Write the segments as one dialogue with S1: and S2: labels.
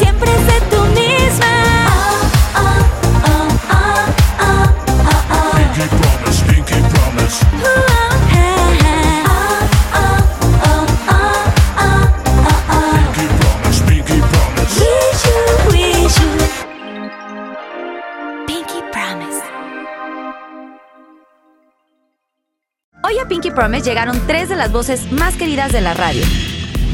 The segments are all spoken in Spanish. S1: siempre sé tú misma. Oh, oh, oh, oh, oh, oh, oh.
S2: Pinky promise, Pinky promise.
S1: Uh, oh, ah, ah. Oh, oh, oh, oh, oh, oh.
S2: Pinky promise, Pinky promise.
S1: Wish you, wish you. Pinky Promise.
S3: Hoy a Pinky Promise llegaron tres de las voces más queridas de la radio.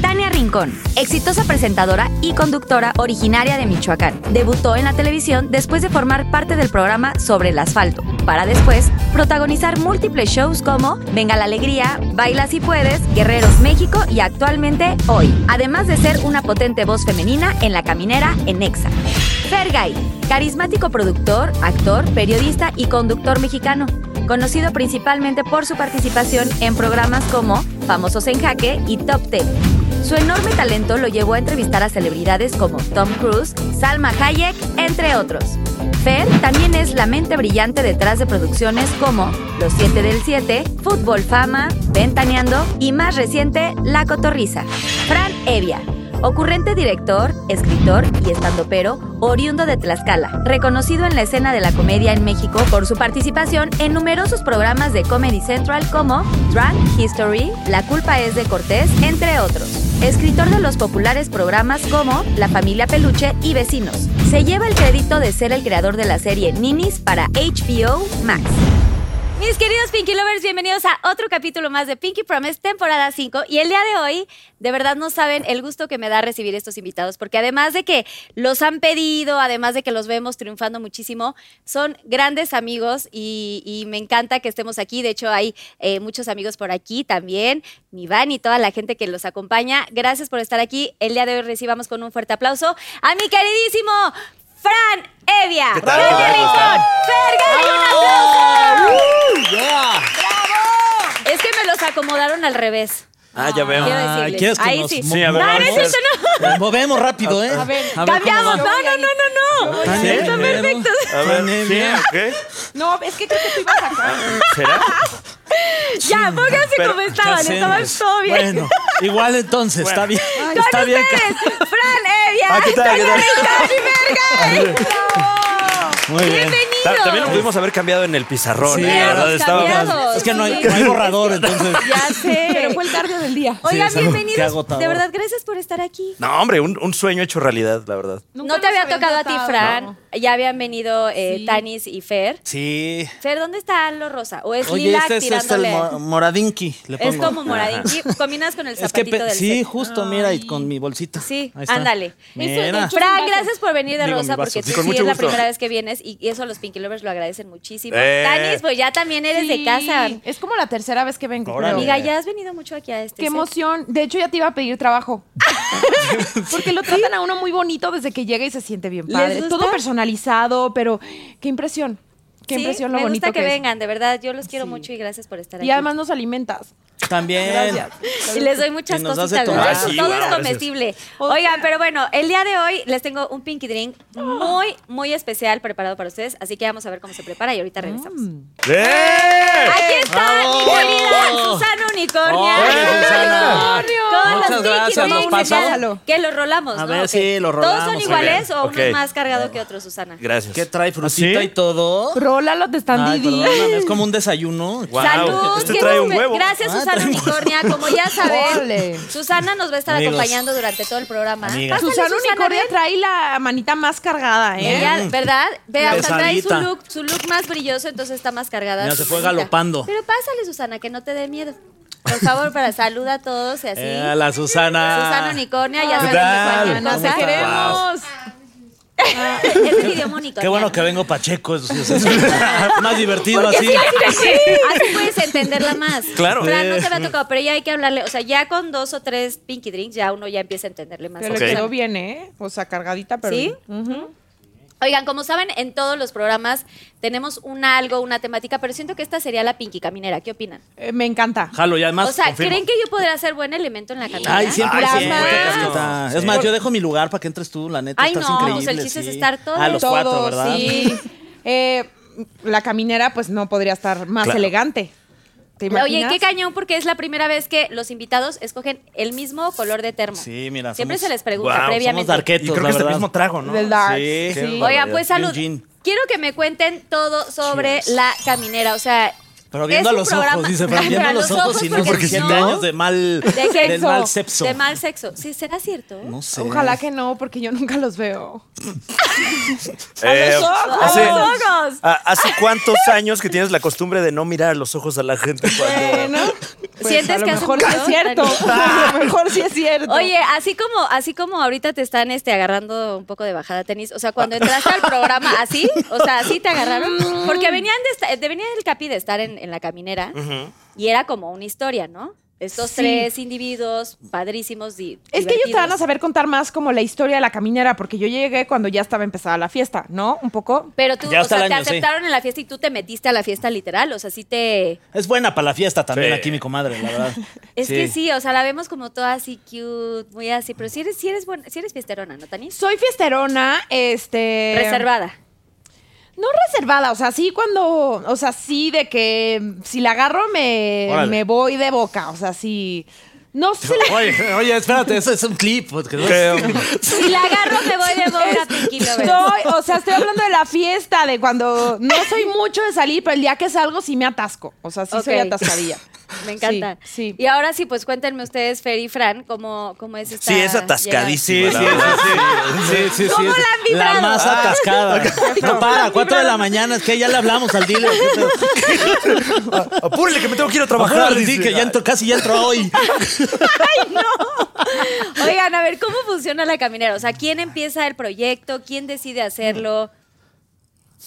S3: Tania Rincón, exitosa presentadora y conductora originaria de Michoacán, debutó en la televisión después de formar parte del programa Sobre el Asfalto, para después protagonizar múltiples shows como Venga la Alegría, Baila si puedes, Guerreros México y actualmente Hoy, además de ser una potente voz femenina en La Caminera en Exa. Fergay, carismático productor, actor, periodista y conductor mexicano, conocido principalmente por su participación en programas como Famosos en Jaque y Top Ten. Su enorme talento lo llevó a entrevistar a celebridades como Tom Cruise, Salma Hayek, entre otros. Fer también es la mente brillante detrás de producciones como Los 7 del 7, Fútbol Fama, Ventaneando y más reciente La Cotorriza. Fran Evia, Ocurrente director, escritor y estandopero, oriundo de Tlaxcala, reconocido en la escena de la comedia en México por su participación en numerosos programas de Comedy Central como Drunk History, La culpa es de Cortés, entre otros. Escritor de los populares programas como La familia Peluche y Vecinos. Se lleva el crédito de ser el creador de la serie Ninis para HBO Max.
S1: Mis queridos Pinky Lovers, bienvenidos a otro capítulo más de Pinky Promise, temporada 5. Y el día de hoy, de verdad no saben el gusto que me da recibir estos invitados, porque además de que los han pedido, además de que los vemos triunfando muchísimo, son grandes amigos y, y me encanta que estemos aquí. De hecho, hay eh, muchos amigos por aquí también, mi Van y toda la gente que los acompaña. Gracias por estar aquí. El día de hoy recibamos con un fuerte aplauso a mi queridísimo Fran Evia. Tania Rincón, Fergay, un aplauso. Es que me los acomodaron al revés.
S4: Ah, ya veo.
S1: Quiero decirles.
S5: ¿quieres que
S1: Ahí
S5: nos
S1: sí.
S5: mo-
S1: No, no, no, eso no.
S5: Nos movemos rápido, ¿eh? A ver,
S1: Cambiamos. No,
S5: ¿cómo
S1: no, no, no, no.
S5: Tan
S1: Están
S5: ligero.
S1: perfectos.
S4: A ver,
S5: Tan
S4: ¿sí?
S5: bien.
S4: ¿o qué?
S6: No, es que creo que tú ibas acá.
S4: ¿Será?
S1: Ya, pónganse
S4: Pero,
S1: como
S4: ¿qué
S5: va?
S1: estaban.
S5: ¿Qué
S1: Estaban
S5: hacemos?
S1: todo bien.
S5: pues. Bueno, igual entonces, está bien.
S1: Con
S5: Está bien. que-
S1: ustedes, Fran eh, Evia.
S4: Ah, ¿qué tal? ¿Qué tal?
S1: Tania Rincón y Fergay.
S5: Muy bien.
S4: Ta- También lo
S1: Bienvenidos.
S4: pudimos haber cambiado en el pizarrón,
S5: Sí,
S4: ¿eh? La verdad,
S1: hemos
S4: estábamos...
S1: cambiado.
S5: Es que no hay,
S1: sí.
S5: no hay borrador, entonces.
S1: Ya sé.
S6: Pero fue el cardio del día.
S1: Oigan,
S5: es algo que
S1: bienvenidos.
S5: agotador.
S1: De verdad, gracias por estar aquí.
S4: No, hombre, un, un sueño hecho realidad, la verdad.
S1: no te había tocado a ti, Fran. Ya habían venido eh,
S6: Sí.
S1: Tanis y Fer.
S5: Sí.
S1: Fer, ¿dónde están los rosa? ¿O es
S5: Oye,
S1: Lilac
S5: este es, este el
S1: tirándole?
S5: mo- moradinki. Le
S1: Es
S5: pongo.
S1: como moradinqui. Combinas con el
S5: Es que
S1: zapatito
S5: pe-
S1: del
S5: sí,
S1: set.
S5: justo, mira, y con mi bolsita.
S1: Sí,
S5: Ahí está.
S1: ándale.
S5: Mira.
S1: Fran, gracias por venir de
S5: Digo, mi
S1: rosa
S5: vaso.
S1: porque tú
S4: Sí, con
S1: sí
S4: mucho
S1: es la
S4: gusto.
S1: primera vez que vienes y y eso los Pinky Lovers lo agradecen muchísimo.
S4: Eh.
S1: Tanis, pues ya también eres de casa.
S6: Es como la tercera vez que vengo.
S5: Órale.
S6: creo.
S1: Amiga, ya has venido mucho aquí a este.
S6: Qué
S1: set.
S6: emoción. De hecho, ya te iba a pedir trabajo. Porque lo tratan a uno muy bonito desde que llega y se siente bien
S1: ¿Les
S6: padre.
S1: gusta?
S6: Todo personalizado, pero qué impresión. Qué
S1: Sí,
S6: impresión lo
S1: me
S6: bonito
S1: gusta que,
S6: es.
S1: vengan, de verdad. Yo los quiero mucho y gracias por estar aquí.
S6: Y además nos alimentas.
S5: También.
S6: Gracias.
S1: Y les doy muchas
S5: Y nos
S1: cositas,
S5: hace
S1: ¿verdad?
S4: tomar. Ah, sí,
S1: Todo
S4: wow,
S1: es
S4: gracias.
S1: comestible.
S6: O
S1: Oigan,
S6: sea-
S1: pero bueno, el día de hoy les tengo un pinky drink muy, muy especial preparado para ustedes. Así que vamos a ver cómo se prepara y ahorita regresamos.
S4: ¡Eh!
S1: Aquí está
S5: Mm. ¡Bravo!
S1: mi querida Susana Unicornia.
S5: Oye, Susana.
S1: Unicornio. Todos
S5: Muchas
S1: los
S5: gracias,
S1: pinky
S5: ¿nos
S1: drinks
S5: pasó?
S1: que tal- Que los rolamos,
S5: A
S1: ¿no?
S5: ver,
S1: Ok.
S5: sí, los
S1: ¿Todos son
S5: rolamos,
S1: iguales
S4: ok.
S1: o uno
S4: Ok.
S1: es más cargado que otro, Susana?
S4: Gracias.
S5: Que trae frutita
S4: ¿Ah, sí?
S5: y todo.
S6: Rólalo, te están
S5: Ay,
S6: Didi.
S5: perdóname, es como un desayuno.
S4: Guau.
S1: Salud,
S4: este
S1: ¿qué
S4: trae
S1: nos
S4: un
S1: ve-
S4: huevo.
S1: Gracias,
S5: Ah,
S1: Susana
S5: trae un-
S1: Unicornia. Como ya saben,
S6: Órale.
S1: Susana nos va a estar
S5: Amigos.
S1: acompañando durante todo el programa.
S5: Amigas.
S1: Pásale,
S6: Susana Unicornia
S1: ven.
S6: trae la manita más cargada, ¿eh?
S1: Ella, ¿verdad? Ve, hasta trae su
S5: Pesadita.
S1: look, su look más brilloso, entonces está más cargada.
S5: Mira,
S1: su
S5: se fue
S1: manita.
S5: galopando.
S1: Pero pásale, Susana, que no te dé miedo. Por favor, para saluda a todos y así.
S5: Eh, la Susana.
S1: Susana Unicornia, ya
S6: ¿Qué
S1: saben
S5: tal?
S1: que
S6: Ana,
S1: cualquier
S6: te
S5: ¿Cómo
S1: cosa.
S5: estás?
S6: queremos.
S1: Es el idioma unicorniano.
S5: Qué bueno que vengo Pacheco. Es, es- es más divertido así.
S1: Así puedes entenderla más.
S4: Claro.
S1: Fran, no se me ha tocado, pero ya hay que hablarle. O sea, ya con dos o tres pinky drinks, ya uno ya empieza a entenderle más.
S6: Pero
S4: Ok.
S6: le quedó bien, ¿eh? O sea, cargadita, pero.
S1: ¿Sí?
S6: Ujú.
S1: Oigan, como saben, en todos los programas tenemos un algo, una temática, pero siento que esta sería la Pinky Caminera. ¿Qué opinan?
S6: Eh, me encanta.
S5: Jalo, y además.
S1: o sea,
S5: confirmo.
S1: ¿creen que yo podría ser buen elemento en la caminera?
S5: Ay, siempre
S4: Ay,
S5: la
S4: sí,
S5: siento,
S4: claro.
S5: Carlita.
S4: Sí.
S5: Es más, yo dejo mi lugar para que entres tú, la neta.
S1: Ay,
S5: estás
S1: no,
S5: increíble,
S1: o sea, el chiste es
S5: sí.
S1: estar todos.
S5: A los
S6: Todo,
S5: cuatro, ¿verdad?
S6: sí. Eh, la caminera, pues no podría estar más
S4: Claro.
S6: elegante. ¿Te
S1: Oye,
S6: imaginas?
S1: qué cañón, porque es la primera vez que los invitados escogen el mismo color de termo.
S5: Sí, mira,
S1: Siempre
S5: somos-
S1: se les pregunta
S5: Guau,
S1: previamente.
S5: Somos darketos,
S4: Y creo
S5: la
S4: que es el
S5: verdad.
S4: mismo trago, ¿no?
S6: Del dark.
S5: Sí,
S6: Sí.
S5: qué
S6: Oye,
S1: Oigan, pues salud.
S5: Y un gin.
S1: Quiero que me cuenten todo sobre
S5: Cheers.
S1: la caminera. O sea,
S5: Pero
S1: es
S5: viendo a
S1: un
S5: los
S1: programa-
S5: ojos, dice Fran, viendo a
S1: Pero
S5: los ojos y no
S1: porque
S5: porque
S1: si
S5: siete
S1: no-
S5: años de mal,
S1: De
S5: del
S6: sexo.
S5: mal sepso.
S1: De mal sexo. Sí, ¿será cierto?
S5: No sé.
S6: Ojalá que no, porque yo nunca los veo.
S4: Eh,
S6: los ojos.
S4: hace-
S1: ¡A los ojos!
S4: a- ¿Hace cuántos años que tienes la costumbre de no mirar a los ojos a la gente cuando...
S6: Bueno,
S1: ¿Sientes
S6: Pues, a lo
S1: que has
S6: mejor sí es
S1: cumplido?
S6: cierto. a lo mejor sí es cierto.
S1: Oye, así como, así como ahorita te están este, agarrando un poco de bajada tenis, o sea, cuando entraste al programa, así, o sea, así te agarraron, porque venían de esta- de- venía el capi de estar en, en la caminera y era como una historia, ¿no? Estos
S6: Sí.
S1: tres individuos padrísimos. di-
S6: Es que ellos te
S1: divertidos.
S6: van a saber contar más como la historia de la caminera, porque yo llegué cuando ya estaba empezada la fiesta, ¿no? Un poco.
S1: Pero tú,
S5: Ya
S1: o
S5: hasta
S1: sea,
S5: el
S1: te
S5: año, sí.
S1: aceptaron en la fiesta y tú te metiste a la fiesta literal, o sea, sí te...
S5: Es buena para la fiesta también
S4: Sí.
S5: aquí mi comadre, la verdad.
S1: Es que sí, o sea, la vemos como toda así cute, muy así, pero si eres, si eres, buena, si eres fiesterona, ¿no, Tanis?
S6: Soy fiesterona, este.
S1: Reservada.
S6: No reservada, o sea, sí cuando, o sea, sí de que mm, si la agarro me,
S5: Órale.
S6: me voy de boca, o sea, sí. No sé, la-
S5: Oye, oye, espérate, eso es un clip. porque no-
S1: Si la agarro, me voy de boca, Pinky Lovers.
S6: estoy, o sea, estoy hablando de la fiesta, de cuando no soy mucho de salir, pero el día que salgo sí me atasco, o sea, sí soy
S1: Ok.
S6: atascadilla.
S1: Me encanta.
S6: Sí, sí.
S1: Y ahora sí, pues cuéntenme ustedes, Fer y Fran, cómo, cómo es esta.
S4: Sí, es atascadísima.
S5: Sí,
S4: la
S5: sí,
S4: verdad.
S5: sí, sí, sí, sí,
S6: ¿Cómo
S5: sí.
S6: la han vibrado? Ah.
S5: más atascada. No para, 4 de la mañana, es que ya le hablamos al dealer.
S4: Apúrele que me tengo que ir a trabajar.
S5: Trabajar, sí,
S4: dice.
S5: que ya entró, casi ya entró hoy.
S1: llegada. Oigan, a ver, ¿cómo funciona la caminera? O sea, ¿quién empieza el proyecto? ¿Quién decide hacerlo?
S4: Mm.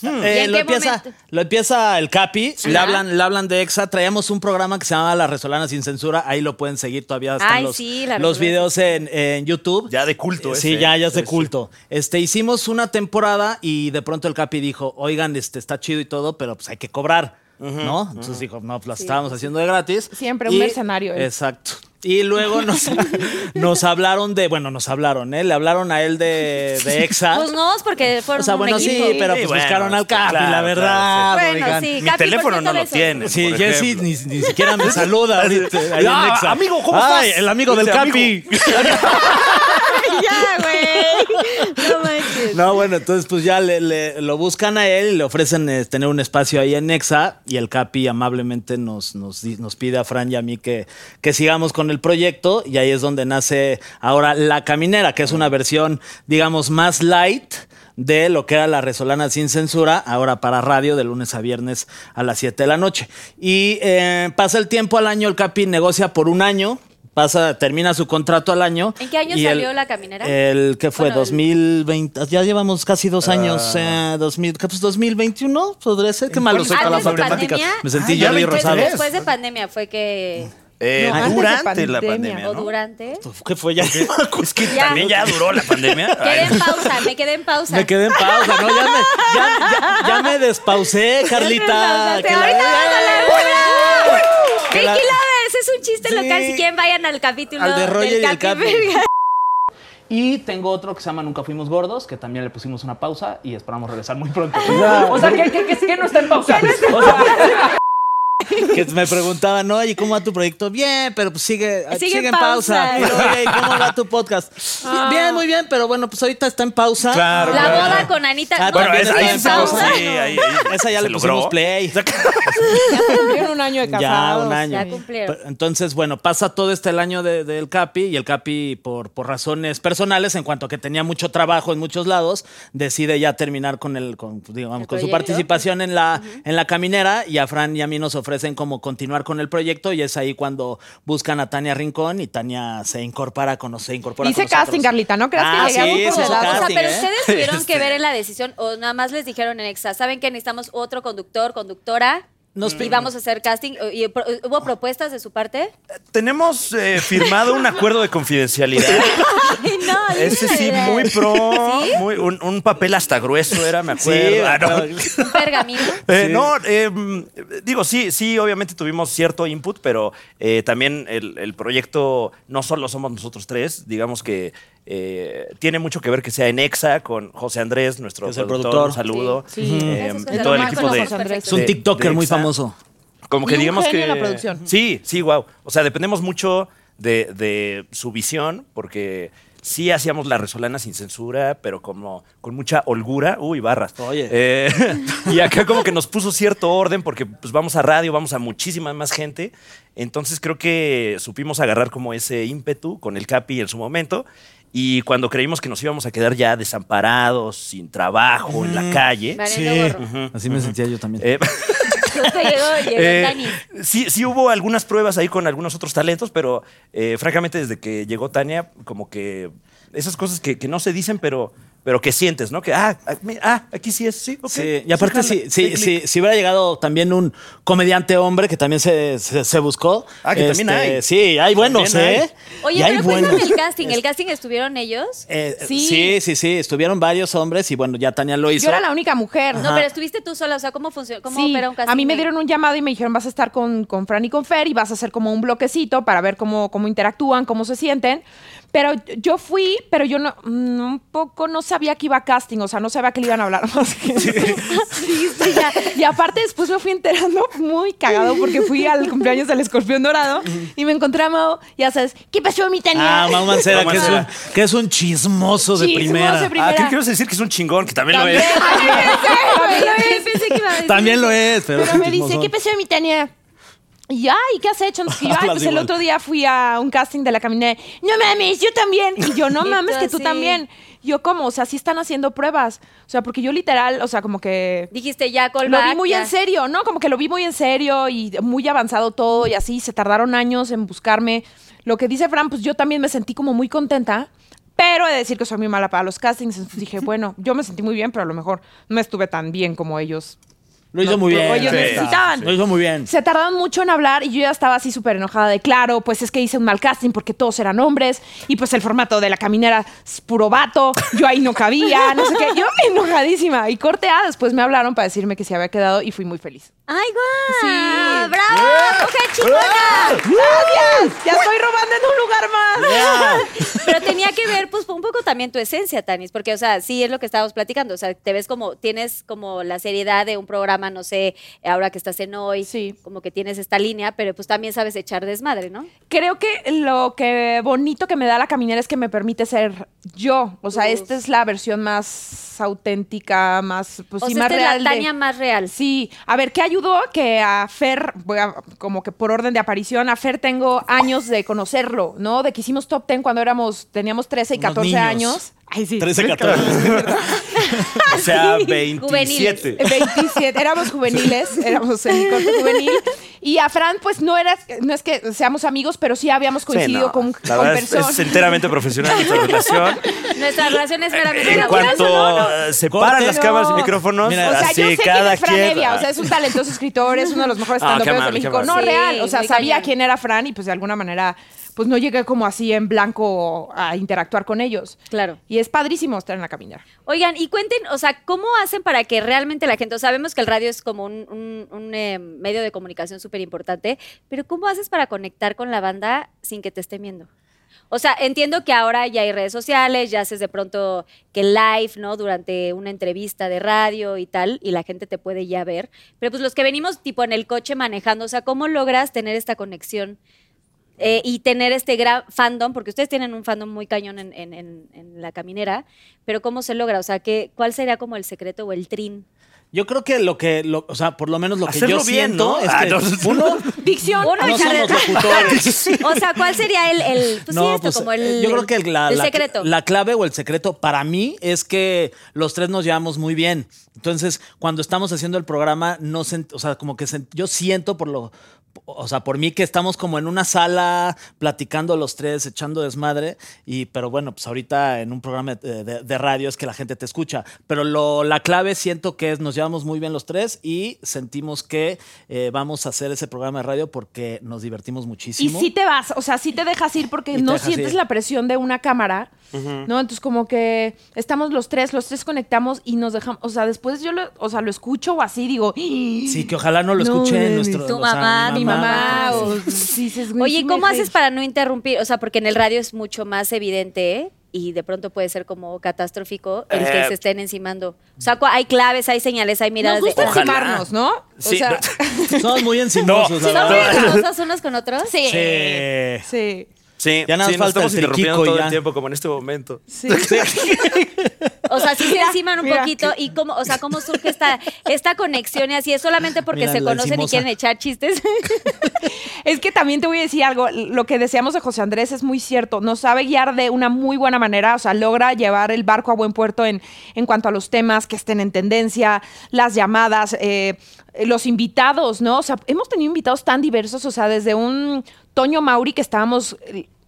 S1: ¿Y
S5: Eh,
S1: en
S5: lo,
S1: qué
S5: empieza,
S1: momento?
S5: lo empieza el Capi, le
S1: Ajá.
S4: Ah.
S5: hablan, le hablan de Exa, traíamos un programa que se llama La Resolana Sin Censura, ahí lo pueden seguir, todavía están
S1: Ay,
S5: los,
S1: sí, La
S5: los
S1: Resolana.
S5: videos en, en YouTube. Eh,
S4: Ya de culto,
S5: Sí,
S4: ese,
S5: ya, ya es
S4: sí,
S5: de
S4: sí.
S5: culto. Este, hicimos una temporada y de pronto el Capi dijo, oigan, este, está chido y todo, pero pues hay que cobrar, ¿no? Entonces dijo, no, pues las estábamos haciendo de gratis.
S6: Siempre un
S5: Y-
S6: mercenario
S1: ¿eh?
S6: él.
S5: Exacto. Y luego nos, nos hablaron de, bueno, nos hablaron, ¿eh? Le hablaron a él de, de Exa.
S1: Pues no, porque fueron
S5: Ah. O sea,
S1: un
S5: bueno, sí,
S1: equipo.
S5: pero
S4: Sí,
S5: pues
S4: bueno,
S5: buscaron al
S4: claro,
S5: Capi, la
S4: claro,
S5: verdad.
S1: sí. Bueno,
S5: oigan.
S1: sí.
S4: Mi
S1: Capi,
S4: teléfono
S1: por
S4: no lo
S1: cierto,
S4: tiene.
S5: Sí,
S4: por
S5: Jesse
S4: ejemplo.
S5: ni, ni siquiera me saluda ahorita. ahí en
S4: Ah,
S5: Exa.
S4: amigo, ¿cómo
S5: Ay,
S4: estás?
S5: El amigo del
S4: Dice,
S5: Capi.
S1: ya, güey. No manches.
S5: No, bueno, entonces pues ya le, le- lo buscan a él y le ofrecen eh, tener un espacio ahí en Exa y el Capi amablemente nos, nos, di- nos pide a Fran y a mí que, que sigamos con el proyecto y ahí es donde nace ahora La Caminera, que es una versión, digamos, más light de lo que era la Resolana sin censura, ahora para radio de lunes a viernes a las 7 de la noche. Y eh, pasa el tiempo al año, el Capi negocia por un año. Pasa, termina su contrato al año.
S1: ¿En qué año
S5: y
S1: salió La Caminera?
S5: El que fue
S1: Bueno, el-
S5: 2020, ya llevamos casi dos
S4: Ah,
S5: años, eh, 2000, pues 2021, podría ser, qué malo soy para las
S1: Antes de
S5: matemáticas.
S1: pandemia.
S5: Me sentí
S4: Ay, ya
S5: Jordi
S4: veintitrés.
S5: Rosado.
S1: Después de pandemia fue que.
S4: Eh,
S6: No, antes de
S4: durante la
S6: pandemia.
S4: pandemia,
S1: O
S4: ¿no?
S1: durante.
S5: ¿Qué fue ya?
S4: Es que
S1: Ya.
S4: también ya duró la pandemia.
S1: Quedé en pausa, me quedé en pausa.
S5: Me quedé en pausa, ¿no? Ya me, ya, ya- ya me despausé, Carlita.
S1: Ahorita
S5: que la-
S1: vamos a hablar.
S5: Que
S1: Pinky
S5: la-
S1: Lovers, es un chiste
S5: Sí.
S1: local. Si quieren, vayan al capítulo
S5: Al de Roger
S1: del
S5: y el
S1: Capi
S5: Capi.
S1: Verga.
S7: Y tengo otro que se llama Nunca Fuimos Gordos, que también le pusimos una pausa y esperamos regresar muy pronto. O sea, que, que, que- que no está en pausa. O sea,
S5: que me preguntaban, ¿no? ¿Y cómo va tu proyecto? Bien, pero pues sigue,
S1: Sigue
S5: sigue,
S1: en
S5: en pausa.
S1: pausa. Ah.
S5: Y, "Oye, ¿y ¿Cómo va tu podcast? Bien, muy bien, pero bueno, pues ahorita está en pausa.
S4: Claro,
S1: La boda con Anita.
S5: Ah,
S1: no,
S4: Bueno,
S5: También
S4: es,
S5: está
S4: ahí
S5: en
S4: sí,
S5: pausa.
S4: sí, ahí, ahí
S5: Esa ya
S4: se
S5: le pusimos play.
S6: Tuvieron un año de casados.
S5: Ya, un año.
S1: Ya cumplieron.
S5: Pero, Entonces, bueno, pasa todo este el año de- del Capi y el Capi, por, por razones personales, en cuanto a que tenía mucho trabajo en muchos lados, decide ya terminar con el, con, pues, digamos,
S1: ¿El
S5: con su
S1: proyecto?
S5: participación en la, en la caminera y a Fran y a mí nos ofrecen como continuar con el proyecto y es ahí cuando buscan a Tania Rincón y Tania se incorpora con, se incorpora
S6: Hice
S5: con nosotros.
S6: casting, Carlita, ¿no creas que
S5: Ah,
S6: llegué a
S5: sí,
S6: muy
S5: se
S6: poco
S5: hizo
S6: de edad?
S1: O sea,
S5: casting,
S1: pero
S5: ¿eh?
S1: ustedes tuvieron que ver en la decisión o nada más les dijeron en Exa, ¿saben que necesitamos otro conductor, conductora?
S5: Nos
S1: Y vamos a hacer casting. ¿Y pro- ¿Hubo propuestas de su parte?
S4: Tenemos eh, firmado un acuerdo de confidencialidad.
S1: Ay, no, dime
S4: Ese
S1: la
S4: sí,
S1: verdad.
S4: muy pro. Muy, un, un papel hasta grueso era, me acuerdo.
S5: Sí,
S4: Ah, no.
S1: Un pergamino.
S4: Eh, No, eh, mm, digo, sí, sí, obviamente tuvimos cierto input, pero eh, también el, el proyecto no solo somos nosotros tres, digamos que eh, tiene mucho que ver que sea en EXA con José Andrés, nuestro
S5: Que es el
S4: productor,
S5: productor.
S4: un saludo,
S6: Sí, sí.
S4: eh,
S1: Eso es
S4: y
S1: José
S4: todo el
S1: Andrés.
S4: equipo de,
S6: Conozco a José Andrés.
S5: Es un
S4: de-
S5: TikToker
S4: de
S5: muy
S4: Exa.
S5: famoso.
S4: Como
S6: Y
S4: que
S6: un
S4: digamos
S6: genio
S4: que.
S6: en la producción.
S4: Sí, sí, wow. O sea, dependemos mucho de, de su visión, porque sí hacíamos la resolana sin censura, pero como con mucha holgura. Uy, barras.
S5: Oye.
S4: Eh, y acá como que nos puso cierto orden, porque pues vamos a radio, vamos a muchísima más gente. Entonces creo que supimos agarrar como ese ímpetu con el Capi en su momento. Y cuando creímos que nos íbamos a quedar ya desamparados, sin trabajo, en la calle.
S1: Valiendo gorro.
S5: Así me sentía yo también.
S4: eh,
S1: Justo llegó, llegó
S4: eh,
S1: Dani.
S4: sí, sí hubo algunas pruebas ahí con algunos otros talentos, pero eh, francamente desde que llegó Tania, como que esas cosas que, que no se dicen, pero, pero que sientes, ¿no? Que, ah, ah, mi- ah, aquí sí es, sí, ok.
S5: Sí, y aparte,
S4: sí,
S5: si,
S4: jala,
S5: si,
S4: sí,
S5: si, si hubiera llegado también un comediante hombre que también se, se, se buscó. Este,
S4: Ah, que también hay.
S5: Sí, hay buenos,
S4: También hay.
S5: ¿eh?
S1: Oye,
S5: Y hay
S1: pero
S5: buenos.
S1: cuéntame el casting. ¿El casting estuvieron ellos?
S5: Eh, eh,
S6: Sí.
S5: sí. sí, sí, Estuvieron varios hombres y bueno, ya Tania lo hizo.
S6: Yo era la única mujer.
S1: No, pero estuviste tú sola. O sea, ¿cómo funcionó? ¿Cómo
S6: Sí,
S1: opera un casting?
S6: a mí me dieron un llamado y me dijeron vas a estar con, con Fran y con Fer y vas a hacer como un bloquecito para ver cómo, cómo interactúan, cómo se sienten. Pero yo fui, pero yo no, mm, un poco no sabía que iba a casting, o sea, no sabía que le iban a hablar más que Sí, sí, ya. Y aparte después me fui enterando muy cagado porque fui al cumpleaños del escorpión dorado y me encontré a Mau, ya sabes, ¿qué pasó mi Tania?
S5: Ah, Mau Mancera,
S4: Mau
S5: que, es un,
S4: Mancera.
S5: que es un chismoso de
S6: Chismoso
S5: primera.
S6: de
S4: Ah, ¿qué
S6: primera.
S4: quieres decir que es un chingón? Que también, lo es.
S1: Ay, pensé que iba a decir-
S5: También lo es, pero, es
S6: Pero
S5: un
S6: me dice,
S5: chismoso.
S6: ¿qué pasó, mi Tania? Y yo, ay, ¿qué has hecho? Entonces, yo, ay,
S5: Hablas
S6: pues el
S5: igual.
S6: otro día fui a un casting de la caminé. No mames, yo también. Y yo, no
S1: Y
S6: mames,
S1: tú
S6: que tú
S1: así.
S6: también. Yo, ¿cómo? O sea, sí están haciendo pruebas. O sea, porque yo literal, o sea, como que
S1: Dijiste ya,
S6: lo
S1: Colback.
S6: vi muy
S1: ya.
S6: en serio, ¿no? Como que lo vi muy en serio y muy avanzado todo y así. Se tardaron años en buscarme. Lo que dice Fran, pues yo también me sentí como muy contenta. Pero he de decir que soy muy mala para los castings. Entonces dije, bueno, yo me sentí muy bien, pero a lo mejor no estuve tan bien como ellos.
S5: Lo hizo muy bien.
S6: Oye,
S5: la neta.
S6: necesitaban.
S5: Lo hizo muy bien.
S6: Se tardaron mucho en hablar y yo ya estaba así súper enojada de, claro, pues es que hice un mal casting porque todos eran hombres y pues el formato de la caminera es puro vato, yo ahí no cabía, no sé qué. Yo enojadísima y corte A, después me hablaron para decirme que se había quedado y fui muy feliz.
S1: ¡Ay, guau!
S6: Sí.
S1: ¡Bravo! ¡Mujer chingona!
S6: ¡Gracias! ¡Ya estoy robando en un lugar más!
S1: Pero tenía que ver, pues, un poco también tu esencia, Tanis, porque, o sea, sí es lo que estábamos platicando. O sea, te ves como, tienes como la seriedad de un programa, no sé, ahora que estás en hoy,
S6: Sí.
S1: como que tienes esta línea, pero pues también sabes echar desmadre, ¿no?
S6: Creo que lo que bonito que me da la caminera es que me permite ser yo. O sea,
S1: Uf.
S6: esta es la versión más auténtica, más, pues
S1: o
S6: sí,
S1: sea,
S6: más
S1: esta
S6: real.
S1: es
S6: de-
S1: la Tania más real.
S6: Sí, a ver, ¿qué ayudó? Que a Fer, voy a- como que por orden de aparición, a Fer tengo años de conocerlo, ¿no? De que hicimos top ten cuando éramos, teníamos 13 y
S5: Unos
S6: 14
S5: niños.
S6: años. Ay, sí.
S5: 13, 14.
S4: O sea,
S1: Juveniles.
S4: 27.
S6: 27, éramos juveniles, éramos en corte juvenil. Y a Fran, pues no era, no es que seamos amigos, pero sí habíamos coincidido
S4: Sí, no.
S6: con,
S4: La
S6: con
S4: verdad es,
S6: personas.
S4: es enteramente profesional nuestra relación.
S1: Nuestra relación es meramente
S4: En
S1: laboral.
S4: cuanto eh, se paran
S5: Corte.
S4: las cámaras y
S6: No.
S4: micrófonos,
S5: Mira,
S6: o sea,
S4: así
S6: yo sé quién
S4: cada
S6: es Fran
S4: quien.
S6: Evia, o sea, es un talentoso escritor, es uno de los mejores
S4: Ah, qué
S6: estandoperos de
S4: amable, qué
S6: México. No,
S1: amable.
S6: real, o
S1: Sí,
S6: sea,
S1: muy
S6: sabía
S1: cañón.
S6: quién era Fran y pues de alguna manera, pues no llegué como así en blanco a interactuar con ellos.
S1: Claro.
S6: Y es padrísimo estar en la caminera.
S1: Oigan, y cuenten, o sea, ¿cómo hacen para que realmente la gente, o sabemos que el radio es como un, un- un, eh, medio de comunicación súper importante, pero ¿cómo haces para conectar con la banda sin que te esté viendo? O sea, entiendo que ahora ya hay redes sociales, ya haces de pronto que live, ¿no? Durante una entrevista de radio y tal, y la gente te puede ya ver. Pero pues los que venimos tipo en el coche manejando, o sea, ¿cómo logras tener esta conexión eh, y tener este gran fandom, porque ustedes tienen un fandom muy cañón en, en- en- en la caminera, pero ¿cómo se logra? O sea, ¿qué, ¿cuál sería como el secreto o el trin?
S5: Yo creo que lo que, lo- o sea, por lo menos lo que
S4: Hacerlo
S5: yo
S4: bien,
S5: siento
S4: ¿no?
S5: es
S4: Ah,
S5: que
S4: no. Ah,
S5: uno
S6: Dicción.
S1: Uno
S5: no
S1: echar
S5: somos
S1: de-
S5: locutores.
S1: O sea, ¿cuál sería el, el pues sí,
S5: No,
S1: esto,
S5: pues,
S1: como
S5: eh,
S1: el,
S5: yo creo que la,
S1: el
S5: la-
S1: secreto?
S5: la clave o el secreto para mí es que los tres nos llevamos muy bien. Entonces, cuando estamos haciendo el programa, no sent- o sea, como que sent- yo siento por lo, o sea, por mí que estamos como en una sala platicando los tres, echando desmadre. Y, pero bueno, pues ahorita en un programa de, de- de radio es que la gente te escucha. Pero lo, la clave siento que es nos llevamos llevamos muy bien los tres y sentimos que eh, vamos a hacer ese programa de radio porque nos divertimos
S6: Y
S5: muchísimo.
S6: sí te vas, o sea, sí te dejas ir
S5: Y
S6: porque
S5: te
S6: no
S5: dejas
S6: sientes
S5: ir.
S6: la presión de una cámara, ¿no? Entonces como que estamos los tres, los tres conectamos y nos dejamos, o sea, después yo lo, o sea, lo escucho o así digo,
S5: Sí, que ojalá no lo
S6: No,
S5: escuchen
S6: nene.
S5: nuestro-
S1: Tu
S5: o sea,
S1: mamá,
S6: mi mamá,
S1: mamá.
S6: o sí, dices, güey,
S1: Oye,
S6: sí me
S1: ¿cómo
S6: reí.
S1: haces para no interrumpir? O sea, porque en el radio es mucho más evidente ¿eh? y de pronto puede ser como catastrófico el que
S4: Eh.
S1: se estén encimando. O sea, cu- hay claves, hay señales, hay miradas
S6: Nos
S1: de...
S6: gusta
S4: Ojalá.
S6: encimarnos, ¿no? O
S4: Sí,
S6: sea,
S5: Somos muy encimosos,
S4: No,
S5: la
S1: ¿Son
S4: sí,
S5: verdad.
S1: respetuosos unos con otros? Sí.
S5: Sí.
S6: sí.
S4: Sí,
S5: Ya nada más
S4: sí, nos
S5: falta el
S4: estamos interrumpiendo
S5: triquico
S4: todo
S5: ya.
S4: el tiempo, como en este momento.
S6: Sí.
S1: O sea, sí se enciman un
S6: mira.
S1: poquito y cómo, o sea, cómo surge esta, esta conexión y así, es solamente porque
S5: Mira,
S1: se
S5: la
S1: conocen y
S5: encimosa.
S1: quieren echar chistes.
S6: Es que también te voy a decir algo, lo que deseamos de José Andrés es muy cierto, nos sabe guiar de una muy buena manera, o sea, logra llevar el barco a buen puerto en, en cuanto a los temas que estén en tendencia, las llamadas, eh, los invitados, ¿no? O sea, hemos tenido invitados tan diversos, o sea, desde un Toño Mauri que estábamos eh,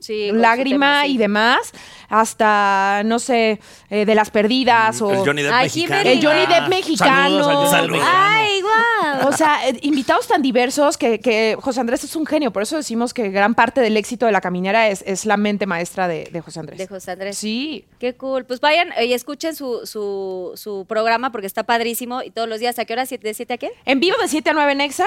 S1: Sí, con su
S6: lágrima
S1: tema, sí.
S6: y demás, hasta, no sé, eh, de las perdidas o...
S4: El Johnny Depp
S1: Ay,
S4: mexicano.
S1: Kimberly.
S6: el Johnny Depp
S5: Mm, Ah,
S6: mexicano.
S5: saludos al Johnny Depp.
S1: Ay, guau.
S6: O sea, eh, invitados tan diversos que, que José Andrés es un genio. Por eso decimos que gran parte del éxito de la caminera es, es la mente maestra de, de José Andrés.
S1: Pues, De José Andrés.
S6: Sí.
S1: Qué cool. Pues vayan eh, y escuchen su, su, su programa porque está padrísimo y todos los días, ¿a qué hora? ¿Siete- ¿De 7 a qué?
S6: En vivo de 7 a 9 en Exa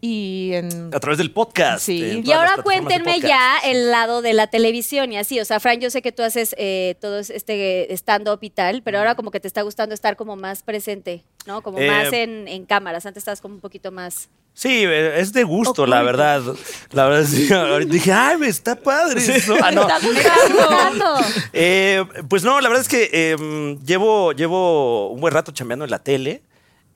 S6: y en.
S4: A través del podcast.
S6: Sí.
S4: en
S6: Y
S1: Y
S4: todas las
S1: ahora
S4: plataformas de
S1: cuéntenme
S4: podcast.
S1: ya el lado de la televisión y así. O sea, Fran, yo sé que tú haces eh, todo este stand-up y tal, pero ahora como que te está gustando estar como más presente, ¿no? Como
S4: Eh,
S1: más en, en cámaras. Antes estabas como un poquito más...
S4: Sí, eh, es de gusto, la verdad. La verdad, sí. Ahorita Dije, ay, me está padre. eso". Ah, no. Eh, pues no, la verdad es que eh, llevo, llevo un buen rato chambeando en la tele.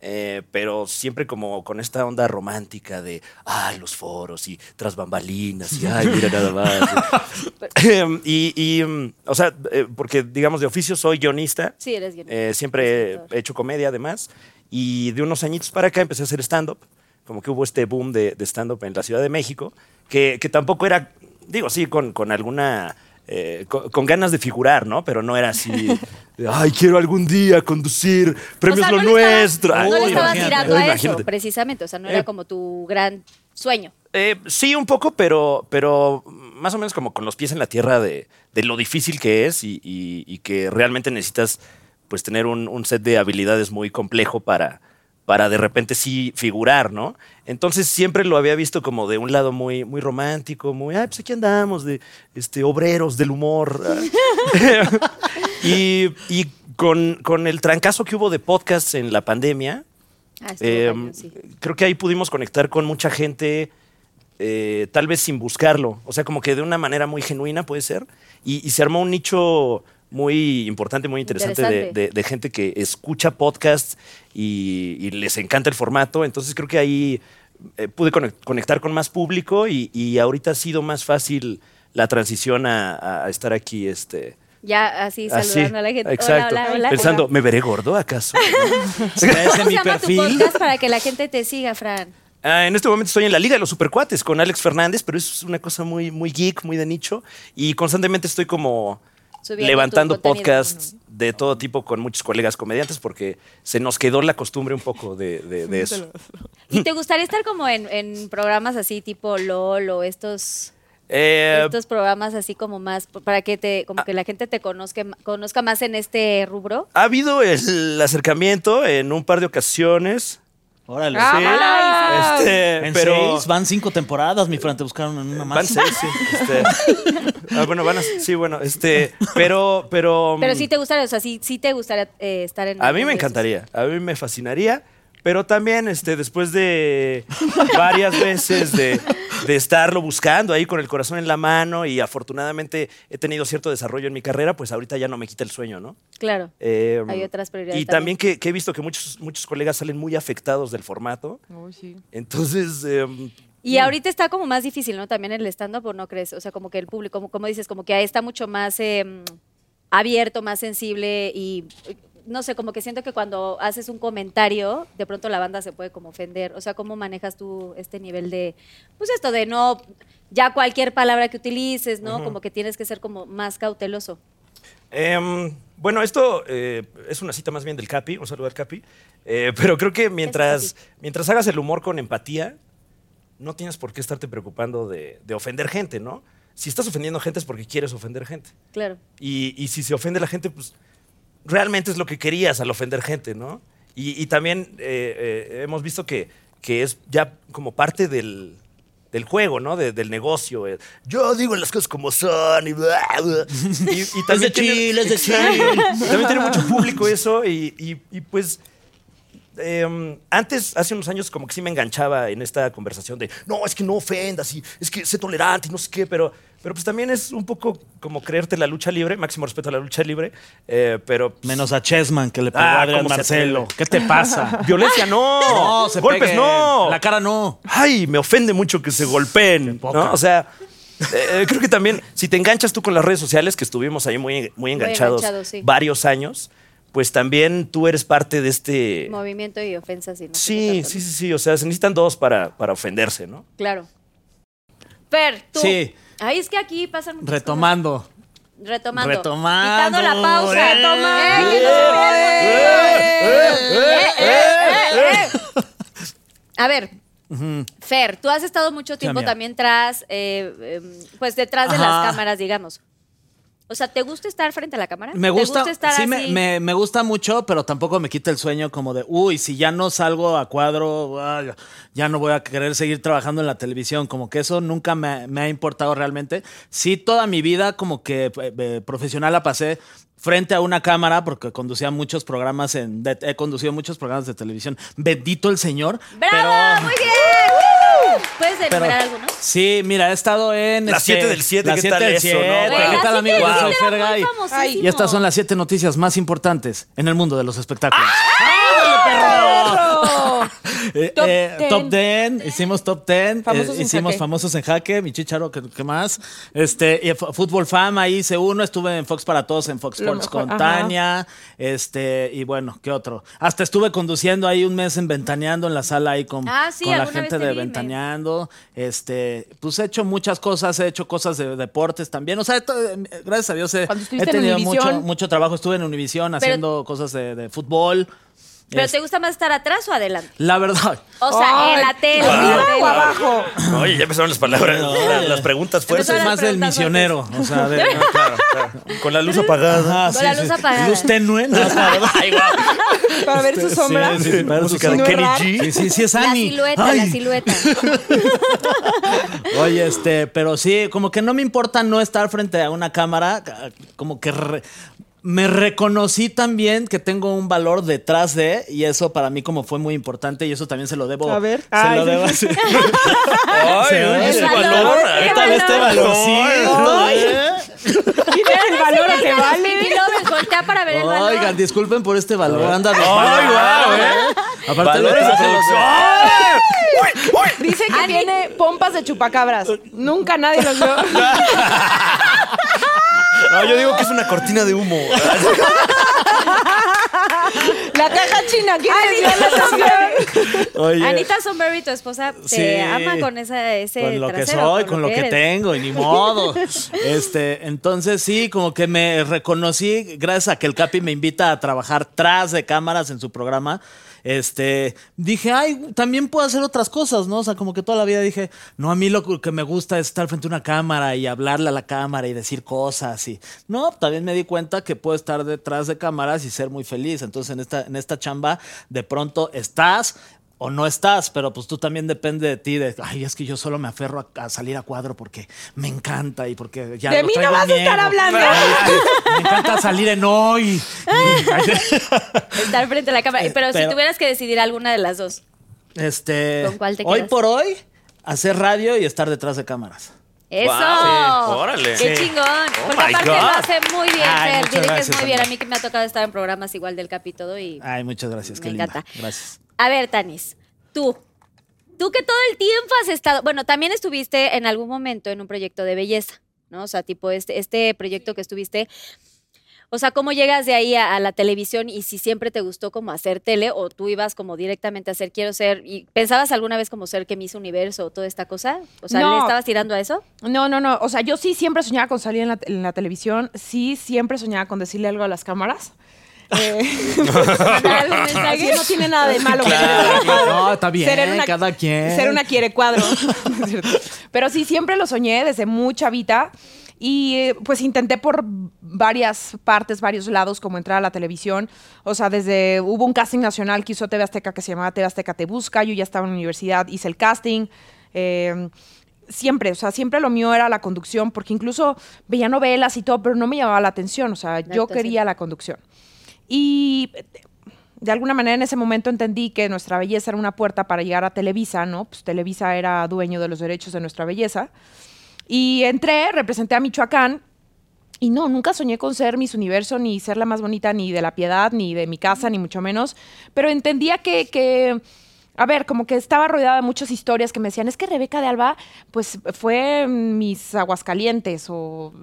S4: eh, pero siempre como con esta onda romántica de, ay, los foros y tras bambalinas y, ay, mira nada más. y, y, mm, o sea, eh, porque digamos de oficio soy guionista.
S1: Sí, eres guionista.
S4: Eh, siempre he hecho comedia además. Y de unos añitos para acá empecé a hacer stand-up. Como que hubo este boom de, de stand-up en la Ciudad de México, que, que tampoco era, digo, sí, con, con alguna... eh, co- con, ganas de figurar, ¿no? Pero no era así. de, Ay, quiero algún día conducir
S1: O
S4: premios
S1: sea,
S4: lo
S1: no le estabas-
S4: nuestro.
S1: no le
S4: Ay,
S1: estabas
S4: imagínate.
S1: tirando
S4: Ay,
S1: a eso,
S4: imagínate.
S1: precisamente. O sea, no era
S4: Eh,
S1: como tu gran sueño.
S4: Eh, sí, un poco, pero, pero más o menos como con los pies en la tierra de, de lo difícil que es y, y- y que realmente necesitas pues tener un, un set de habilidades muy complejo para, para de repente sí figurar, ¿no? Entonces siempre lo había visto como de un lado muy, muy romántico, muy, ay, pues aquí andamos, de este, obreros del humor. ah. y y con, con el trancazo que hubo de podcasts en la pandemia,
S1: Ah, estuvo
S4: eh,
S1: cañón, sí.
S4: Creo que ahí pudimos conectar con mucha gente, eh, tal vez sin buscarlo, o sea, como que de una manera muy genuina puede ser, y, y se armó un nicho muy importante, muy interesante, de-
S1: Interesante.
S4: De, de gente que escucha podcasts y, y les encanta el formato, entonces creo que ahí eh, pude conec- conectar con más público y, y ahorita ha sido más fácil la transición a, a estar aquí. Este,
S1: Ya así saludando a la gente.
S4: Exacto.
S1: Hola, hola, hola.
S4: Pensando, ¿me veré gordo acaso?
S5: Ese
S1: ¿Cómo se
S5: mi
S1: llama tu
S5: perfil.
S1: podcast para que la gente te siga, Fran?
S4: Ah, en este momento estoy en la Liga de los Supercuates con Alex Fernández, pero es una cosa muy, muy geek, muy de nicho. Y constantemente estoy como
S1: Subiendo
S4: levantando
S1: tu contenido,
S4: podcasts de todo tipo con muchos colegas comediantes porque se nos quedó la costumbre un poco de, de- de eso.
S1: ¿Y te gustaría estar como en, en programas así tipo LOL o estos,
S4: Eh,
S1: estos programas así como más p- para que te como que la gente te conozca, m- conozca más en este rubro?
S4: ha habido el acercamiento en un par de ocasiones.
S5: Órale.
S1: Ah,
S6: Ah,
S4: Este,
S5: En
S4: pero
S5: seis, van cinco temporadas, mi Fran, te buscaron en una más.
S4: van seis, sí. este. Ah, bueno, van a- sí, bueno, este, pero, pero,
S1: Pero sí te gustaría, o sea, sí, sí te gustaría eh, estar en
S4: A
S1: uno
S4: mí me
S1: de esos.
S4: encantaría, a mí me fascinaría, pero también este, después de varias veces de, de estarlo buscando ahí con el corazón en la mano y afortunadamente he tenido cierto desarrollo en mi carrera, pues ahorita ya no me quita el sueño, ¿no?
S1: Claro.
S4: Eh,
S1: Hay otras prioridades
S4: Y también que, que he visto que muchos, muchos colegas salen muy afectados del formato,
S6: Uy, sí.
S4: entonces... em,
S1: Y ahorita está como más difícil, ¿no? También el stand-up, ¿o no crees? O sea, como que el público, como, como dices, como que ahí está mucho más eh, abierto, más sensible y eh, no sé, como que siento que cuando haces un comentario, de pronto la banda se puede como ofender. O sea, ¿cómo manejas tú este nivel de, pues esto de no, ya cualquier palabra que utilices, ¿no? Como que tienes que ser como más cauteloso.
S4: Em, bueno, esto eh, es una cita más bien del Capi, un saludo al Capi. Eh, pero creo que mientras, mientras hagas el humor con empatía, no tienes por qué estarte preocupando de, de ofender gente, ¿no? Si estás ofendiendo gente es porque quieres ofender gente.
S1: Claro.
S4: Y, y si se ofende la gente, pues realmente es lo que querías al ofender gente, ¿no? Y, y también eh, eh, hemos visto que, que es ya como parte del, del juego, ¿no? De- del negocio. eh, Yo digo las cosas como son y bla, bla. Y, y también tiene- Exacto. Y También tiene mucho público eso y, y- y, pues... em, antes, hace unos años, como que sí me enganchaba en esta conversación de no, es que no ofendas y es que sé tolerante y no sé qué, pero, pero pues también es un poco como creerte la lucha libre, máximo respeto a la lucha libre, eh, pero pues,
S5: Menos a Chessman que le pegó
S4: Ah,
S5: a Adrián
S4: ¿cómo se
S5: Marcelo.
S4: atreve?
S5: ¿Qué te pasa?
S4: Violencia no.
S5: se
S4: Golpes
S5: peguen.
S4: no.
S5: La cara no.
S4: Ay, me ofende mucho que se golpeen. ¿no? O sea, eh, creo que también, si te enganchas tú con las redes sociales, que estuvimos ahí muy, muy enganchados
S1: enganchados, sí.
S4: varios años, pues también tú eres parte de este.
S1: Movimiento y ofensas. Y no sé qué
S4: Sí,
S1: tanto,
S4: sí,
S1: ¿no?
S4: sí, sí. O sea, se necesitan dos para, para ofenderse, ¿no?
S1: Claro. Per, tú.
S5: Sí.
S1: Ay, es que aquí pasan muchas
S5: Retomando.
S1: cosas. Retomando.
S5: Retomando.
S1: Quitando la pausa.
S5: Eh.
S1: Retomando. Eh, que no se pierda. Eh, eh, eh, eh. A ver. Fer, tú has estado mucho tiempo
S5: mía.
S1: también tras, eh, eh, pues detrás de
S5: Ajá.
S1: las cámaras, digamos. O sea, ¿te gusta estar frente a la cámara?
S5: Me gusta,
S1: ¿Te gusta estar
S5: sí,
S1: así?
S5: me, me- me gusta mucho, pero tampoco me quita el sueño como de, uy, si ya no salgo a cuadro, ay, ya no voy a querer seguir trabajando en la televisión. Como que eso nunca me, me ha importado realmente. Sí, toda mi vida como que eh, eh, profesional la pasé frente a una cámara porque conducía muchos programas en de- he conducido muchos programas de televisión. Bendito el señor.
S1: ¡Bravo!
S5: pero-
S1: ¡Muy bien! ¿Puedes
S5: pero-
S1: enumerar alguno?
S5: Sí, mira, he estado en.
S4: Las siete del siete,
S5: las
S4: ¿qué
S5: siete
S4: tal
S5: del
S4: eso, no?
S5: siete.
S4: Güey,
S5: ¿Qué
S4: las
S5: tal, amigos? Yo soy Fergay.
S1: Ay,
S5: Y estas son las siete noticias más importantes en el mundo de los espectáculos. Eh,
S6: Top
S5: eh,
S6: ten.
S5: top 10, hicimos top 10,
S6: Famosos en
S5: hicimos
S6: jaque.
S5: famosos en jaque, mi chicharo, ¿qué, qué más? Este, y F- Fútbol Fama, ahí hice uno, estuve en Fox para Todos, en Fox
S6: Lo
S5: Sports
S6: mejor,
S5: con
S6: ajá.
S5: Tania, este, y bueno, ¿qué otro? Hasta estuve conduciendo ahí un mes en Ventaneando, en la sala ahí con,
S1: Ah, sí,
S5: con la
S1: alguna vez
S5: gente
S1: te
S5: de
S1: vi, me-
S5: Ventaneando, este, pues he hecho muchas cosas, he hecho cosas de deportes también, o sea, esto, eh, gracias a Dios he,
S6: Cuando
S5: he
S6: estuviste en
S5: tenido
S6: Univisión.
S5: mucho, mucho trabajo, estuve en Univisión haciendo cosas de, de fútbol.
S1: ¿Pero
S5: Este,
S1: te gusta más estar atrás o adelante?
S5: la verdad,
S1: O sea, en
S6: Ay,
S1: la tele. en la
S6: ¿Arriba
S1: tele.
S6: o abajo?
S4: Oye, ya empezaron las palabras, la- las preguntas
S5: Pues
S4: fuertes.
S5: es más del
S1: preguntas
S5: misionero, o sea, de,
S4: Con la luz apagada.
S5: Ajá,
S1: Con la luz apagada.
S5: Luz tenue, ¿no? Ay, guau.
S6: Para ver su sombra.
S5: Este, Sí, sí, sí, para su
S4: Música
S6: de
S5: sombra.
S6: Kenny
S4: G.
S5: Sí, sí, sí, es
S1: La
S5: Ani.
S1: silueta, la
S5: Ay.
S1: silueta.
S5: Oye, este, pero sí, como que no me importa no estar frente a una cámara, ca- como que re- me reconocí también que tengo un valor detrás de, y eso para mí como fue muy importante, y eso también se lo debo.
S6: A ver.
S5: se
S6: Ay,
S5: lo
S6: sí.
S5: debo. sí.
S4: Ay, oye,
S5: Sí,
S4: ese
S1: valor,
S4: valor.
S1: qué
S4: ¿eh?
S5: Tal vez te
S1: valor.
S5: valorcito, ¿eh?
S6: Tiene el valor que
S1: Pinky
S6: vale.
S1: Lovers, voltea para ver el valor.
S5: Oigan, disculpen por este valor. Anda de
S4: Ay, guau, ¿eh?
S5: Aparte
S4: Valores de
S5: detrás de los-
S4: producción. ¡Ay! ¡Uy, uy!
S6: Dice que tiene pompas de chupacabras. Nunca nadie los vio.
S4: No, yo digo que es una cortina de humo.
S6: La caja china. ¿Quién les vio la caja china?
S5: Oye.
S1: Anita Somberry, tu esposa, te
S5: Sí.
S1: ama con esa, ese
S5: con lo que
S1: trasero,
S5: soy, con, lo que,
S1: eres.
S5: tengo, y ni modo. este, entonces sí, como que me reconocí gracias a que el Capi me invita a trabajar tras de cámaras en su programa. Este, dije, ay, también puedo hacer otras cosas, ¿no? O sea, como que toda la vida dije, no, a mí lo que me gusta es estar frente a una cámara y hablarle a la cámara y decir cosas y no, también me di cuenta que puedo estar detrás de cámaras y ser muy feliz. Entonces, en esta en esta chamba de pronto estás o no estás, pero pues tú también depende de ti. De, Ay, es que yo solo me aferro a, a salir a cuadro porque me encanta y porque ya.
S6: De
S5: lo
S6: mí no
S5: traigo
S6: vas a
S5: en
S6: estar
S5: negro".
S6: hablando.
S5: Ay, me encanta salir en hoy.
S1: Estar frente a la cámara.
S5: Eh,
S1: Pero, si
S5: pero-
S1: tuvieras que decidir alguna de las dos,
S5: Este.
S1: ¿Con cuál te
S5: hoy
S1: quedas?
S5: por hoy, hacer radio y estar detrás de cámáras.
S1: ¡Eso!
S4: Wow, sí, órale.
S1: ¡Qué
S5: Sí.
S1: chingón!
S4: Oh
S1: Porque
S4: my
S1: aparte
S4: God.
S1: lo hace muy bien,
S5: Ay,
S1: Fer,
S5: muchas
S1: diriges
S5: gracias,
S1: muy bien. A
S5: amiga.
S1: mí que me ha tocado estar en programas igual del Capi y todo y...
S5: Ay, muchas gracias.
S1: Me
S5: qué linda.
S1: encanta.
S5: Gracias.
S1: A ver, Tanis, tú. Tú que todo el tiempo has estado. Bueno, también estuviste en algún momento en un proyecto de belleza, ¿no? O sea, tipo este, este proyecto que estuviste. O sea, ¿cómo llegas de ahí a, a la televisión y si siempre te gustó como hacer tele o tú ibas como directamente a hacer quiero ser y pensabas alguna vez como ser que Miss Universo o toda esta cosa? O sea, ¿le
S6: No.
S1: estabas tirando a eso?
S6: No, no, no. O sea, yo sí siempre soñaba con salir en la, en la televisión. Sí siempre soñaba con decirle algo a las cámaras. Eh,
S1: Mandar algún mensaje.
S6: así no tiene nada de malo.
S8: No, está bien,
S6: Ser una-
S8: cada quien.
S6: Ser una quiere cuadro. No es cierto. Pero sí, siempre lo soñé desde muy chavita. Y eh, pues intenté por varias partes, varios lados, como entrar a la televisión. O sea, desde hubo un casting nacional que hizo TV Azteca que se llamaba TV Azteca Te Busca. Yo ya estaba en la universidad, hice el casting. Eh, siempre, o sea, siempre lo mío era la conducción, porque incluso veía novelas y todo, pero no me llamaba la atención. O sea, yo
S1: actuación.
S6: quería la conducción. Y de alguna manera en ese momento entendí que nuestra belleza era una puerta para llegar a Televisa, ¿no? Pues Televisa era dueño de los derechos de nuestra belleza. Y entré, representé a Michoacán. Y no, nunca soñé con ser Miss Universo, ni ser la más bonita, ni de la piedad, ni de mi casa, ni mucho menos. Pero entendía que, que, a ver, como que estaba rodeada de muchas historias que me decían, es que Rebeca de Alba, pues fue Miss Aguascalientes o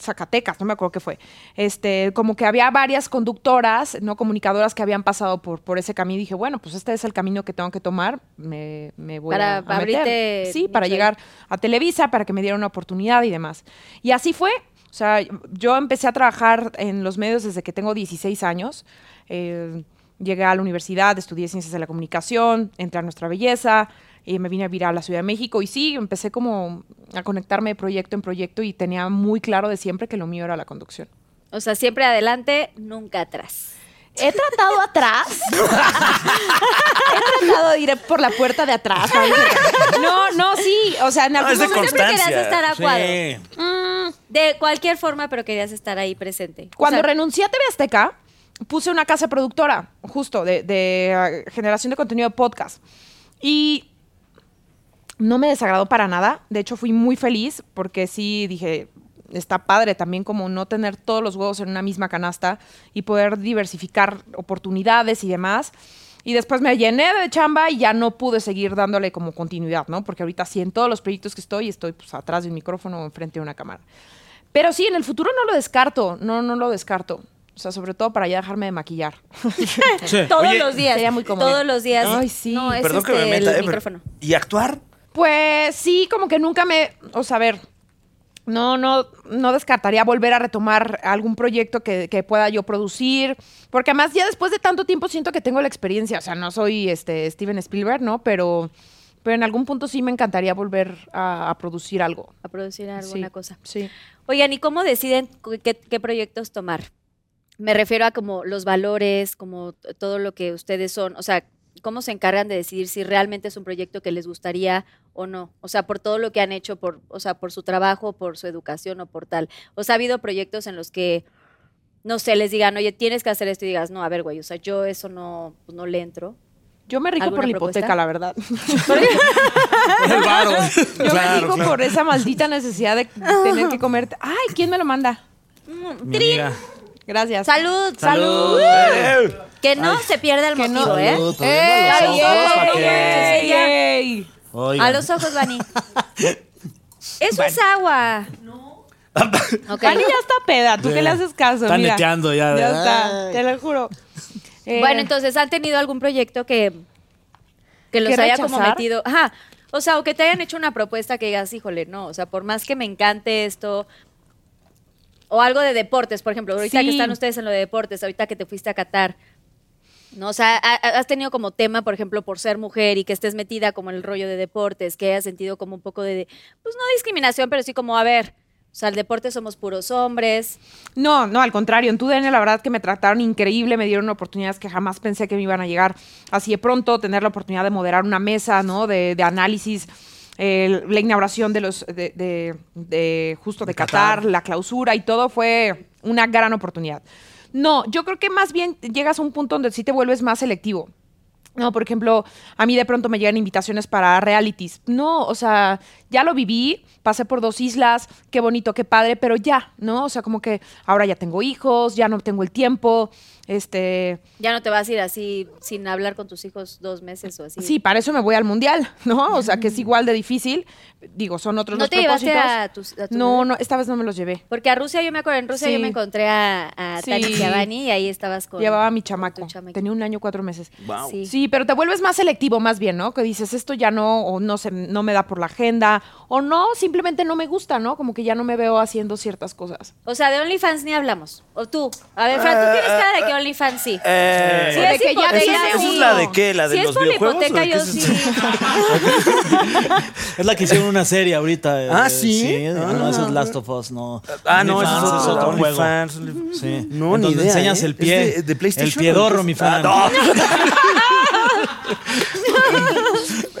S6: Zacatecas, no me acuerdo qué fue. Este, como que había varias conductoras, no comunicadoras que habían pasado por, por ese camino. Y dije, bueno, pues este es el camino que tengo que tomar, me, me voy
S1: Para
S6: a, a meter".
S1: abrirte
S6: Sí, para
S1: nicho ahí.
S6: llegar a Televisa para que me dieran una oportunidad y demás. Y así fue. O sea, yo empecé a trabajar en los medios desde que tengo 16 años. Eh, llegué a la universidad, estudié ciencias de la comunicación, entré a nuestra belleza, y me vine a vivir a la Ciudad de México y sí, empecé como a conectarme de proyecto en proyecto y tenía muy claro de siempre que lo mío era la conducción.
S1: O sea, siempre adelante, nunca atrás.
S6: He tratado atrás. He tratado de ir por la puerta de atrás. No, no, sí. O sea, en
S4: No, Ah, es
S6: algún
S4: de
S6: momento-
S1: Siempre querías
S4: Constancia.
S1: estar a cuadro. Mm,
S5: Sí.
S1: De cualquier forma, pero querías estar ahí presente. O
S6: Cuando
S1: sea,
S6: renuncié a TV Azteca, puse una casa productora, justo, de, de, ah, generación de contenido de podcast. Y no me desagradó para nada. De hecho, fui muy feliz porque sí dije, está padre también como no tener todos los huevos en una misma canasta y poder diversificar oportunidades y demás. Y después me llené de chamba y ya no pude seguir dándole como continuidad, ¿no? Porque ahorita sí en todos los proyectos que estoy, estoy pues atrás de un micrófono o enfrente de una cámara. Pero sí, en el futuro no lo descarto, no, no lo descarto. O sea, sobre todo para ya dejarme de maquillar.
S1: todos
S4: Oye,
S1: los días.
S6: sería muy cómodo.
S1: Todos los días.
S6: Ay, sí.
S1: No, es
S4: Perdón que me
S1: este,
S4: meta,
S1: el
S4: eh, pero-
S1: micrófono.
S4: ¿Y actuar?
S6: Pues sí, como que nunca me, o sea, a ver, no, no, no descartaría volver a retomar algún proyecto que, que pueda yo producir, porque además ya después de tanto tiempo siento que tengo la experiencia, o sea, no soy este Steven Spielberg, ¿no? Pero, pero en algún punto sí me encantaría volver a, a producir algo.
S1: A producir alguna
S6: Sí,
S1: cosa.
S6: Sí.
S1: Oigan, ¿y cómo deciden cu- qué, qué proyectos tomar? Me refiero a como los valores, como t- todo lo que ustedes son. O sea, ¿cómo se encargan de decidir si realmente es un proyecto que les gustaría o no? O sea, por todo lo que han hecho, por, o sea, por su trabajo, por su educación o por tal. O sea, ha habido proyectos en los que, no sé, les digan, oye, tienes que hacer esto y digas, no, a ver, güey, o sea, yo eso no, pues, no le entro.
S6: Yo me rico por
S1: ¿Alguna
S6: la
S1: propuesta?
S6: hipoteca, la verdad.
S5: El varo.
S6: Yo me rico por esa maldita necesidad de tener que comer. Ay, ¿quién me lo manda?
S5: Mi amiga.
S6: Gracias.
S1: ¡Salud! ¡Salud!
S4: Eh,
S1: Que no se pierda el
S6: Que no-
S1: motivo, ¿eh?
S5: Salud,
S6: ¡Ey,
S5: abrimos los
S6: ey,
S5: ojos para
S6: ey,
S5: que-
S6: ey, ey!
S5: Oigan.
S1: A los ojos, Vani. Eso es agua. No. Ok.
S6: Vani ya está peda, ¿tú qué le haces caso?
S5: Está
S6: Mira,
S5: neteando
S6: Ya
S5: ya, ¿verdad?
S6: está, te lo juro. Eh,
S1: Bueno, entonces, ¿han tenido algún proyecto que, que los
S6: ¿Que
S1: haya como
S6: rechazar?
S1: metido? Ajá. O sea, o que te hayan hecho una propuesta que digas, híjole, no. O sea, por más que me encante esto. O algo de deportes, por ejemplo. Ahorita
S6: Sí.
S1: que están ustedes en lo de deportes, ahorita que te fuiste a Qatar. No, o sea, ha- ha- has tenido como tema, por ejemplo, por ser mujer y que estés metida como en el rollo de deportes, que hayas sentido como un poco de, pues no discriminación, pero sí como, a ver, o sea, el deporte somos puros hombres,
S6: No, no, al contrario, en TUDN la verdad que me trataron increíble, me dieron oportunidades que jamás pensé que me iban a llegar así de pronto, tener la oportunidad de moderar una mesa, ¿no? De, de análisis, eh, la inauguración de los, de, de- de- justo de, Qatar, la clausura y todo fue una gran oportunidad. No, yo creo que más bien llegas a un punto donde sí te vuelves más selectivo. No, por ejemplo, a mí de pronto me llegan invitaciones para realities. No, o sea, ya lo viví, pasé por dos islas, qué bonito, qué padre, pero ya, ¿no? O sea, como que ahora ya tengo hijos, ya no tengo el tiempo, este...
S1: Ya no te vas a ir así sin hablar con tus hijos dos meses o así.
S6: Sí, para eso me voy al mundial, ¿no? O sea, que es igual de difícil. Digo, son otros
S1: ¿No
S6: los
S1: te llevaste
S6: propósitos.
S1: a tus- a tu
S6: No,
S1: bebé?
S6: no, esta vez no me los llevé.
S1: Porque a Rusia, yo me acuerdo, en Rusia
S6: Sí.
S1: yo me encontré a, a
S6: Sí.
S1: Tati Schiavani y ahí estabas con.
S6: Llevaba a mi
S1: con tu
S6: chamaco.
S1: chamaquito.
S6: Tenía un año, cuatro meses.
S4: Wow.
S1: Sí.
S6: Sí, pero te vuelves más selectivo, más bien, ¿no? Que dices, esto ya no, o no, se, no me da por la agenda, o no, simplemente no me gusta, ¿no? Como que ya no me veo haciendo ciertas cosas.
S1: O sea, de OnlyFans ni hablamos. O tú. A ver, Fran, tú tienes cara de que OnlyFans sí.
S4: Eh,
S1: Sí,
S6: de
S1: es
S6: que ya
S1: hipoteca,
S6: tiene
S4: ¿Esa
S1: sí.
S4: es la de qué? ¿La de
S1: si
S4: los
S1: es por la
S4: videojuegos? o de
S1: hipoteca,
S4: qué
S1: yo
S4: es
S1: sí.
S4: esa?
S5: Es la que hicieron una serie ahorita. eh,
S4: Ah, ¿sí?
S5: ah, no, esa es Last of Us, no.
S4: Ah, no, ese
S5: OnlyFans
S4: es otro
S5: juego.
S4: OnlyFans.
S5: Sí.
S4: No,
S5: En
S4: ni
S5: donde
S4: idea,
S5: enseñas
S4: ¿eh?
S5: el pie.
S4: ¿Es de- de PlayStation
S5: El piedorro,
S4: o
S5: mi
S4: qué es?
S5: fan.
S4: Ah, no.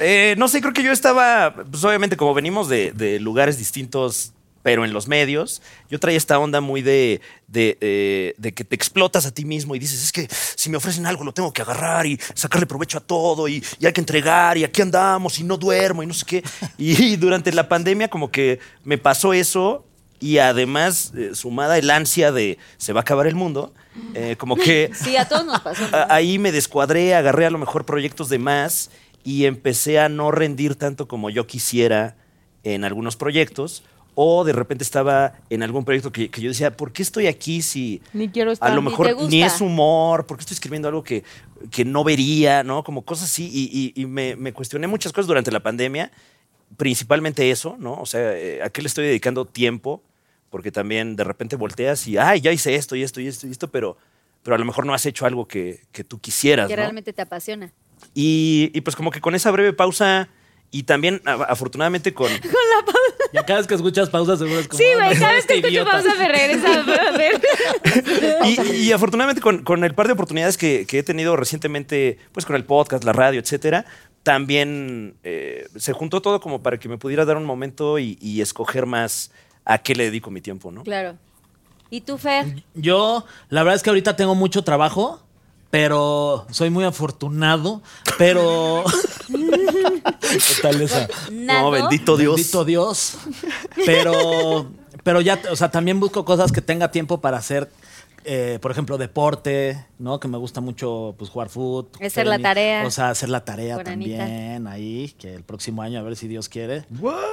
S4: Eh, no sé, creo que yo estaba, pues obviamente como venimos de, de lugares distintos, pero en los medios, yo traía esta onda muy de, de, eh, de que te explotas a ti mismo y dices, es que si me ofrecen algo lo tengo que agarrar y sacarle provecho a todo y, y hay que entregar y aquí andamos y no duermo y no sé qué. Y durante la pandemia como que me pasó eso y además eh, sumada el ansia de se va a acabar el mundo, eh, como que
S1: Sí, a todos nos pasó.
S4: a- ahí me descuadré, agarré a lo mejor proyectos de más y empecé a no rendir tanto como yo quisiera en algunos proyectos. O de repente estaba en algún proyecto que, que yo decía, ¿por qué estoy aquí si
S6: Ni quiero estar.
S4: a lo
S1: ni
S4: mejor
S1: te
S4: ni,
S1: gusta.
S4: es humor? ¿Por qué estoy escribiendo algo que, que no vería? ¿no? Como cosas así. Y, y- y me, me cuestioné muchas cosas durante la pandemia, principalmente eso, ¿no? O sea, eh, ¿a qué le estoy dedicando tiempo? Porque también de repente volteas y, ay, ya hice esto y esto y esto y esto, pero, pero a lo mejor no has hecho algo que, que tú quisieras.
S1: Que
S4: ¿no?
S1: realmente te apasiona.
S4: Y, y pues como que con esa breve pausa y también a- afortunadamente con...
S5: Y cada vez que escuchas pausas, seguro es como.
S1: Sí,
S5: "Ah,
S1: güey,
S5: no,
S1: cada
S5: no,
S1: vez que
S5: este
S1: escucho
S5: idiota".
S1: pausa me regresa a ver.
S4: y, y afortunadamente con, con el par de oportunidades que, que he tenido recientemente, pues con el podcast, la radio, etcétera, también eh, se juntó todo como para que me pudiera dar un momento y, y escoger más a qué le dedico mi tiempo, ¿no?
S1: Claro. ¿Y tú, Fer?
S5: Yo, la verdad es que ahorita tengo mucho trabajo, pero soy muy afortunado, pero. ¿Qué tal esa?
S1: Nado.
S4: No, bendito Dios.
S5: Bendito Dios. Pero, pero ya, o sea, también busco cosas que tenga tiempo para hacer. eh, por ejemplo, deporte, ¿no? Que me gusta mucho pues, jugar fútbol.
S1: Hacer la tarea.
S5: O sea, hacer la tarea
S1: Con Anita.
S5: también ahí, que el próximo año, a ver si Dios quiere.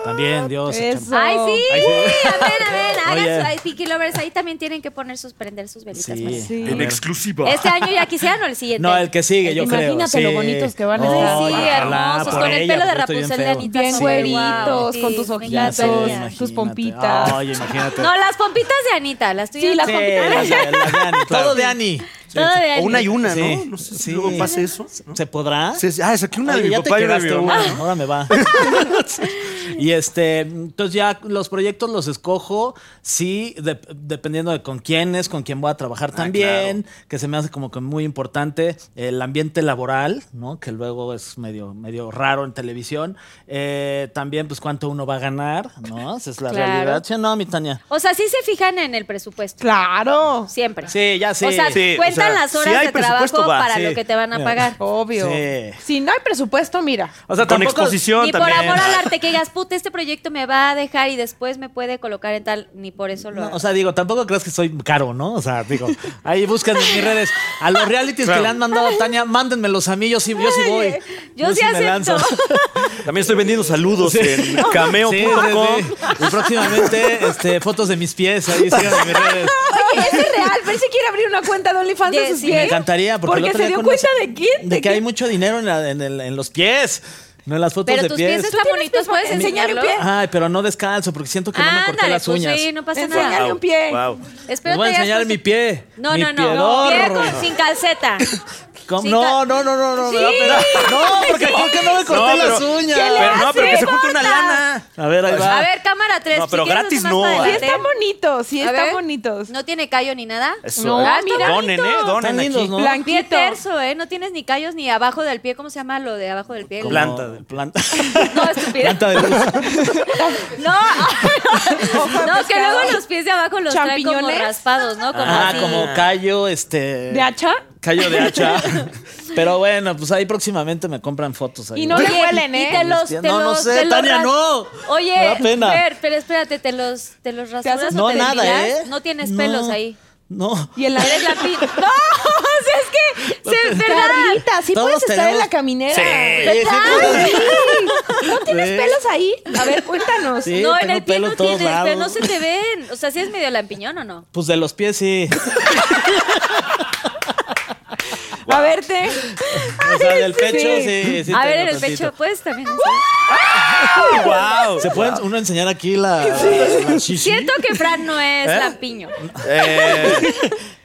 S5: También, Dios. échame-
S6: Eso.
S1: ¡Ay, sí!
S5: Ay, sí.
S1: A ver, a ver,
S5: Oye.
S1: hagan su- ay, Pinky Lovers. Ahí también tienen que poner sus, prender sus velitas.
S5: Sí.
S1: más.
S5: a
S6: Sí.
S5: ver.
S2: exclusiva.
S1: Este año ya quisieran o el siguiente.
S5: No, el que sigue, yo creo.
S6: Imagínate lo
S5: sí.
S6: bonitos que van a
S5: Ay,
S6: estar.
S1: Sí,
S5: ojalá,
S1: hermosos,
S5: por
S1: con el
S5: ella,
S1: pelo de
S5: porque estoy
S1: Rapunzel de
S5: feo.
S1: Anita.
S6: Bien
S1: Sí, guau,
S6: güeritos,
S1: sí,
S6: con tus
S1: me
S5: Ya
S6: ojitos,
S5: sé,
S1: encantaría.
S6: tus
S5: imagínate.
S6: pompitas.
S5: Ay, imagínate.
S1: No, las pompitas de Anita, las tuyas.
S6: Sí, las
S5: Sí,
S1: pompitas.
S5: las de- las de Ani, Todo de Ani.
S1: Todo de
S4: O una
S1: Anita.
S4: y una,
S5: Sí,
S4: ¿no? No sé si
S5: sí.
S4: luego pase eso. ¿no?
S5: ¿Se podrá?
S4: Sí, ah, saqué una
S5: Oye,
S4: de mi
S5: ya te
S4: papá y una de mi
S5: quedaste
S4: mamá.
S5: una, Ahora me va. y este, entonces ya los proyectos los escojo, sí, de- dependiendo de con quién es, con quién voy a trabajar
S4: Ah,
S5: también, que se me hace como que muy importante el ambiente laboral, ¿no? Que luego es medio, medio raro en televisión. Eh, también, pues, cuánto uno va a ganar, ¿no? Esa es la
S1: Claro.
S5: realidad. ¿Sí o no, mi Tania?
S1: O sea, sí se fijan en el presupuesto.
S6: Claro.
S1: Siempre.
S5: Sí, ya sí.
S1: O sea,
S4: Sí,
S1: cuentan
S4: o sea,
S1: las
S4: si
S1: horas
S4: hay
S1: de
S4: presupuesto,
S1: trabajo
S4: va,
S1: para
S4: sí.
S1: lo que te van a pagar.
S5: Oh,
S6: Obvio.
S5: Sí.
S6: Si no hay presupuesto, mira.
S5: O sea,
S4: Con
S5: tampoco-
S4: exposición
S1: Ni por
S4: también.
S1: amor al arte que digas, puta, este proyecto me va a dejar y después me puede colocar en tal, ni por eso lo
S5: No,
S1: hago.
S5: o sea, digo, tampoco creas que soy caro, ¿no? O sea, digo, ahí buscan en mis redes. A los realities
S4: Claro.
S5: que le han mandado a Tania, mándenmelos a mí, yo sí, yo sí voy.
S1: yo sí
S5: me
S1: acepto.
S4: También estoy vendiendo saludos en cameo.com.
S5: Sí, sí, sí. Y próximamente, este, fotos de mis pies, ahí sigan en mis redes.
S6: Oye, es real. Pero si quiere abrir una cuenta de OnlyFans
S1: Sí,
S6: de sus
S1: sí.
S6: pies.
S5: Me encantaría. Porque, el
S6: Porque
S5: otro
S6: se
S5: día
S6: dio
S5: con
S6: cuenta
S5: los-
S6: de quién.
S5: De que hay mucho dinero en, la- en el- en los pies, no en las fotos
S1: Pero
S5: de
S1: tus
S5: pies.
S1: pies están
S6: tienes
S1: bonitos,
S6: pies
S1: puedes
S6: bonitos?
S1: enseñar el
S6: Enseñarlo.
S1: pie.
S5: Ay, pero no descalzo, porque siento que no me corté
S1: Ándale,
S5: las
S1: pues
S5: uñas.
S1: sí, no pasa
S6: Enséñale
S1: nada.
S6: un pie.
S4: Wow.
S1: Espero
S5: Les voy a
S1: que hayas
S5: enseñar
S1: puesto-
S5: mi pie,
S1: No,
S5: mi
S1: no, no.
S5: piedorro.
S1: Pie con- sin calceta.
S5: ¿Cómo?
S1: Sí,
S5: No,
S1: ca-
S5: no, no, no, no, me
S1: Sí.
S5: da pena. No, porque creo que no me corté
S4: No,
S5: las
S4: pero-
S5: uñas.
S4: Pero no, pero que se junte una
S1: Bota.
S4: lana.
S5: Pues, A ver, ahí va.
S1: Pues, A ver, cámara 3.
S4: No, pero gratis no,
S6: Sí
S4: ¿eh?
S6: están bonitos, sí
S1: A
S6: están
S1: ver.
S6: bonitos.
S1: No tiene callo ni nada.
S4: Eso,
S6: No, ah,
S4: eh.
S6: mira.
S4: Donen, ¿eh? Donen
S5: Están lindos,
S4: aquí.
S5: ¿no?
S1: Pie
S6: Blanquito.
S1: terso, ¿eh? No tienes ni callos ni abajo del pie. ¿Cómo se llama lo de abajo del pie?
S5: Como
S4: Planta de-
S5: planta.
S1: No, estúpida.
S5: planta de luz.
S1: No, no, que
S6: pescado.
S1: luego los pies de abajo los traen como
S6: ¿Champiñones?
S1: raspados, ¿no? Como
S5: Ah,
S1: así.
S5: como callo, Ah, este.
S6: ¿De hacha?
S5: Callo de hacha. Pero bueno, pues ahí próximamente me compran fotos. Ahí.
S6: Y no le huelen,
S1: Y te
S6: ¿eh?
S1: los, te
S5: No, no
S1: los-
S5: sé,
S1: te los
S5: Tania,
S1: ras-
S5: no. Me
S1: Oye,
S5: da pena.
S1: Fer, pero espérate, te los, te los rasuras
S6: haces-
S1: o
S5: No,
S1: te
S5: nada,
S1: depilas?
S5: ¿eh?
S1: No tienes
S5: No,
S1: pelos ahí.
S5: No.
S6: Y en la
S1: Eres la pi- No, o sea, es que, se, ¿verdad?
S6: Carlita, sí
S5: Todos
S6: puedes estar en
S5: tenemos-
S6: la caminera.
S5: Oye, Eh, sí,
S6: Ay,
S5: pues,
S6: ¿No tienes
S5: Sí.
S6: pelos ahí? A ver, cuéntanos.
S5: Sí,
S1: no, en
S5: tengo
S1: el pie
S5: pelo
S1: no
S5: a todos
S1: tienes, pero no
S5: lados.
S1: se te ven. O sea, ¿sí es medio lampiñón o no?
S5: Pues de los pies sí.
S6: A verte.
S5: O sea, del pecho sí. sí,
S1: A ver, en
S5: tengo
S1: el pecho,
S5: tantito.
S1: pues también.
S5: Se puede uno enseñar aquí la. la shishi?
S1: Siento que Fran no es
S5: ¿Eh?
S1: lampiño.
S5: A ver,
S4: Eh,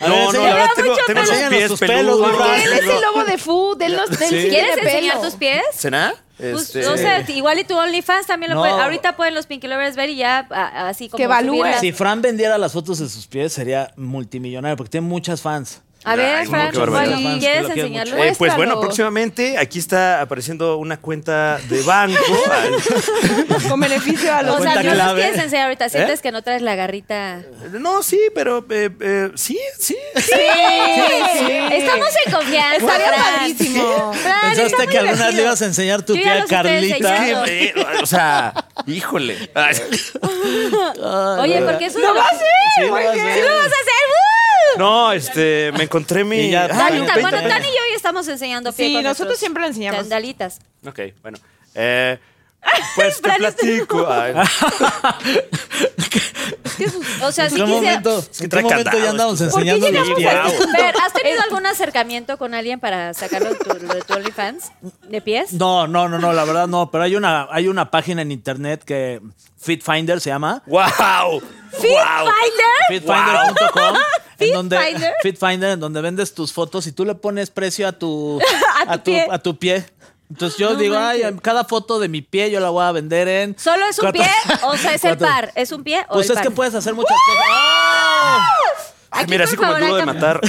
S4: no, no, la
S5: enséñanos.
S1: Me da
S4: verdad tengo,
S1: mucho
S4: tengo los
S5: pelo.
S4: pies
S5: Enséñanos tus pelos,
S4: peludos.
S5: ¿verdad?
S6: Él es el lobo de food. Él, no, él sí tiene
S1: ¿Quieres enseñar
S6: pelo.
S1: tus pies?
S4: ¿Cena?
S1: Pues,
S4: Este-
S1: O sea, igual y tu OnlyFans también lo
S5: No.
S1: pueden. Ahorita pueden los Pinky Lovers ver y ya a- así como.
S6: Que evalúen.
S1: subirlas.
S5: Si Fran vendiera las fotos de sus pies, sería multimillonario, porque tiene muchas fans.
S1: A ver,
S4: Ay, no,
S1: Fran,
S4: qué barbaridad.
S1: ¿cuál-
S5: Fans que
S1: ¿quieres
S5: lo quieren mucho.
S1: enseñarlo?
S4: Eh, pues bueno,
S6: Muéstralo.
S4: próximamente aquí está apareciendo una cuenta de banco.
S6: Con beneficio a los
S1: o sea,
S5: cuenta
S1: no los
S5: clave.
S1: quieres enseñar ahorita. Sientes
S4: ¿Eh?
S1: que no traes la garrita.
S4: no, sí, pero eh, eh, sí, sí.
S1: Sí, Estamos en confianza.
S6: Estaría
S1: Fran.
S6: padrísimo.
S1: Fran, Ah, está
S5: Pensaste
S1: muy
S5: que alguna vez le
S1: divertido.
S5: ibas a enseñar tu
S1: Yo ya
S5: pie a
S1: los estoy
S5: Carlita.
S1: enseñando.
S4: Que, eh, o sea, híjole. Ay,
S1: Oye, porque eso
S6: ¡Lo va a
S5: Sí,
S6: hacer!
S5: lo
S6: muy
S5: va a
S6: bien.
S5: hacer.
S1: vamos a hacer. ¡Woo!
S4: No, este, me encontré mi.
S5: Y ya,
S4: Ah,
S5: Dale,
S1: Tanita,
S5: veinte
S1: bueno,
S5: años.
S1: Tani y yo ya estamos enseñando pie
S6: Sí,
S1: con
S6: nosotros
S1: nuestros
S6: siempre lo enseñamos.
S1: Sandalitas.
S4: Ok, bueno. Eh, pues te
S1: Fran, este-
S4: platico. Ay,
S1: O sea,
S5: ¿En
S1: si
S5: qué
S1: quisiera.
S5: momento,
S4: que
S5: en qué
S4: trae
S5: momento
S4: candado
S5: ya andamos
S4: esto.
S6: ¿Por qué
S5: enseñando los
S6: llegamos
S5: pies?
S6: a esto?
S1: Fer, ¿has tenido algún acercamiento con alguien para sacarlo de tu, de tu OnlyFans? ¿De pies?
S5: No, no, no, no, la verdad no, pero hay una, hay una página en internet que Fit Finder se llama.
S4: ¡Wow!
S1: ¿Fit
S4: ¡Wow!
S1: Finder?
S5: Fitfinder.com en donde
S1: Fitfinder.
S5: Fitfinder, en donde vendes tus fotos y tú le pones precio a tu
S1: A tu pie.
S5: a tu pie. Entonces yo digo, ay, cada foto de mi pie yo la voy a vender en
S1: ¿Solo es un
S5: cuatro-
S1: pie? O sea, es el
S5: cuatro-
S1: par. ¿Es un pie o
S5: Pues
S1: el
S5: es
S1: par?
S5: que puedes hacer muchas cosas.
S4: Ay,
S1: Aquí,
S4: mira,
S1: por
S4: así como el
S1: favor,
S4: duro de
S1: hay cam-
S4: matar.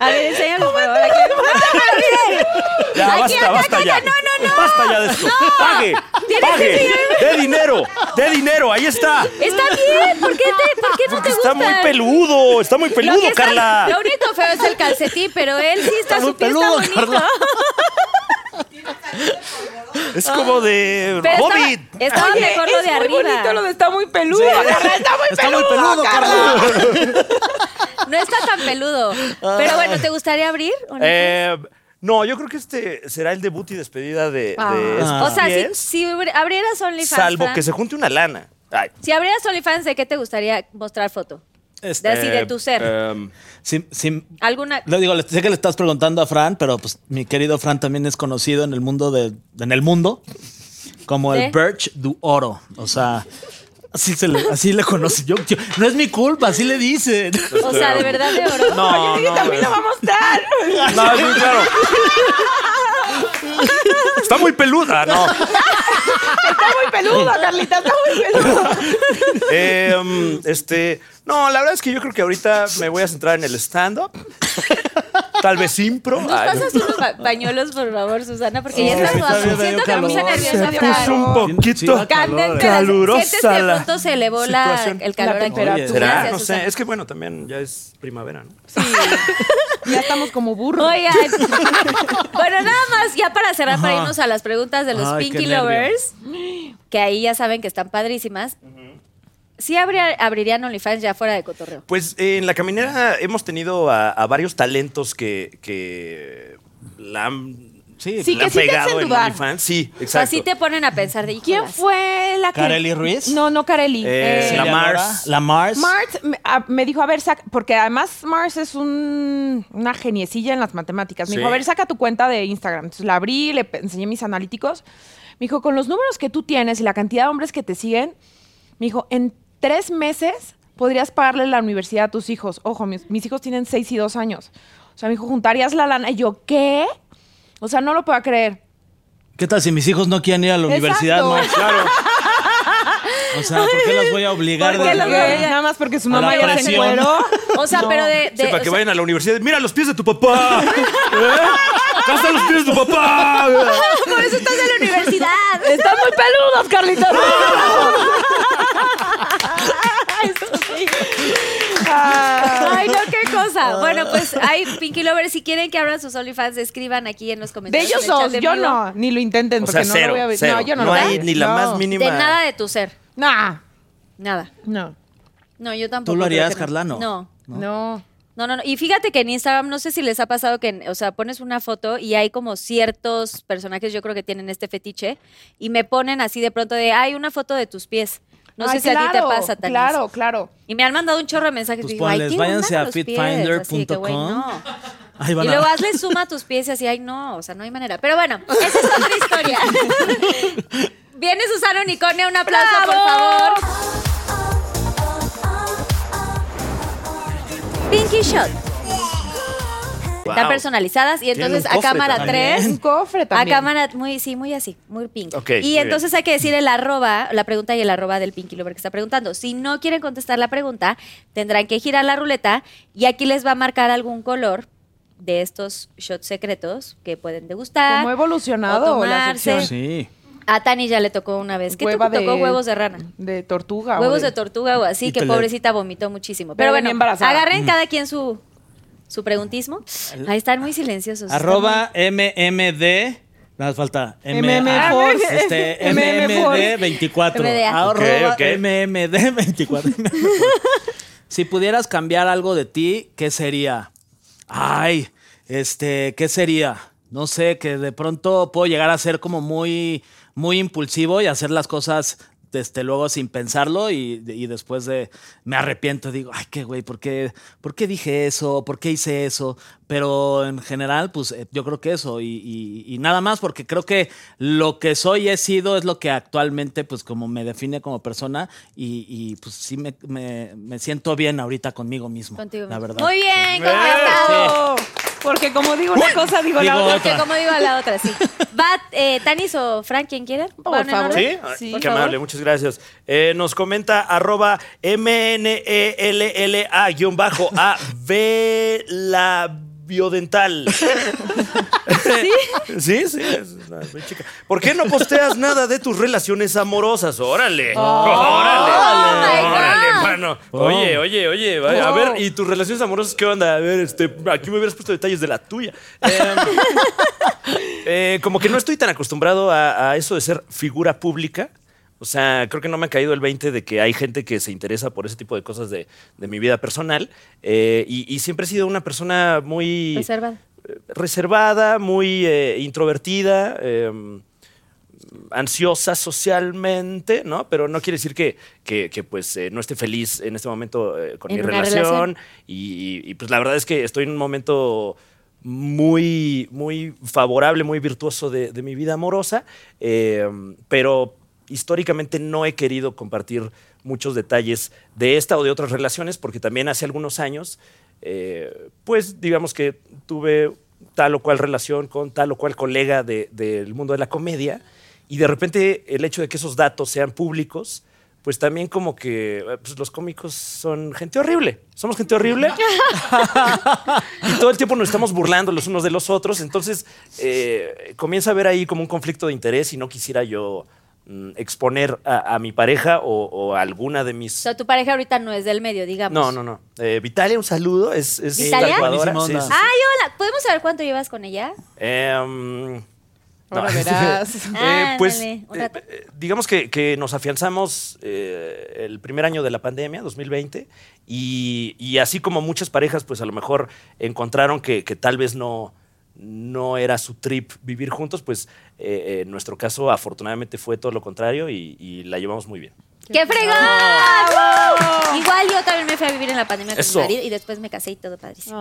S1: A ver, enséñalo, por favor. Aquí.
S4: Ya,
S1: Aquí,
S4: basta,
S1: acá,
S4: basta
S1: acá,
S4: ya.
S1: no, no, no.
S4: Basta ya de esto. Pague.
S1: Tienes que
S4: Pague. De dinero. De dinero. Ahí está.
S1: Está bien. ¿Por qué, te, por qué no
S4: Porque
S1: te gusta?
S4: está muy peludo. Está muy
S1: Lo
S4: peludo,
S1: que está-
S4: Carla.
S1: Lo único feo es el calcetín, pero él sí está,
S5: Está muy
S1: su pie
S5: peludo,
S1: está bonito.
S5: Carla.
S4: Es como de
S1: Ah. Pero estaba-
S4: Hobbit.
S1: Estaba
S6: Oye,
S1: mejor lo de
S6: es muy
S1: arriba.
S6: bonito lo de está muy peludo. Carla, Está muy
S5: Está muy
S6: ¡Uh, peludo,
S5: peludo, Carla.
S1: No está tan peludo. Pero bueno, ¿te gustaría abrir? o no?
S4: Ah. Eh, no, yo creo que este será el debut y despedida de, de
S6: Ah.
S1: o
S4: estos
S1: sea, si,
S4: pies,
S1: si abri- abrieras OnlyFans.
S4: salvo
S1: Fran,
S4: que se junte una lana. Ay.
S1: Si abrieras OnlyFans, ¿de qué te gustaría mostrar foto? De así, de
S4: Eh,
S1: tu ser.
S4: em,
S5: Este, Sí, sí.
S1: ¿Alguna?
S5: Le digo, le- sé que le estás preguntando a Fran, pero pues mi querido Fran también es conocido en el mundo de, en el mundo como
S1: ¿De?
S5: el Birch du Oro. O sea, así se le, así le conoce. Yo, yo- no es mi culpa, así le dicen.
S1: O sea, de verdad de oro.
S4: no, no,
S6: También lo va a mostrar.
S4: no, es muy claro. Está muy peluda, no.
S6: Está muy peludo, Carlita, está muy peludo.
S4: Em, este, no, la verdad es que yo creo que ahorita me voy a centrar en el stand-up. Tal vez impro.
S1: Nos
S4: Ay,
S1: pasas unos ba- pañuelos, por favor, Susana, porque ya estás
S5: sí, está
S1: sudando.
S5: bien, hay
S1: Siento
S5: un
S1: que me puse
S5: calor.
S1: nerviosa.
S6: Se
S1: Fran.
S6: puso un
S5: Sí, da calor,
S1: Candente,
S5: eh.
S1: la-
S4: Calurosa
S1: sientes que
S4: la
S1: de pronto se elevó la,
S4: situación.
S1: el calor
S6: La
S1: aquí.
S6: temperatura.
S5: Oye,
S4: ¿Será?
S1: Gracias,
S4: no sé.
S1: Susana.
S4: Es que bueno, también ya es primavera, ¿no?
S6: Ya estamos como burros.
S1: Oigan, bueno, nada más, ya para cerrar, para irnos a las preguntas de los
S5: Ay, qué
S1: Pinky
S5: nervio.
S1: Lovers, que ahí ya saben que están padrísimas. Sí abría- abrirían OnlyFans ya fuera de cotorreo.
S4: Pues eh, en la caminera hemos tenido a, a varios talentos que, que la han,
S6: Sí,
S4: la
S6: que
S4: han
S6: sí te
S4: pegado
S6: hacen
S4: en
S6: dudar.
S4: OnlyFans. Sí,
S1: O sea,
S4: exacto.
S1: sí te ponen a pensar de,
S6: ¿Quién
S1: "Híjolas".
S6: fue la que.
S5: ¿Carely Ruiz?
S6: No, no Carely.
S4: Eh,
S6: Eh,
S4: la Mars.
S5: La Mars.
S6: Mars me, a- me dijo, a ver, saca, porque además Mars es un- una geniecilla en las matemáticas. Me
S4: Sí.
S6: dijo, a ver, saca tu cuenta de Instagram. Entonces la abrí, le pe- enseñé mis analíticos. Me dijo, con los números que tú tienes y la cantidad de hombres que te siguen, me dijo, en tres meses podrías pagarle la universidad a tus hijos. Ojo, mis, mis hijos tienen seis y dos años. O sea, me dijo, juntarías la lana. Y yo, ¿qué? O sea, no lo puedo creer.
S5: ¿Qué tal si mis hijos no quieren ir a la universidad,
S6: Exacto.
S5: Mars? Claro. O sea, ¿por qué las voy a obligar?
S6: ¿Por qué
S5: de-
S6: lo
S1: verdad.
S6: Nada más porque su
S5: A la
S6: mamá ya se
S5: presión.
S6: encueró.
S1: O sea, pero de...
S4: Sí,
S1: de-
S4: para
S1: o
S4: que
S1: sea,
S4: vayan a la universidad. ¡Mira los pies de tu papá! ¿Eh? ¡Acá están los pies de tu papá!
S1: por eso estás en la universidad.
S6: Están muy peludos, Carlitos. Ay, no, qué cosa.
S1: cosa. Bueno, pues hay Pinky Lovers. Si quieren que abran sus OnlyFans, escriban aquí en los
S6: De
S1: comentarios.
S6: ellos
S1: en el chat
S6: dos,
S1: en
S6: yo
S1: vivo.
S6: no, ni lo intenten,
S4: O sea,
S6: porque no lo
S4: cero,
S6: voy a ver.
S4: cero.
S6: No, yo no,
S4: no,
S6: lo
S4: hay
S6: veo.
S4: ni la
S6: No.
S4: más mínima.
S1: De nada de tu ser.
S6: Nah,
S1: Nada.
S6: no,
S1: No, yo tampoco.
S5: lo
S1: creo
S5: harías,
S1: que no.
S5: Carla? No.
S1: No.
S6: no.
S1: No, no, no. Y fíjate que en Instagram, no sé si les ha pasado que, en- o sea, pones una foto y hay como ciertos personajes, yo creo que tienen este fetiche, y me ponen así de pronto de, hay una foto de tus pies. No
S6: Ay,
S1: sé si a ti te
S6: claro,
S1: pasa, Tanis.
S6: Claro, claro.
S1: Y me han mandado un chorro de mensajes.
S5: Pues
S1: y digo, ay,
S5: ponles,
S1: tiene una
S5: váyanse
S1: de
S5: a
S1: los pies,
S5: fitfinder
S1: así que, güey,
S5: punto com.
S1: no.
S5: Ahí
S1: Y
S5: van a-
S1: luego hazle suma a tus pies y así, ay, no, o sea, no hay manera. Pero bueno, esa es otra historia. Viene Susana Unicornia, un aplauso, por favor. Pinky Shot. Están
S4: Wow.
S1: personalizadas y entonces
S4: un
S1: a
S4: cofre
S1: cámara
S4: también.
S1: 3.
S6: Un cofre
S1: A
S6: también.
S1: cámara, muy, sí, muy así, muy pink.
S4: Ok, muy
S1: y
S4: bien.
S1: entonces hay que decir el arroba, la pregunta y el arroba del Pinky Lover que está preguntando. Si no quieren contestar la pregunta, tendrán que girar la ruleta y aquí les va a marcar algún color de estos shots secretos que pueden degustar.
S6: Cómo ha evolucionado
S1: o
S6: la
S1: tomarse.
S6: sección.
S5: Sí.
S1: A Tani ya le tocó una vez. ¿Qué te
S6: Hueva
S1: tocó?
S6: de-
S1: Huevos de rana.
S6: De tortuga. o
S1: Huevos de tortuga o así,
S5: Y
S1: que
S5: te le-
S1: pobrecita vomitó muchísimo.
S6: Pero
S1: Pero bueno,
S6: venía embarazada.
S1: agarren cada quien su, su preguntismo. Ahí están muy silenciosos. están
S5: Arroba MMD. Nada más falta
S6: MM Force.
S5: Este,
S6: MM Force.
S5: MMD24.
S1: MDA.
S5: Arroba
S4: Ok, ok.
S5: MMD24. si pudieras cambiar algo de ti, ¿qué sería? Ay, este, ¿qué sería? No sé, que de pronto puedo llegar a ser como muy, muy impulsivo y hacer las cosas desde luego sin pensarlo y, y después de me arrepiento, digo, ay, qué güey, ¿por qué, ¿por qué dije eso? ¿Por qué hice eso? Pero en general, pues eh, yo creo que eso y, y- y nada más, porque creo que lo que soy y he sido es lo que actualmente, pues como me define como persona y, y, pues sí me, me- me siento bien ahorita conmigo mismo,
S1: contigo.
S5: la verdad.
S1: Muy bien, ¿cómo
S6: Oh, Porque como digo una cosa, digo la
S5: Digo
S6: otra.
S1: Porque
S5: otra.
S1: como digo a la otra, sí. Va eh, Tanis o Frank, ¿quién quiere?
S6: Por
S1: ¿Van en
S6: favor.
S1: orden?
S4: ¿Sí?
S6: Sí,
S4: Ay,
S6: por
S4: Qué amable, muchas gracias. Eh, nos comenta arroba E MNELLA-AB la biodental. ¿Sí? Sí, sí. es una muy chica. ¿Por qué no posteas nada de tus relaciones amorosas? Órale. órale.
S1: my God.
S4: órale, hermano. Oye, oye, oye. vaya, A ver, ¿y tus relaciones amorosas qué onda? A ver, este, aquí me hubieras puesto detalles de la tuya. Em, eh, como que no estoy tan acostumbrado a, a eso de ser figura pública. O sea, creo que no me ha caído el 20 de que hay gente que se interesa por ese tipo de cosas de, de mi vida personal. Eh, y, y siempre he sido una persona muy
S1: Reservada.
S4: eh, reservada, muy eh, introvertida, eh, ansiosa socialmente, ¿no? Pero no quiere decir que, que- que, pues, eh, no esté feliz en este momento eh, con
S1: En
S4: mi
S1: una
S4: relación.
S1: relación.
S4: Y, y, pues la verdad es que estoy en un momento muy, muy favorable, muy virtuoso de, de mi vida amorosa, eh, pero históricamente no he querido compartir muchos detalles de esta o de otras relaciones, porque también hace algunos años, eh, pues digamos que tuve tal o cual relación con tal o cual colega de- del mundo de la comedia, y de repente el hecho de que esos datos sean públicos, pues también como que eh, pues, los cómicos son gente horrible. Somos gente horrible. y todo el tiempo nos estamos burlando los unos de los otros. Entonces eh, comienza a haber ahí como un conflicto de interés y no quisiera yo mm, exponer a, a mi pareja o, o a alguna de
S1: O
S4: mis...
S1: sea, tu pareja ahorita no es del medio, digamos.
S4: No, no, no. Eh, Vitalia, un saludo. Es, es
S1: ¿Vitalia?
S4: tatuadora.
S5: Buenísima onda.
S4: Sí, sí, sí.
S1: Ay, hola. ¿Podemos saber cuánto llevas con ella?
S4: Em, no.
S6: Ah. Ahora verás.
S4: Eh, pues
S1: Ándale, un
S4: eh,
S1: rato.
S4: eh, digamos que, que nos afianzamos eh, el primer año de la pandemia, 2020, y, y así como muchas parejas, pues a lo mejor encontraron que, que tal vez no, no era su trip vivir juntos, pues eh, en nuestro caso afortunadamente fue todo lo contrario y, y la llevamos muy bien.
S1: ¡Qué fregón! Igual yo también me fui a vivir en la pandemia con
S4: Eso.
S1: mi marido y después me casé y todo padrísimo.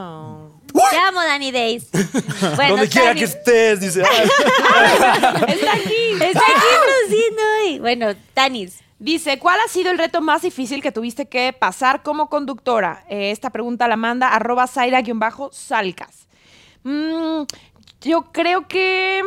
S6: Oh.
S1: Te amo, Danny Days. Bueno,
S4: Donde quiera
S1: Tani-
S4: que estés, dice. "Ay".
S1: Está aquí. Está aquí produciendo hoy. Bueno, Tanis.
S6: Dice, ¿cuál ha sido el reto más difícil que tuviste que pasar como conductora? Eh, esta pregunta la manda arroba Zaira-Salcas. Mm, yo creo que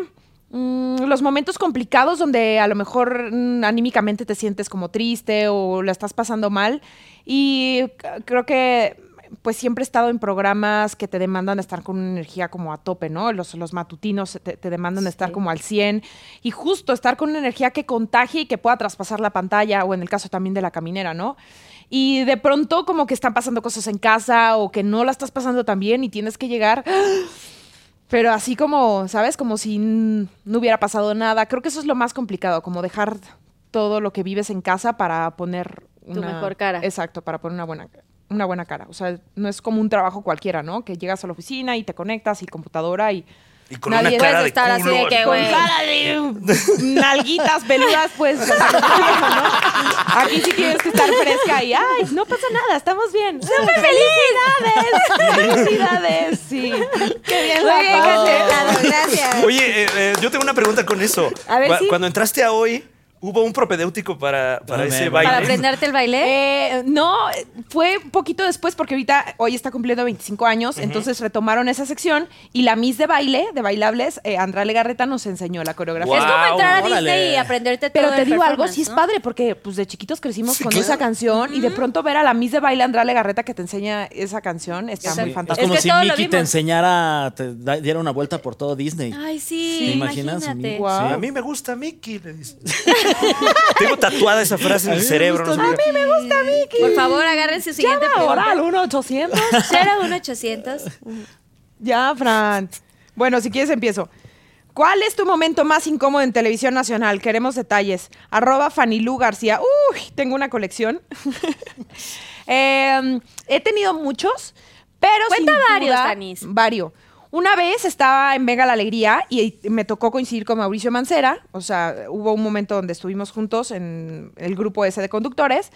S6: mm, los momentos complicados donde a lo mejor mm, anímicamente te sientes como triste o la estás pasando mal. Y c- creo que pues siempre he estado en programas que te demandan estar con una energía como a tope, ¿no? Los, los matutinos te, te demandan estar como al 100 y justo estar con una energía que contagie y que pueda traspasar la pantalla o en el caso también de la caminera, ¿no? y de pronto como que están pasando cosas en casa o que no la estás pasando tan bien y tienes que llegar. Pero así como, ¿sabes? Como si n- no hubiera pasado nada. Creo que eso es lo más complicado, como dejar todo lo que vives en casa para poner
S1: Tu
S6: una
S1: mejor cara.
S6: Exacto, para poner una buena una buena cara. O sea, no es como un trabajo cualquiera, ¿no? Que llegas a la oficina y te conectas y computadora y
S4: Y con una
S6: Nadie puede
S4: cara de
S1: estar así
S4: culo.
S1: de que,
S4: Con-
S1: güey.
S6: cara de nalguitas peludas, pues. o sea, ¿no? Aquí sí tienes que estar fresca y ay, no pasa nada, estamos bien. ¡Súper felicidades! ¡Felicidades! Sí. ¡Qué bien,
S1: Muy bien,
S6: Rafa.
S1: Caterina, gracias.
S4: Oye, eh, eh, yo tengo una pregunta con eso.
S1: A ver,
S4: Cu-
S1: sí.
S4: Cuando entraste a hoy, hubo un propedéutico para, para
S5: Ah,
S4: ese
S5: mira.
S4: baile.
S1: Para aprenderte el baile.
S6: Eh, no, fue un poquito después porque ahorita hoy está cumpliendo 25 años, entonces retomaron esa sección y la Miss de baile, de bailables, eh, Andrea Legarreta nos enseñó la coreografía.
S1: es como
S4: wow,
S1: entrar a Disney
S5: órale.
S1: y aprenderte todo
S6: Pero te
S1: el
S6: digo algo,
S1: performance,
S6: sí es
S1: ¿no?
S6: padre, porque pues de chiquitos crecimos con esa canción y de pronto ver a la Miss de Baile Andrea Legarreta que te enseña esa canción está
S1: Exacto.
S6: muy
S5: Es
S6: fantástico.
S5: como
S1: que
S5: si
S1: todo lo
S5: Mickey te
S1: vimos.
S5: enseñara, te da- diera una vuelta por todo Disney.
S1: Ay, sí,
S5: ¿Te imaginas?
S1: imagínate.
S5: Wow.
S4: A mí me gusta Mickey, le dice. Tengo tatuada esa frase en el cerebro. no sé por qué.
S6: me gusta Mickey.
S1: Por favor, agarren su siguiente
S6: Llama ahora
S1: pregunta.
S6: al 1800.
S1: 01800.
S6: ya, Fran. Bueno, si quieres empiezo. ¿Cuál es tu momento más incómodo en televisión nacional? Queremos detalles. Arroba Fanilú García. Uy, tengo una colección. Eh, he tenido muchos, pero
S1: Cuenta
S6: sin
S1: varios,
S6: duda-
S1: Tanis.
S6: Vario. Una vez estaba en Venga la Alegría y me tocó coincidir con Mauricio Mancera, o sea, hubo un momento donde estuvimos juntos en el grupo ese de conductores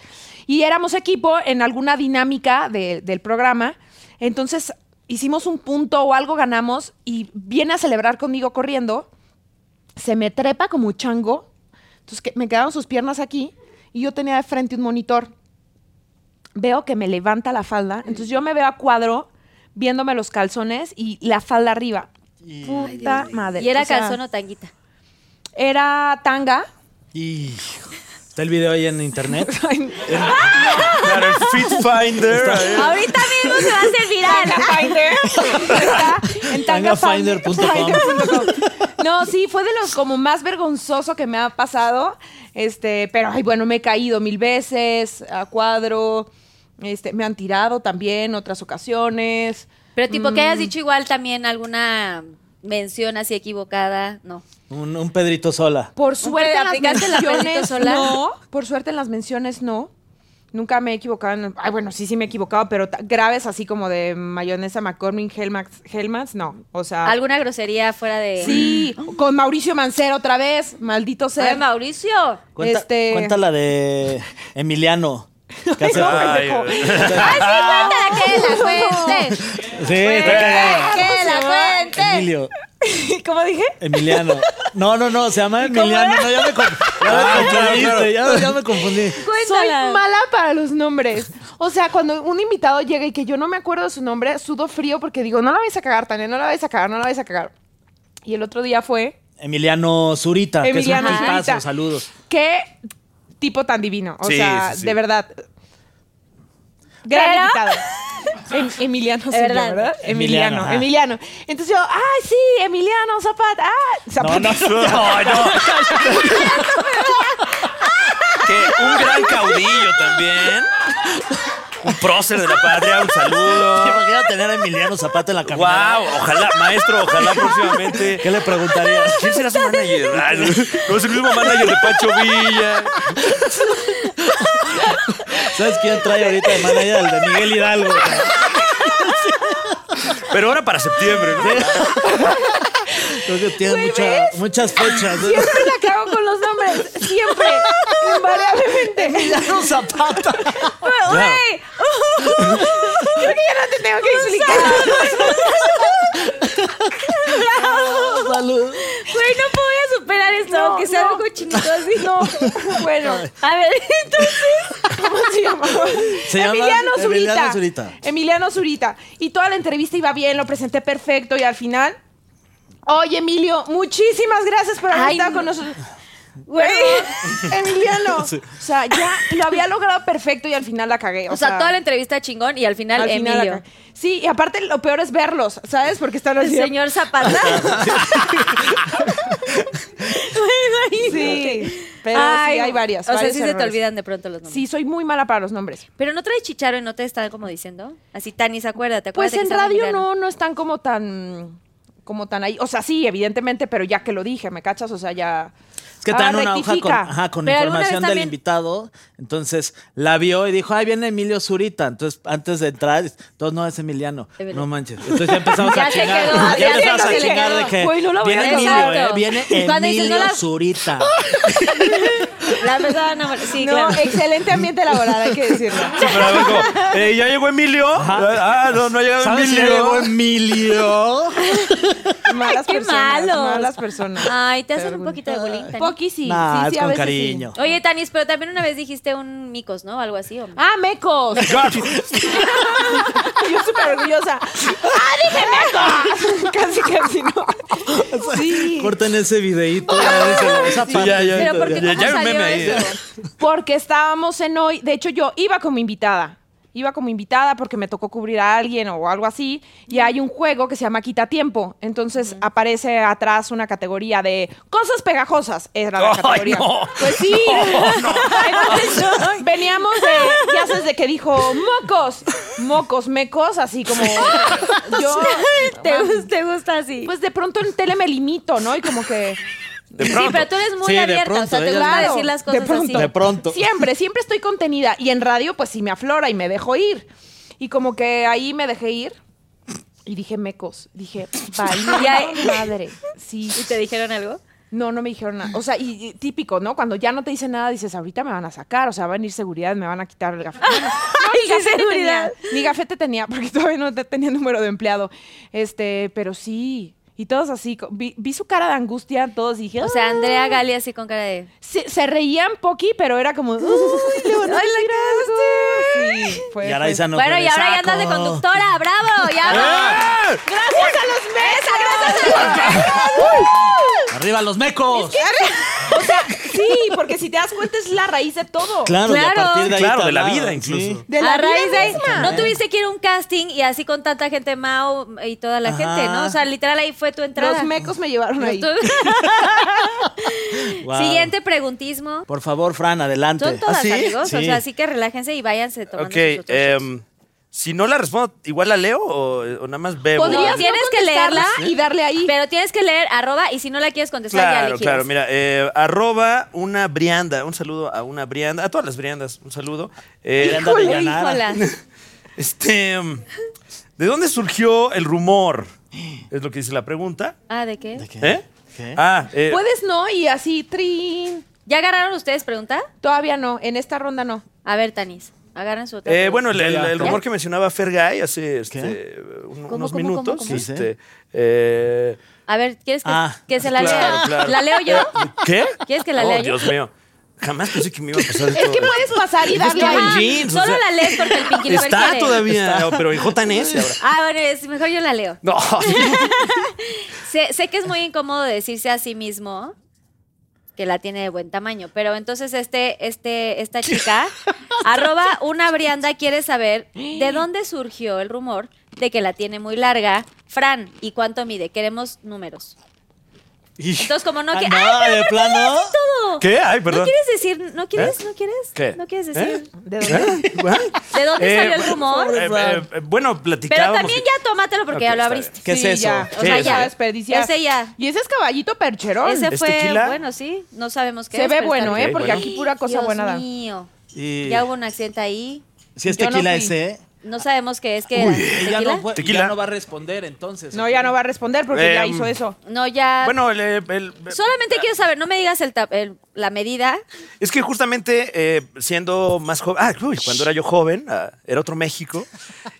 S6: y éramos equipo en alguna dinámica de- del programa. Entonces hicimos un punto o algo ganamos y viene a celebrar conmigo corriendo, se me trepa como chango, entonces que- me quedaron sus piernas aquí y yo tenía de frente un monitor veo que me levanta la falda. Entonces yo me veo a cuadro viéndome los calzones y la falda arriba. Puta madre.
S1: ¿Y era
S6: O sea,
S1: calzón o tanguita?
S6: Era tanga.
S5: Y está el video ahí en internet.
S4: Claro, el Fit Finder. ahí.
S1: Ahorita mismo se va a hacer viral.
S6: Está en
S5: Tangafinder.com.
S6: tangafinder.com. No, sí, fue de los como más vergonzoso que me ha pasado. Este, pero ay, bueno, me he caído mil veces a cuadro. Este, me han tirado también otras ocasiones.
S1: Pero tipo que hayas dicho igual también alguna mención así equivocada, no.
S5: Un, un Pedrito Sola.
S6: Por
S1: ¿Nunca
S6: suerte
S1: le
S6: en las
S1: aplicaste la
S6: menciones
S1: Pedrito Sola?
S6: no. Por suerte en las menciones no. Nunca me he equivocado. en- ay, bueno, sí, sí me he equivocado, pero ta- graves así como de mayonesa McCormick, Helmats, Helmats, no. O sea,
S1: Alguna grosería fuera de
S6: sí, con Mauricio Mancera otra vez, maldito
S1: A
S6: sea.
S1: ver, Mauricio.
S5: Cuenta,
S6: Este-
S5: cuenta la de Emiliano. que hace-
S1: Ay,
S4: Ay,
S1: sí, cuéntala, que la cuente.
S5: sí, está cagada.
S1: Que la cuente.
S5: Emilio.
S6: ¿Cómo dije?
S5: Emiliano. No, no, no, se llama
S6: cómo
S5: Emiliano. No, ya me, con- ya me
S4: Ah, claro,
S5: confundiste, Ya, ya me confundí.
S6: Soy
S1: Cuéntala.
S6: mala para los nombres. O sea, cuando un invitado llega y que yo no me acuerdo de su nombre, sudo frío porque digo, no la vais a cagar, Tania, no la vais a cagar, no la vais a cagar. Y el otro día fue
S5: Emiliano Zurita,
S6: Emiliano
S5: que es un tipazo,
S6: Zurita.
S5: saludos.
S6: Qué tipo tan divino. O
S4: Sí,
S6: sea,
S4: sí, sí.
S6: de verdad. Gran
S1: Pero-
S6: invitado. Em- Emiliano, se
S1: verdad.
S6: llama, ¿verdad?
S5: Emiliano,
S6: Emiliano,
S5: ajá.
S6: Emiliano. Entonces yo, ay, sí, Emiliano Zapata. Ah, Zapata.
S5: No, no,
S4: No, no. Que un gran caudillo también. Un prócer de la patria, un saludo.
S5: Imagina tener a Emiliano Zapata en la caminada.
S4: Wow, ojalá, maestro, ojalá próximamente.
S5: ¿Qué le preguntarías?
S4: ¿Quién será su manager? Ah, no, no es el mismo manager de Pacho Villa.
S5: ¿Sabes quién trae ahorita de manager? El de Miguel Hidalgo.
S4: Pero ahora para septiembre, ¿no?
S5: Creo que tiene
S6: Güey,
S5: mucha-
S6: ¿ves?
S5: muchas fechas.
S6: Siempre la cago con los nombres. Siempre. Invariablemente. uh,
S5: Emiliano Zapata.
S1: Güey,
S6: Creo que ya no te tengo que explicar.
S5: Salud.
S1: güey, no puedo superar esto,
S6: No,
S1: aunque sea
S6: no.
S1: algo cochinito así. No.
S6: Bueno,
S1: A ver, entonces.
S6: ¿cómo se llama?
S5: Se llama
S6: Emiliano Zurita.
S5: Emiliano Zurita.
S6: Emiliano Zurita. Y toda la entrevista iba bien, lo presenté perfecto y al final. Oye, Emilio, muchísimas gracias por haber
S1: Ay,
S6: estado
S1: no.
S6: con nosotros. Güey, Emiliano. O sea, ya lo había logrado perfecto y al final la cagué. O,
S1: O sea, toda la entrevista chingón y al final
S6: al final la
S1: Emilio.
S6: cagué. sí, y aparte lo peor es verlos, ¿sabes? Porque están
S1: El
S6: así.
S1: señor Zapata.
S6: Sí. pero sí, hay varias.
S1: O sea,
S6: varios
S1: sí se te
S6: errores.
S1: olvidan de pronto los nombres.
S6: Sí, soy muy mala para los nombres.
S1: Pero no traes chicharo y no te está como diciendo. Así, Tanis, acuérdate.
S6: Pues
S1: acuérdate
S6: en
S1: que estamos
S6: radio
S1: mirando.
S6: no, no están como tan como tan ahí, o sea, sí, evidentemente, pero ya que lo dije, ¿me cachas? O sea, ya
S5: Es que te
S6: Ah,
S5: dan una hoja con,
S6: rectifica.
S5: ajá, con
S1: Pero alguna
S5: información
S1: vez
S5: del
S1: también-
S5: invitado. Entonces la vio y dijo, ay, viene Emilio Zurita. Entonces, antes de entrar, entonces no es Emiliano.
S1: Es verdad.
S5: No manches. Entonces ya empezamos
S1: Ya
S5: a
S1: se
S5: chingar.
S1: quedó, ya
S5: ya
S1: se
S5: empezamos
S1: quedó,
S5: a
S1: se
S5: chingar
S1: quedó.
S5: de que
S6: Güey, no la voy a
S1: dejar.
S5: viene Emilio, eh,
S1: Exacto.
S5: viene
S1: Y cuando dices, no
S5: Emilio
S1: la-
S5: Zurita.
S1: La verdad, no. Sí,
S6: No,
S1: claro.
S6: excelente ambiente laboral, hay que decirlo.
S4: Sí, pero a ver, como, eh, ¿Ya llegó Emilio? Ah, no, no ha llegado
S5: ¿Sabes si
S4: Emilio.
S5: ya llegó Emilio?
S6: Malas
S1: Qué
S6: personas,
S1: malos.
S6: malas personas.
S1: Ay, te hacen
S6: Pero
S1: un
S6: bueno.
S1: poquito de bullying. Tanis.
S6: Poqui sí,
S5: Nah,
S6: sí,
S5: es
S6: sí, a
S5: con
S6: veces sí.
S5: cariño.
S1: Oye, Tanis, pero también una vez dijiste un micos, ¿no? Algo así. ¿o no?
S6: Ah, mecos. Yo súper orgullosa. ¡Ah, dije mecos! casi, casi no. Sí.
S5: Corten ese videíto. ya, esa- esa parte.
S4: ya, ya.
S1: pero porque
S4: ya-
S1: cómo
S4: ya hay un
S1: salió
S4: meme ahí,
S1: eso?
S6: Porque estábamos en hoy. De hecho, yo iba como invitada. Iba como invitada porque me tocó cubrir a alguien o algo así. Y hay un juego que se llama Quita Tiempo. Entonces aparece atrás una categoría de cosas pegajosas. Era la
S4: ¡Ay,
S6: categoría.
S4: no!
S6: Pues sí. Entonces, veníamos de, ya sabes, de que dijo mocos, mocos, mecos, así como. Yo.
S1: ¿Te, gus- te gusta así?
S6: Pues de pronto en tele me limito, ¿no? Y como que.
S4: De
S1: sí,
S4: pronto.
S1: pero tú eres muy
S5: Sí, de
S1: abierta. o sea,
S5: pronto,
S1: te
S5: ella-
S1: gusta
S6: Claro,
S1: decir las
S6: de
S1: cosas así.
S6: pronto.
S5: De pronto.
S6: Siempre, siempre estoy contenida. Y en radio, pues sí me aflora y me dejo ir. Y como que ahí me dejé ir. Y dije mecos. Dije, vaya
S1: Y ahí-
S6: madre. Sí.
S1: ¿Y te dijeron algo?
S6: No, no me dijeron nada. O sea, y, y típico, ¿no? Cuando ya no te dicen nada, dices, ahorita me van a sacar. O sea, va a venir seguridad, me van a quitar el gafete. Bueno, no,
S1: Ay, sí, seguridad.
S6: Tenía, mi gafete tenía, porque todavía no te- tenía número de empleado. Este, pero sí. Y todos así, co- vi, vi su cara de angustia, todos y dije,
S1: O sea,
S6: "Ah".
S1: Andrea Gali así con cara de.
S6: se, se reían poqui, pero era como, ¡Uy, le van a decir algo". Sí, fue-
S5: Y ahora
S6: fue-
S5: Isa no
S1: pues. bueno,
S5: puede,
S1: y ahora ya
S5: saco.
S1: andas de conductora, bravo. Ya.
S4: ¡Eh!
S6: ¡Gracias a los meses! ¡Gracias a los
S5: ¡Arriba los mecos!
S6: O sea, sí, porque si te das cuenta es la raíz de todo.
S5: Claro, y a
S1: Claro.
S5: partir de ahí
S4: Claro,
S5: te
S4: de la
S5: hablaron,
S4: vida
S5: sí.
S4: incluso.
S6: De
S1: a raíz de ahí,
S6: misma.
S1: no tuviste que ir a un casting y así con tanta gente, Mao y toda la
S5: Ajá.
S1: gente, ¿no? O sea, literal ahí fue tu entrada.
S6: Los mecos me llevaron ahí.
S1: Tú-
S5: Wow.
S1: Siguiente preguntismo.
S5: Por favor, Fran, adelante.
S1: Son todas,
S5: ¿Ah, sí?
S1: amigos. O
S5: Sí.
S1: sea, así que relájense y váyanse tomando
S4: Ok,
S1: sus otros shots.
S4: em, si no la respondo, ¿igual la leo o, o nada más veo?
S6: Podrías
S1: No, tienes que
S6: contestarla
S1: leerla.
S6: y darle ahí.
S1: Pero tienes que leer arroba y si no la quieres contestar, ya
S4: Claro,
S1: eliges.
S4: claro, mira, eh, arroba una brianda, un saludo a una brianda, a todas las briandas, un saludo. Eh,
S5: Brianda de Llanara.
S1: Híjola.
S4: Este, mm, ¿de dónde surgió el rumor? Es lo que dice la pregunta.
S1: Ah, ¿de qué?
S5: ¿Qué?
S4: ¿Eh?
S5: ¿Qué?
S4: Ah, eh,
S6: Puedes no y así, trin.
S1: ¿Ya agarraron ustedes pregunta?
S6: Todavía no, en esta ronda no.
S1: A ver, Tanis, agarren su otra.
S4: eh,
S1: pregunta.
S4: bueno, el, el-
S5: Ya,
S4: el
S5: ya.
S4: rumor que mencionaba Fergay hace este,
S5: ¿Qué?
S4: un-
S1: ¿Cómo,
S4: unos
S1: cómo, cómo,
S4: minutos.
S1: cómo?
S4: este, eh,
S1: A ver, ¿quieres que,
S5: Ah,
S1: que se la
S4: claro,
S1: lea?
S4: claro.
S1: ¿La leo yo?
S4: ¿Qué?
S1: ¿Quieres que la
S4: Eh, oh,
S1: lea yo?
S4: Dios mío. Jamás pensé que me iba a pasar
S6: Es que puedes pasar y darle
S4: estoy
S6: ahí.
S4: en
S1: Ah,
S4: jeans, o
S1: Solo
S4: sea,
S1: la lees porque el Pinky Lover
S4: Está
S1: quiere.
S4: todavía, pero en JNS ahora.
S1: Ah, bueno, es mejor yo la leo.
S4: No.
S1: Sé, sé que es muy incómodo decirse a sí mismo que la tiene de buen tamaño, pero entonces este, este, esta chica, arroba una brianda, quiere saber de dónde surgió el rumor de que la tiene muy larga. Fran, ¿y cuánto mide? Queremos números. Entonces, como no que-
S5: Ah,
S1: ¡Ay, pero
S5: de
S1: aparte
S5: plano.
S1: Todo.
S4: ¿Qué? Ay,
S1: ¿No
S4: perdón.
S1: quieres decir? ¿No quieres?
S4: ¿Eh?
S1: ¿No quieres?
S4: ¿Qué?
S1: ¿No quieres
S4: ¿Eh?
S1: decir?
S6: ¿De dónde?
S1: ¿De dónde
S4: Eh,
S1: salió el rumor?
S4: Eh, eh, eh, bueno,
S1: Pero
S4: platicábamos.
S1: también ya tómatelo porque
S4: Ok,
S1: ya lo
S4: está
S1: abriste.
S5: ¿Qué
S6: Sí,
S5: es eso?
S6: ya.
S1: O sea,
S4: Sí,
S1: ya.
S4: sí.
S6: desperdiciar.
S1: Ese ya.
S6: Y ese es caballito percherón.
S1: Ese
S4: ¿Es
S1: fue
S4: Este tequila?
S1: bueno, sí. No sabemos qué
S6: Se
S1: es,
S6: ve
S1: pero
S6: bueno,
S1: está
S6: ¿eh?
S1: rico.
S6: Porque
S4: bueno.
S6: aquí pura cosa
S1: Dios
S6: buena da.
S1: mío.
S5: Y-
S1: Ya hubo un accidente ahí.
S5: Si es
S6: Yo no
S5: tequila
S6: fui.
S5: ese.
S1: No sabemos qué es que era.
S5: Ella
S1: ¿Tequila?
S5: no, fue-
S4: Tequila.
S5: ya no va a responder entonces.
S6: No, ya no va a responder porque ya
S4: Em,
S6: hizo eso.
S1: No, ya.
S4: Bueno, el, eh, el-
S1: Solamente quiero saber, no me digas el tap- el- la medida.
S4: es que justamente eh, siendo más joven, ah, uy, cuando era yo joven, ah, era otro México,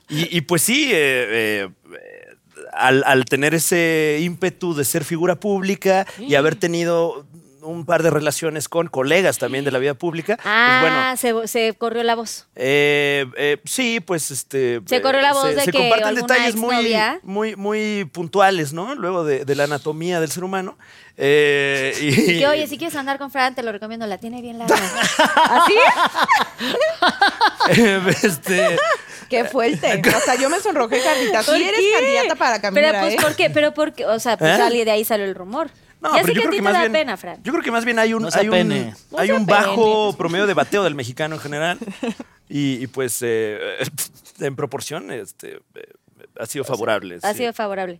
S4: y, y pues sí, eh, eh, eh, al, al tener ese ímpetu de ser figura pública y haber tenido un par de relaciones con colegas también de la vida pública,
S1: Ah,
S4: pues bueno,
S1: se, se corrió la voz.
S4: Eh, eh, sí, pues este.
S1: Se
S4: eh,
S1: corrió la voz de
S4: se
S1: que
S4: comparten
S1: alguna
S4: detalles muy,
S1: exnovia-
S4: muy, muy puntuales, ¿no? Luego de, de la anatomía del ser humano. Eh, y,
S1: Yo, oye, si quieres andar con Fran, te lo recomiendo. La tiene bien larga.
S4: Eh, este,
S6: Qué fuerte. O sea, yo me sonrojé, Carlita. Tú
S1: ¿Por
S6: eres
S1: qué?
S6: candidata para Camila,
S1: Pero, pues,
S6: ¿eh?
S1: ¿por qué? Pero, porque, o sea, pues,
S4: ¿Eh?
S1: alguien de ahí salió el rumor.
S4: No,
S1: Ya sé
S4: pero
S1: que a
S4: yo creo
S1: ti
S4: que
S1: te
S4: más
S1: da
S4: bien-
S1: pena, Fran.
S4: Yo creo que más bien hay un,
S5: No se
S4: hay un,
S5: apene.
S1: No
S4: hay
S1: se
S4: un
S1: apene,
S4: bajo
S1: pues.
S4: promedio de bateo del mexicano en general. Y, y pues eh, en proporción este, eh, ha sido favorable.
S1: Ha
S4: sí.
S1: sido favorable.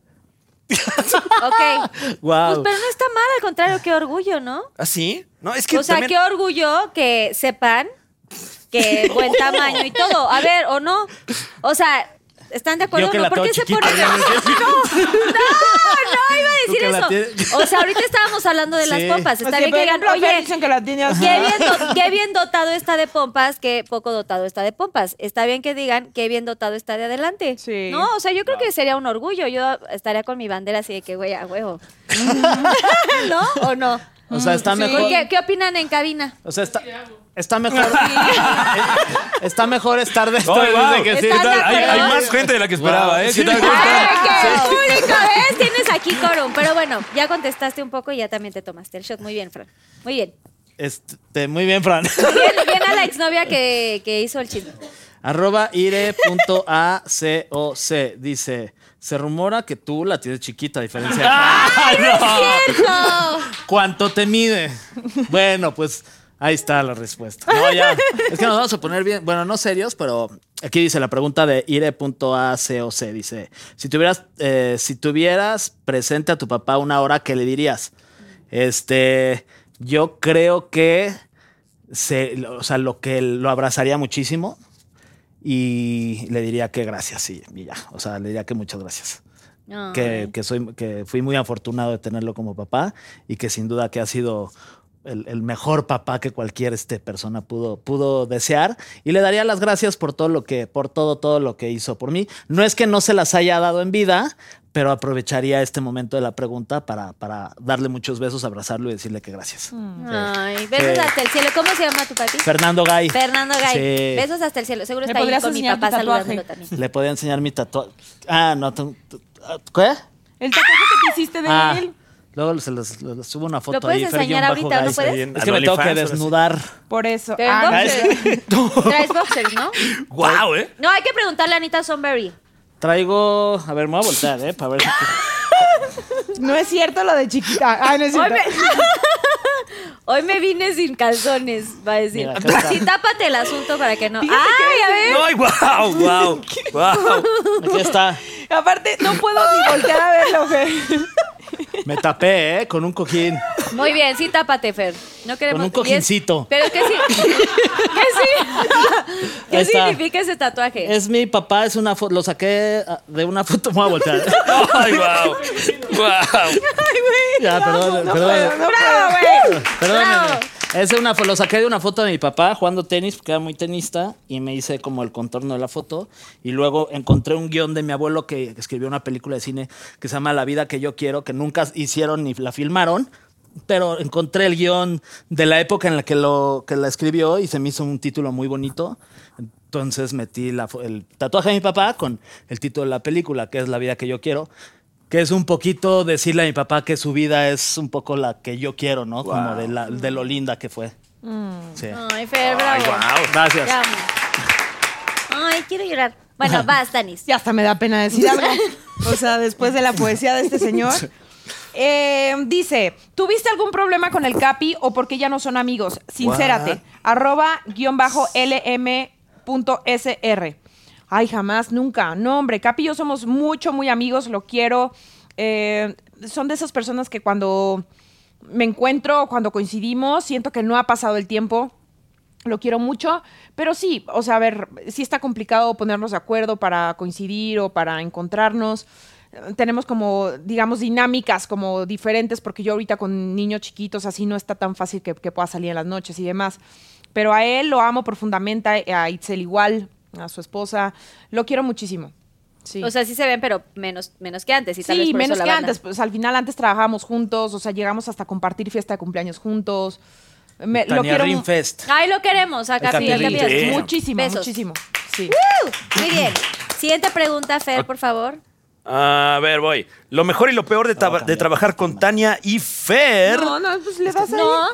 S1: ok. Pues,
S5: Wow.
S1: pero no está mal, al contrario, qué orgullo, ¿no?
S4: ¿Ah, sí? No, es que
S1: o sea,
S4: también-
S1: qué orgullo que sepan que buen tamaño y todo. A ver, o no. O sea, ¿están de acuerdo
S5: Yo
S1: o
S5: que
S1: no?
S5: la
S1: ¿Por
S5: tengo
S1: qué se
S5: chiquita,
S1: ponen.?
S5: ya
S1: No, no, no iba
S5: Tú que la
S1: a decir
S5: tienes-
S1: eso. O sea, ahorita estábamos hablando de las
S5: Sí.
S1: pompas.
S6: Pues
S1: Está bien que digan,
S6: oye,
S1: oye,
S6: dicen que la tiene así.
S1: Qué bien, do- qué bien dotado está de pompas, qué poco dotado está de pompas. Está bien que digan qué bien dotado está de adelante.
S6: Sí.
S1: No, o sea, yo creo que sería un orgullo. Yo estaría con mi bandera así de que, güey, a huevo. ¿No? ¿O no?
S5: O sea, está
S6: Sí.
S5: mejor.
S1: ¿Por qué? ¿Qué opinan en cabina?
S5: O sea, está, está mejor. está mejor estar de
S8: Ay, wow.
S5: dice que sí.
S1: ¿Estás de
S8: Hay, hay
S1: acuerdo?
S8: más gente de la que esperaba,
S5: Wow.
S8: ¿eh? ¿Qué
S5: Sí.
S8: tal?
S1: ¡Ay, qué público ves! Tienes aquí corum. Pero bueno, ya contestaste un poco y ya también te tomaste el shot. Muy bien, Fran. Muy bien.
S5: Este, muy bien, Fran.
S1: Bien, bien a la exnovia que, que hizo el chisme.
S5: Arroba ire.acoc. Dice: Se rumora que tú la tienes chiquita, a diferencia. de-
S1: ¡Cierto!
S5: ¿Cuánto te mide? Bueno, pues ahí está la respuesta. No, ya. Es que nos vamos a poner bien, bueno, no serios, pero aquí dice la pregunta de ire.acoc. Dice, si tuvieras, eh, si tuvieras presente a tu papá una hora, ¿qué le dirías? Este, yo creo que, se, lo- o sea, lo que lo abrazaría muchísimo y le diría que gracias y, y ya. O sea, le diría que muchas gracias
S1: No.
S5: que, que soy, que fui muy afortunado de tenerlo como papá y que sin duda que ha sido el, el mejor papá que cualquier este, persona pudo, pudo desear. Y le daría las gracias por todo lo que, por todo, todo lo que hizo por mí. No es que no se las haya dado en vida, pero aprovecharía este momento de la pregunta para, para darle muchos besos, abrazarlo y decirle que gracias.
S1: Mm. Ay, besos
S5: Sí.
S1: hasta el cielo. ¿Cómo se llama tu papi?
S5: Fernando Gay.
S1: Fernando Gay.
S5: Sí.
S1: Besos hasta el cielo. Seguro
S6: ¿Me
S1: está ahí
S6: podrías
S1: con mi
S6: enseñar
S1: papá
S6: tu tatuaje?
S1: saludándolo también.
S5: Le podía enseñar mi tatuaje. Ah, no. tú- tú- ¿Qué?
S6: El tatuaje que te hiciste de
S5: Ah,
S6: él.
S5: luego se les, les subo una foto
S1: puedes
S5: ahí, Fer-Bajo
S1: enseñar ahorita o no
S5: Gay.
S1: puedes?
S4: Ahí en-
S5: Es que me
S4: al
S5: tengo que
S4: OnlyFans, ahora sí.
S5: desnudar.
S6: Por eso.
S1: Pero
S6: Ah,
S1: en
S6: no,
S1: boxers. Traes boxers, ¿no?
S4: ¡Guau, eh!
S1: No, hay que preguntarle a Anita Sonberry.
S5: Traigo. A ver, me voy a voltear, ¿eh? Para ver. si-
S6: no es cierto lo de chiquita. Ah, no es
S1: Hoy
S6: cierto.
S1: me, Hoy me vine sin calzones, va a decir.
S5: Mira, acá está.
S1: Sí, tápate el asunto para que no. ¡Ay, a ver!
S4: ¡Ay, guau, guau! ¡Guau!
S5: Aquí está.
S6: Aparte, no puedo ni voltear a verlo, Fer.
S5: Me tapé, ¿eh? Con un cojín.
S1: Muy bien, sí, tápate, Fer. No queremos.
S5: Con un
S1: y es-
S5: cojincito.
S1: Pero que sí. ¿Qué sí?
S5: Ahí
S1: ¿Qué
S5: está.
S1: significa ese tatuaje?
S5: Es mi papá, es una foto. Lo saqué ah, de una foto. Me voy a voltear.
S4: ¡Ay, guau! ¡Guau!
S5: ya, perdón, perdón.
S6: No puedo, güey.
S5: Perdón. Es de una fo- lo saqué de una foto de mi papá jugando tenis, porque era muy tenista, y me hice como el contorno de la foto. Y luego encontré un guión de mi abuelo que escribió una película de cine que se llama La vida que yo quiero, que nunca hicieron ni la filmaron. Pero encontré el guión de la época en la que lo que la escribió y se me hizo un título muy bonito. Entonces metí la fo- el tatuaje de mi papá con el título de la película, que es La vida que yo quiero, que es un poquito decirle a mi papá que su vida es un poco la que yo quiero, ¿no? Como de, la- de lo linda que fue. Sí.
S1: Ay, Fer, bravo.
S5: Gracias.
S1: Te amo. Ay, quiero llorar. Bueno, vas, Danis.
S6: Y hasta me da pena decir algo. O sea, después de la poesía de este señor. Eh, dice, ¿tuviste algún problema con el Capi o por qué ya no son amigos? Sincérate.
S5: What?
S6: Arroba guión bajo lm.sr. Ay, jamás, nunca. No, hombre, Capi y yo somos mucho, muy amigos, lo quiero. Eh, son de esas personas que cuando me encuentro, o cuando coincidimos, siento que no ha pasado el tiempo. Lo quiero mucho, pero sí, o sea, a ver, sí está complicado ponernos de acuerdo para coincidir o para encontrarnos. Eh, Tenemos como, digamos, dinámicas como diferentes, porque yo ahorita con niños chiquitos así no está tan fácil que, que pueda salir en las noches y demás. Pero a él lo amo profundamente, a a Itzel igual, a su esposa, lo quiero muchísimo. Sí.
S1: O sea, sí se ven, pero menos, menos que antes. Y tal vez
S6: Sí,
S1: por eso
S6: menos
S1: la
S6: que
S1: banda.
S6: antes. Pues al final antes trabajábamos juntos, o sea, llegamos hasta a compartir fiesta de cumpleaños juntos. Me- lo
S5: Tania
S6: quiero mu-
S5: Rinfest.
S1: Ay, lo queremos, a Capi, a
S5: Capirrín.
S1: Capi.
S6: muchísimo,
S1: Besos.
S6: muchísimo. Sí.
S1: ¡Uh! Muy bien. Siguiente pregunta, Fer, por favor.
S4: A ver, voy. Lo mejor y lo peor de, traba- de trabajar con Tania y Fer.
S6: No, no, pues le vas a
S1: No.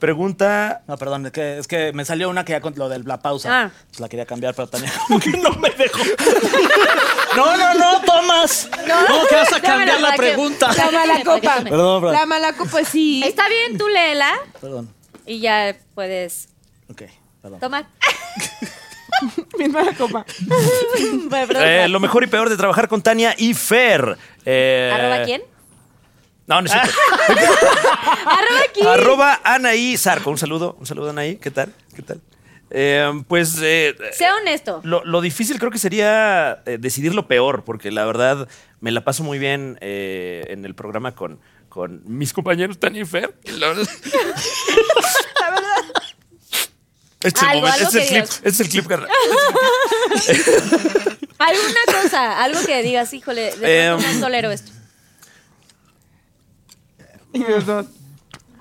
S4: Pregunta.
S5: No, perdón, es que, es que me salió una que ya con lo de la pausa.
S1: Ah.
S5: Pues la quería cambiar, pero Tania como que no me dejó. No, no, no, Tomás. ¿Cómo que vas a cambiar la
S1: Dámela,
S5: pregunta?
S1: Raquel.
S6: La mala copa.
S1: Perdóname.
S5: Perdón, Fran.
S6: La mala copa, pues sí.
S1: Está bien, tú léela
S5: Perdón.
S1: y ya puedes
S5: Ok, perdón.
S1: tomar.
S6: Mi mala copa.
S4: Eh, lo mejor y peor de trabajar con Tania y Fer. Eh,
S1: ¿Arroba quién?
S4: No, no es cierto.
S1: ¿Arroba quién?
S4: Arroba Anaí Zarco. Un saludo, un saludo Anaí. ¿Qué tal? ¿Qué tal? Eh, pues eh,
S1: Sea honesto.
S4: lo, lo difícil creo que sería eh, decidir lo peor, porque la verdad me la paso muy bien eh, en el programa con, con mis compañeros Tania y Fer. La verdad. Este es el
S1: Algo,
S4: momento,
S1: algo
S4: este es
S1: que
S4: el clip,
S1: digas.
S4: este es el clip, carnal.
S1: Alguna cosa, algo que digas, híjole, de pronto
S4: Em.
S1: no tolero esto.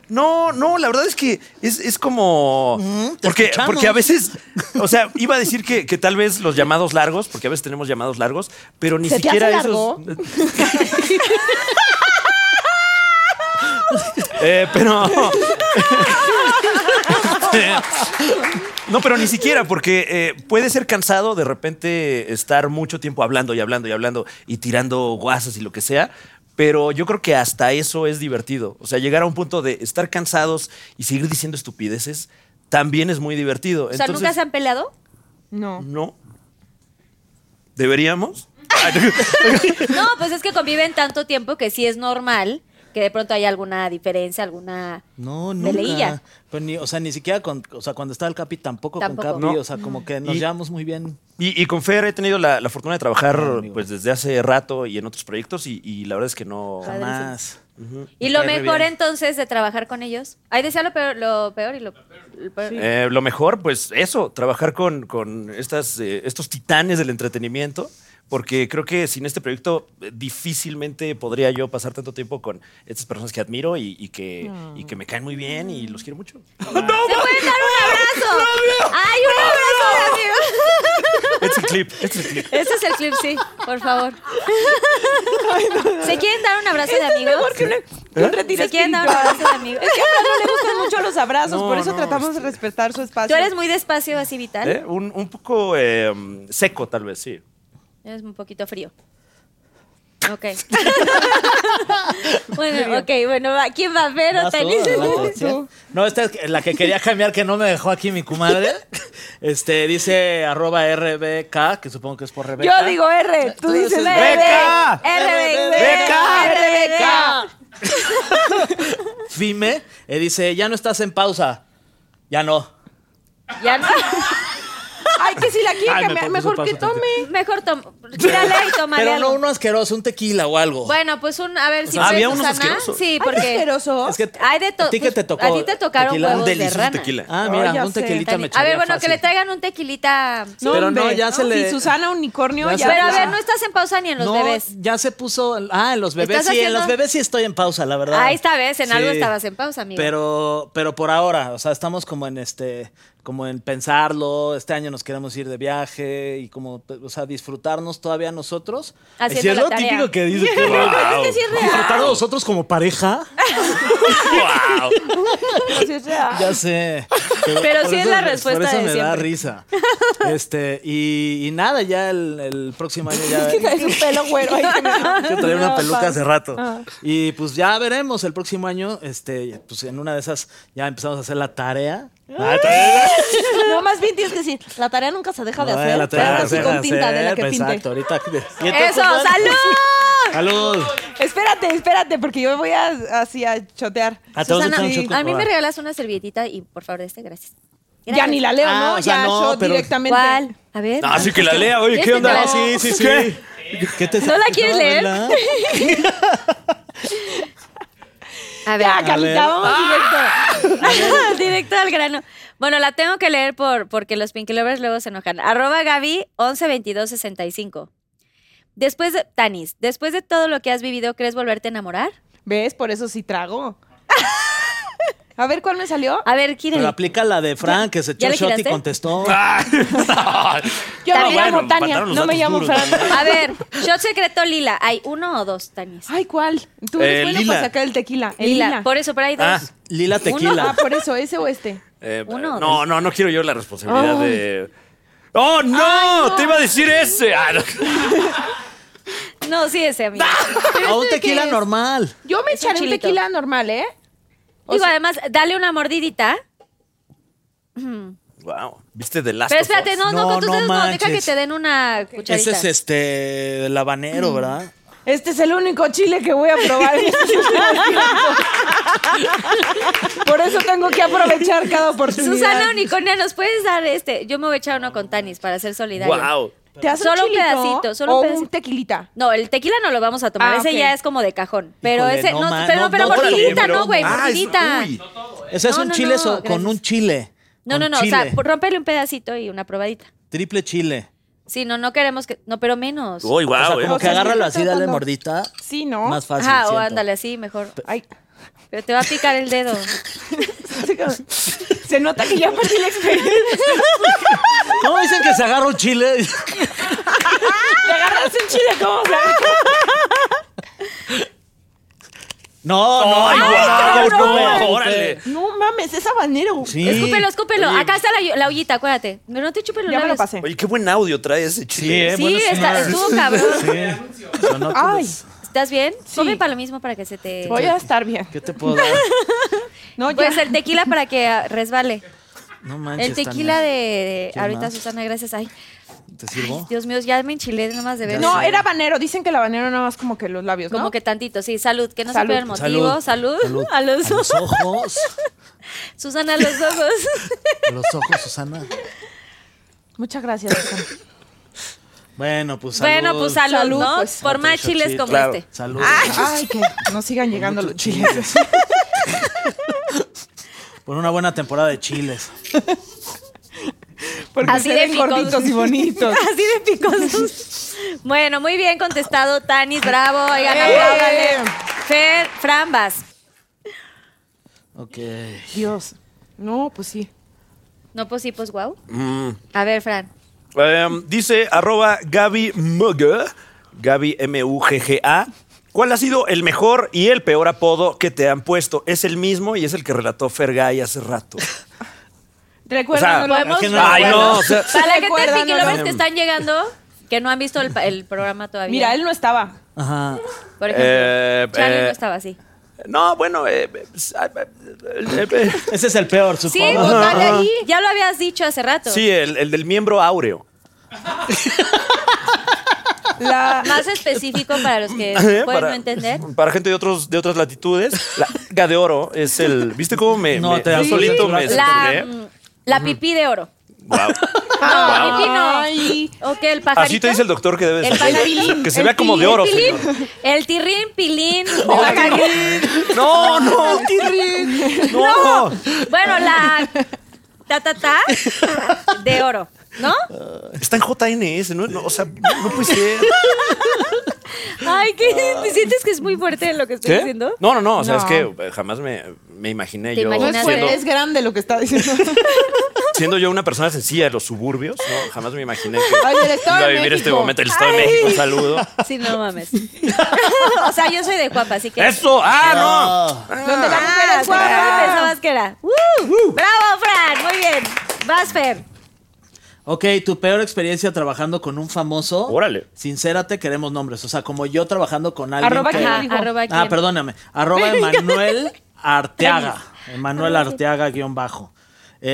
S4: No, no, la verdad es que es, es como.
S5: te
S4: porque,
S5: escuchamos.
S4: porque a veces. O sea, iba a decir que, que tal vez los llamados largos, porque a veces tenemos llamados largos, pero ni
S6: ¿Se te hace
S4: siquiera
S6: largo?
S4: esos. Eh, pero. No, pero ni siquiera, porque eh, puede ser cansado de repente estar mucho tiempo hablando y hablando y hablando y tirando guasas y lo que sea. Pero yo creo que hasta eso es divertido. O sea, llegar a un punto de estar cansados y seguir diciendo estupideces también es muy divertido.
S1: O sea,
S4: Entonces,
S1: ¿nunca se han peleado?
S6: No.
S4: No. ¿Deberíamos?
S1: No, pues es que conviven tanto tiempo que sí es normal que de pronto haya alguna diferencia, alguna
S5: No, nunca.
S1: peleilla.
S5: Pero Pues ni, o sea, ni siquiera con, o sea, cuando estaba el Capi tampoco,
S1: Tampoco.
S5: con Capi,
S4: No.
S5: o sea, como que nos
S4: Y-
S5: llevamos muy bien.
S4: Y, y con Fer he tenido la, la fortuna de trabajar
S5: amigo.
S4: pues desde hace rato y en otros proyectos y, y la verdad es que no...
S1: Padrísimo.
S5: Más.
S1: Y lo
S4: Me cae re
S1: mejor
S4: bien.
S1: entonces de trabajar con ellos. Ahí decía lo peor, lo peor y lo, lo peor.
S4: Eh, lo mejor, pues eso, trabajar con, con estas, eh, estos titanes del entretenimiento, porque creo que sin este proyecto eh, difícilmente podría yo pasar tanto tiempo con estas personas que admiro y, y que,
S6: Mm.
S4: y que me caen muy bien y los quiero mucho.
S6: Ah.
S1: ¿Se pueden dar un abrazo? ¡Ay, un abrazo, amigo!
S4: Este es el clip, este es el clip.
S1: Ese es el clip, sí, por favor. ¿Se quieren dar un abrazo de amigos? ¿Eh? ¿Se quieren dar un abrazo de amigos?
S6: Es que a Fran no le gustan mucho los abrazos,
S4: No,
S6: por eso
S4: no,
S6: tratamos de respetar su espacio.
S1: Tú eres muy despacio, así vital.
S4: Eh, Un, un poco eh, seco, tal vez, sí.
S1: Es un poquito frío. Ok. bueno, ok, bueno, va. ¿quién va a ver o
S5: Vas tú,
S1: tenis?
S5: adelante, ¿sí? No, esta es la que quería cambiar, que no me dejó aquí mi comadre. Este, dice arroba RBK, que supongo que es por Rebeca.
S6: Yo digo R, tú dices
S5: dices
S6: R.
S5: Beca.
S1: RBK.
S6: Beca.
S5: Fime, eh, dice, ya no estás en pausa. Ya no.
S1: Ya no.
S6: Ay, que si la quiere
S5: Ay, me
S6: cambiar,
S5: puse
S6: mejor
S5: paso
S6: que tome.
S1: Mejor toma. Tírale y tómale
S5: Pero no
S1: algo.
S5: uno asqueroso, un tequila o algo.
S1: Bueno, pues un, a ver si
S4: sea, había
S1: puedes,
S4: unos
S1: Susana.
S4: asquerosos.
S1: Sí,
S6: Ay, qué
S1: porque
S6: asqueroso.
S5: Es que
S1: hay de todo.
S5: a ti que te tocó
S1: A ti te tocaron
S5: tequila, un
S1: huevos de
S4: delicioso
S1: rana.
S4: tequila.
S5: Ah,
S6: Oh,
S5: mira,
S6: ya
S5: un
S6: sé.
S5: tequilita me
S1: A ver, bueno,
S5: fácil.
S1: que le traigan un tequilita.
S5: No, pero no,
S6: hombre,
S5: ya se le-
S6: Si Susana Unicornio,
S5: Ya
S6: ya.
S5: se-
S1: Pero a
S5: ya.
S1: ver, no estás en pausa ni en los
S5: no,
S1: bebés.
S5: ya se puso. Ah, en los bebés
S1: ¿Estás
S5: sí, en los
S1: haciendo?
S5: bebés sí estoy en pausa, la verdad.
S1: Ah, esta vez en algo
S5: Sí.
S1: estabas en pausa, amigo.
S5: Pero, pero por ahora, o sea, estamos como en este, como en pensarlo. Este año nos queremos ir de viaje y como, o sea, disfrutarnos todavía nosotros.
S1: Haciendo
S5: Si es
S1: la
S5: lo
S1: tarea.
S5: típico que dice que
S1: Pero es que sí es real.
S5: disfrutar de nosotros como pareja.
S4: ¡Wow!
S6: sí es real.
S5: Ya sé. Pero, por
S1: sí es la respuesta
S5: Por eso
S1: de
S5: me da
S1: siempre.
S5: risa. Este, y, y nada, ya el, el próximo año ya.
S6: Traes un pelo güero ahí que me-
S5: que traía una
S6: No,
S5: peluca
S6: pa-
S5: hace rato.
S6: Ah.
S5: Y pues ya veremos el próximo año, este, pues en una de esas ya empezamos a hacer la tarea.
S1: Ah.
S5: La tarea,
S6: No, más bien tienes que decir, la tarea nunca se deja de hacer.
S5: la tarea,
S6: pero
S5: la
S6: sí
S5: tarea,
S6: con tinta de la que
S5: exacto,
S6: pinte.
S5: ahorita. Y entonces,
S1: ¡Eso!
S5: bueno,
S1: ¡Salud!
S5: Salud.
S6: Espérate, espérate, porque yo me voy a, así a chotear.
S5: Ah, te vas a
S1: Susana,
S5: echar un
S1: sí.
S5: shot con
S1: a mí me
S5: cola.
S1: regalas una servilletita y por favor, este, gracias.
S6: Ya ni la leo,
S5: Ah,
S6: ¿no?
S5: o sea,
S6: ya
S5: no,
S6: shot
S5: pero-
S6: directamente.
S1: ¿Cuál? A ver.
S5: Ah,
S4: No, así que la lea, oye,
S1: ¿Quieres que
S4: ¿qué
S1: te
S4: onda?
S1: la-
S5: Sí, sí, sí.
S4: ¿Qué?
S5: ¿Qué te-
S1: ¿No la quieres leer?
S5: ¿verdad?
S1: A ver.
S6: Ya, Carlita,
S5: ver. Ah.
S6: vamos
S1: Directo al grano. Bueno, la tengo que leer por, porque los Pinky Lovers luego se enojan. Arroba Gaby 112265. Después de, Tanis, después de todo lo que has vivido, ¿crees volverte a enamorar?
S6: directo. ¿Ves? Por eso sí trago. A ver, ¿cuál me salió?
S1: A ver, gírale.
S5: Pero aplica la de Frank, que se echó
S1: ¿Ya le
S5: shot y
S1: giraste?
S5: contestó.
S4: Ah.
S6: Yo me
S1: También
S6: llamo
S4: bueno,
S6: Tania,
S4: faltaron los
S6: no me
S4: datos
S6: llamo
S4: duros,
S6: Fran.
S1: A ver, shot secreto lila. ¿Hay uno o dos, Tanis?
S6: Ay, ¿cuál? Tú eres
S4: Eh,
S6: bueno
S4: lila.
S6: para sacar el tequila. El
S1: Lila.
S6: lila.
S1: Por eso, pero hay dos.
S4: Ah,
S5: Lila tequila.
S6: Ah, por eso, ese o este.
S4: Eh,
S1: Uno o
S4: no,
S1: dos.
S4: no, no quiero yo ¡Oh, la responsabilidad de. ¡Oh, no! ¡Te iba a decir ese! Ah, no.
S1: No, sí, ese amigo.
S5: A Ah, un
S6: ¿Este de qué
S5: tequila
S6: es?
S5: normal.
S6: Yo me
S1: Es un
S6: echaré un
S1: chilito.
S6: tequila normal, ¿eh? O
S1: Digo,
S6: sea-
S1: además, dale una mordidita.
S4: Wow. ¿Viste de Last
S1: Pero
S4: of Us?
S1: espérate, no, no,
S5: No,
S1: con tus
S5: no
S1: dedos no, deja que
S5: manches.
S1: te den una
S5: Ese
S1: cucharadita. Mm.
S5: es este, el habanero, ¿verdad?
S6: Este es el único chile que voy a probar. en este estos tiempos. Por eso tengo que aprovechar cada oportunidad.
S1: Susana Unicornia, ¿nos puedes dar este? Yo me voy a echar uno con Tanis para ser solidario.
S4: Wow.
S6: ¿Te haces
S1: Solo un
S6: chilito
S1: pedacito, solo un
S6: o
S1: pedacito.
S6: tequilita.
S1: No, el tequila no lo vamos a tomar.
S6: Ah,
S1: ese
S6: ok.
S1: ya es como de cajón. Pero
S5: Híjole,
S1: ese,
S5: no,
S1: no,
S5: ma-
S1: pero,
S5: no,
S1: pero
S5: no,
S1: mordidita,
S4: pero-
S1: no, güey,
S4: Ah, es-
S1: mordidita.
S4: uy.
S5: Ese es
S1: No,
S5: un
S1: no,
S5: chile
S1: no,
S5: so-
S1: gracias.
S5: con un chile.
S1: No, no,
S5: con
S1: no, o sea,
S5: chile,
S1: rompele un pedacito y una probadita.
S5: Triple chile.
S1: Sí, no, no queremos que. No, pero menos.
S4: Uy, eh. wow.
S5: o sea, como
S6: O
S5: Pues, que
S6: sea,
S5: agárralo
S6: estoy
S5: así, dale
S6: tratando.
S5: mordita.
S6: Sí, ¿no?
S5: Más fácil.
S1: Ajá, o
S5: siento.
S1: Ah, ándale así, mejor.
S6: Ay,
S1: Pero te va a picar el dedo.
S6: se nota que ya perdí la experiencia.
S5: ¿Cómo dicen que se agarra un chile?
S6: Te agarras un chile, ¿cómo? se agarra?
S5: No, no,
S4: ¡Ay,
S5: no,
S4: guau,
S5: no,
S4: no,
S5: no,
S4: órale!
S6: No mames, es habanero.
S5: Sí.
S1: Escúpelo, escúpelo. Acá está la, la ollita, acuérdate. Pero no te chupes los
S6: Ya me lo
S1: labios.
S6: pasé.
S4: Oye, qué buen audio trae ese chile.
S5: Sí, eh,
S1: Sí,
S5: bueno, es
S1: está-
S5: una-
S1: estuvo cabrón.
S5: Sí. Sonó que
S6: Ay,
S5: des-
S1: ¿Estás bien?
S6: Sí.
S1: Come para lo mismo para que se te.
S6: voy a estar bien.
S5: ¿Qué te puedo dar?
S6: No, ya.
S1: Pues el tequila para que ah, resbale.
S5: No manches.
S1: El tequila
S5: Tania.
S1: de.
S5: ¿Qué
S1: ahorita,
S5: más?
S1: Susana, gracias. Ay,
S5: ¿Te sirvo?
S1: Dios mío, ya me enchilé nomás de ver.
S6: No, era habanero. Dicen que el habanero nada más como que los labios, ¿no?
S1: Como que tantito, sí, salud, que no
S6: Salud.
S1: se pierda el motivo, salud, a los
S5: a los
S1: ojos.
S5: ojos.
S1: Susana, a los ojos.
S5: A los ojos, Susana.
S6: Muchas gracias. Susana.
S5: Bueno, pues salud.
S1: bueno, pues salud,
S6: Salud,
S1: ¿no?
S6: pues.
S1: Por más
S5: Otro
S1: chiles
S5: shotcito.
S1: como
S4: Claro.
S1: este.
S5: Salud. Ah,
S6: Ay, que no sigan llegando los chiles.
S5: Por una buena temporada de chiles.
S6: Porque
S1: Así
S6: se
S1: de
S6: ven
S1: picosos.
S6: gorditos y bonitos.
S1: Así de picosos. bueno, muy bien contestado, Tanis, bravo. Oigan,
S6: ¡Eh!
S1: apláudale. Fer, Frambas.
S5: Ok.
S6: Dios. No, pues sí.
S1: No, pues sí, pues guau. A ver, Fran.
S4: Mm. Em, dice arroba Gaby Mugga, Gaby M-U-G-G-A. ¿Cuál ha sido el mejor y el peor apodo que te han puesto? Es el mismo y es el que relató Fergay hace rato.
S6: Recuérdanoslo.
S4: O sea,
S1: Podemos-
S5: que no lo
S4: Ay, no,
S5: recuerdo.
S4: o sea,
S1: Para la gente de
S6: Recuérdanoslo.
S1: Pinkilovers que están llegando, que no han visto el, pa- el programa todavía.
S6: Mira, él no estaba.
S5: Ajá.
S1: Por ejemplo,
S4: Eh,
S1: Charlie
S4: eh.
S1: no estaba así.
S4: no, bueno, eh, pues, ah, eh, eh, eh,
S5: Ese es el peor,
S1: Sí,
S5: supongo.
S1: pues, dale ahí. Ya lo habías dicho hace rato.
S4: sí, el, el del miembro áureo.
S6: La,
S1: Más específico para los que
S4: Eh,
S1: pueden no entender.
S4: Para gente de otros de otras latitudes, la Ga de oro es el. ¿Viste cómo me,
S5: No,
S4: me-
S5: te
S4: yo
S5: das
S4: solito
S5: cuenta.
S4: me
S1: La,
S4: censuré?
S1: mm, la pipí de oro.
S4: Guau.
S1: No, pipí no.
S6: Ay.
S1: ¿O qué? ¿El pajarito?
S4: Así te dice el doctor que debes
S1: El
S4: hacer.
S1: pajarito.
S4: Que se
S1: El
S4: vea como de
S1: pilín,
S4: oro,
S1: pilín.
S4: señor.
S1: El tirrín, pilín.
S4: No, no, Tirri. No.
S1: Bueno, la ta, ta, ta de oro, ¿no?
S4: Está en JNS, ¿no? No, o sea, no no puede ser.
S1: Ay, ¿qué? ¿Te sientes que es muy fuerte lo que estoy diciendo?
S4: No, no, no. O sea,
S6: No.
S4: es que eh, jamás me, me imaginé
S1: Te
S4: yo
S6: No es,
S1: imaginaste.
S4: siendo,
S6: fuerte, pues, es grande lo que está diciendo.
S4: siendo yo una persona sencilla de los suburbios, ¿no? Jamás me imaginé
S6: Ay, el
S4: que
S6: Estado
S4: iba a
S6: de
S4: vivir este
S6: México.
S4: momento. El Estado de México, un saludo.
S1: Sí, no mames. o sea, yo soy de Cuapa, así que...
S4: ¡Eso! ¡Ah,
S6: Donde la mujer
S1: Ah,
S6: es
S1: por
S6: guapa.
S1: ahí pensabas que era. ¡Woo! ¡Bravo, Fran! Muy bien. Vas, Fer.
S5: Ok, tu peor experiencia trabajando con un famoso.
S4: Órale.
S5: Sincérate, queremos nombres. O sea, como yo trabajando con alguien.
S6: Arroba
S5: que-
S6: quién
S1: Ajá,
S6: dijo?
S1: arroba
S5: Ah,
S1: quién.
S5: perdóname. Arroba Emanuel Arteaga. Emanuel Arteaga guión bajo.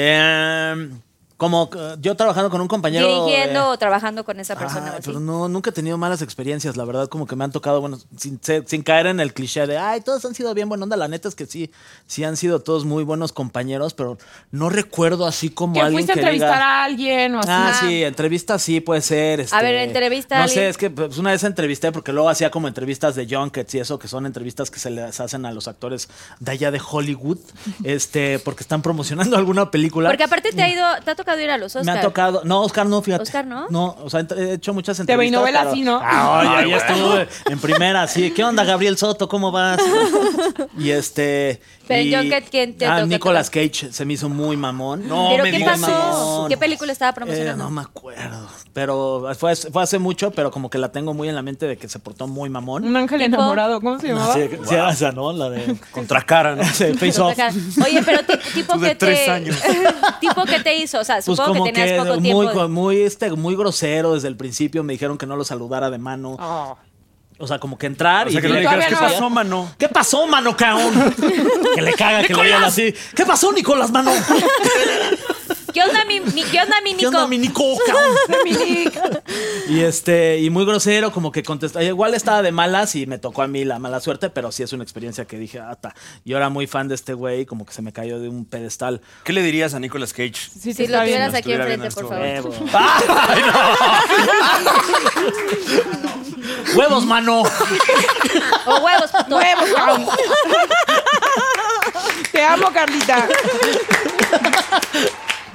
S5: Eh, como eh, yo trabajando con un compañero.
S1: Dirigiendo
S5: eh,
S1: o trabajando con esa persona.
S5: ajá,
S1: o así.
S5: pero Ah, no, nunca he tenido malas experiencias, la verdad, como que me han tocado, bueno, sin, ser- sin caer en el cliché de, ay, todos han sido bien buena onda, la neta es que sí, sí han sido todos muy buenos compañeros, pero no recuerdo así como
S6: Que
S5: alguien
S6: fuiste a
S5: que diga-
S6: entrevistar a alguien o así.
S5: Ah, sí, entrevista sí puede ser. este,
S1: ver, entrevista a
S5: No
S1: alguien.
S5: sé, es que pues, una vez entrevisté porque luego hacía como entrevistas de junkets y eso, que son entrevistas que se les hacen a los actores de allá de Hollywood, este, porque están promocionando alguna película.
S1: Porque aparte te ha ido, te ha tocado ir a los Oscars.
S5: Me ha tocado. No, Oscar no, fíjate.
S1: Oscar, ¿no?
S5: No, o sea, ent- he hecho muchas
S6: TV
S5: entrevistas.
S6: novela,
S5: pero-
S6: sí, ¿no?
S5: Ah, oye,
S4: Ay,
S5: ahí
S4: güey.
S5: estuve en primera, sí. ¿Qué onda, Gabriel Soto? ¿Cómo vas? y este.
S1: Pero en
S5: y-
S1: Junket, ¿quién te
S5: Ah,
S1: tocó?
S5: Nicolas Cage se me hizo muy mamón.
S4: No,
S1: ¿Pero
S4: me
S1: qué
S4: digas
S1: pasó?
S5: eso.
S1: ¿Qué película estaba
S5: Eh,
S1: promocionando?
S5: no me acuerdo, pero fue, hace- fue hace mucho, pero como que la tengo muy en la mente de que se portó muy mamón.
S6: Un ángel
S1: Tipo-
S6: enamorado, ¿cómo se llamaba?
S5: Sí, sí, esa, ¿no? La de
S4: Contracara, ¿no?
S5: sí, Face Off.
S1: Oye, pero ti- tipo
S4: Tú de
S1: que te.
S4: tres años.
S1: tipo que te hizo. O sea,
S5: Pues
S1: supongo
S5: como
S1: que
S5: que,
S1: tenías poco
S5: muy,
S1: tiempo.
S5: muy, este, muy grosero desde el principio, me dijeron que no lo saludara de mano.
S6: Oh.
S5: O sea, como que entrar
S4: O sea,
S5: y.
S4: que no le dijeras, ¿qué
S6: Todavía no.
S4: pasó, mano?
S5: ¿Qué pasó, mano, caón? que le caga que le digan así. ¿Qué pasó, Nicolás, mano?
S1: ¿Qué onda, mi, mi- qué onda, mi
S5: ¿Qué
S1: Nico?
S5: onda, mi Nico, caón? Y este, y muy grosero, como que contestó. Igual estaba de malas y me tocó a mí la mala suerte, pero sí es una experiencia que dije, ata. Yo era muy fan de este güey, como que se me cayó de un pedestal.
S4: ¿Qué le dirías a Nicolas Cage?
S6: Sí,
S1: si
S6: sí,
S1: lo
S6: está bien.
S1: tuvieras aquí
S4: estuviera
S1: enfrente, por
S6: este
S4: viendo
S1: favor.
S4: esto.
S5: ¡Huevos, mano!
S1: O huevos, puto.
S6: Huevos, cabrón. Te amo, Carlita.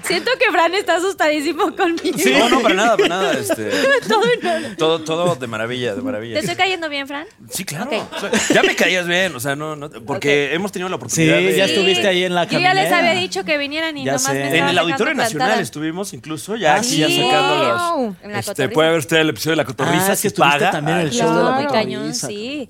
S1: Siento que Fran está asustadísimo conmigo.
S4: No, no, para nada, para nada. Este,
S1: Todo en-
S4: todo, todo de maravilla, de maravilla.
S1: ¿Te estoy cayendo bien, Fran?
S4: Sí, claro.
S1: Ok.
S4: O sea, ya me caías bien, o sea, no, no porque hemos tenido la
S5: Sí,
S4: oportunidad de...
S5: ya estuviste ahí en la
S1: Yo ya les
S5: caminera.
S1: había dicho que vinieran y
S5: Ya
S1: nomás
S5: sé.
S1: me
S5: En
S4: En
S1: estaban
S4: el Auditorio
S1: dejando
S4: Nacional
S1: plantada.
S4: estuvimos incluso, ya
S5: Ah,
S4: aquí
S5: sí.
S4: ya sacando
S6: Wow.
S1: En la
S4: los... Este,
S1: cotorrisa.
S4: puede ver usted el episodio de la cotorriza,
S5: Ah, es que
S4: si
S5: estuviste
S4: paga.
S5: también en el
S4: Ah,
S5: show de la
S1: Muy
S6: Claro.
S1: cañón,
S5: cotorriza.
S1: sí.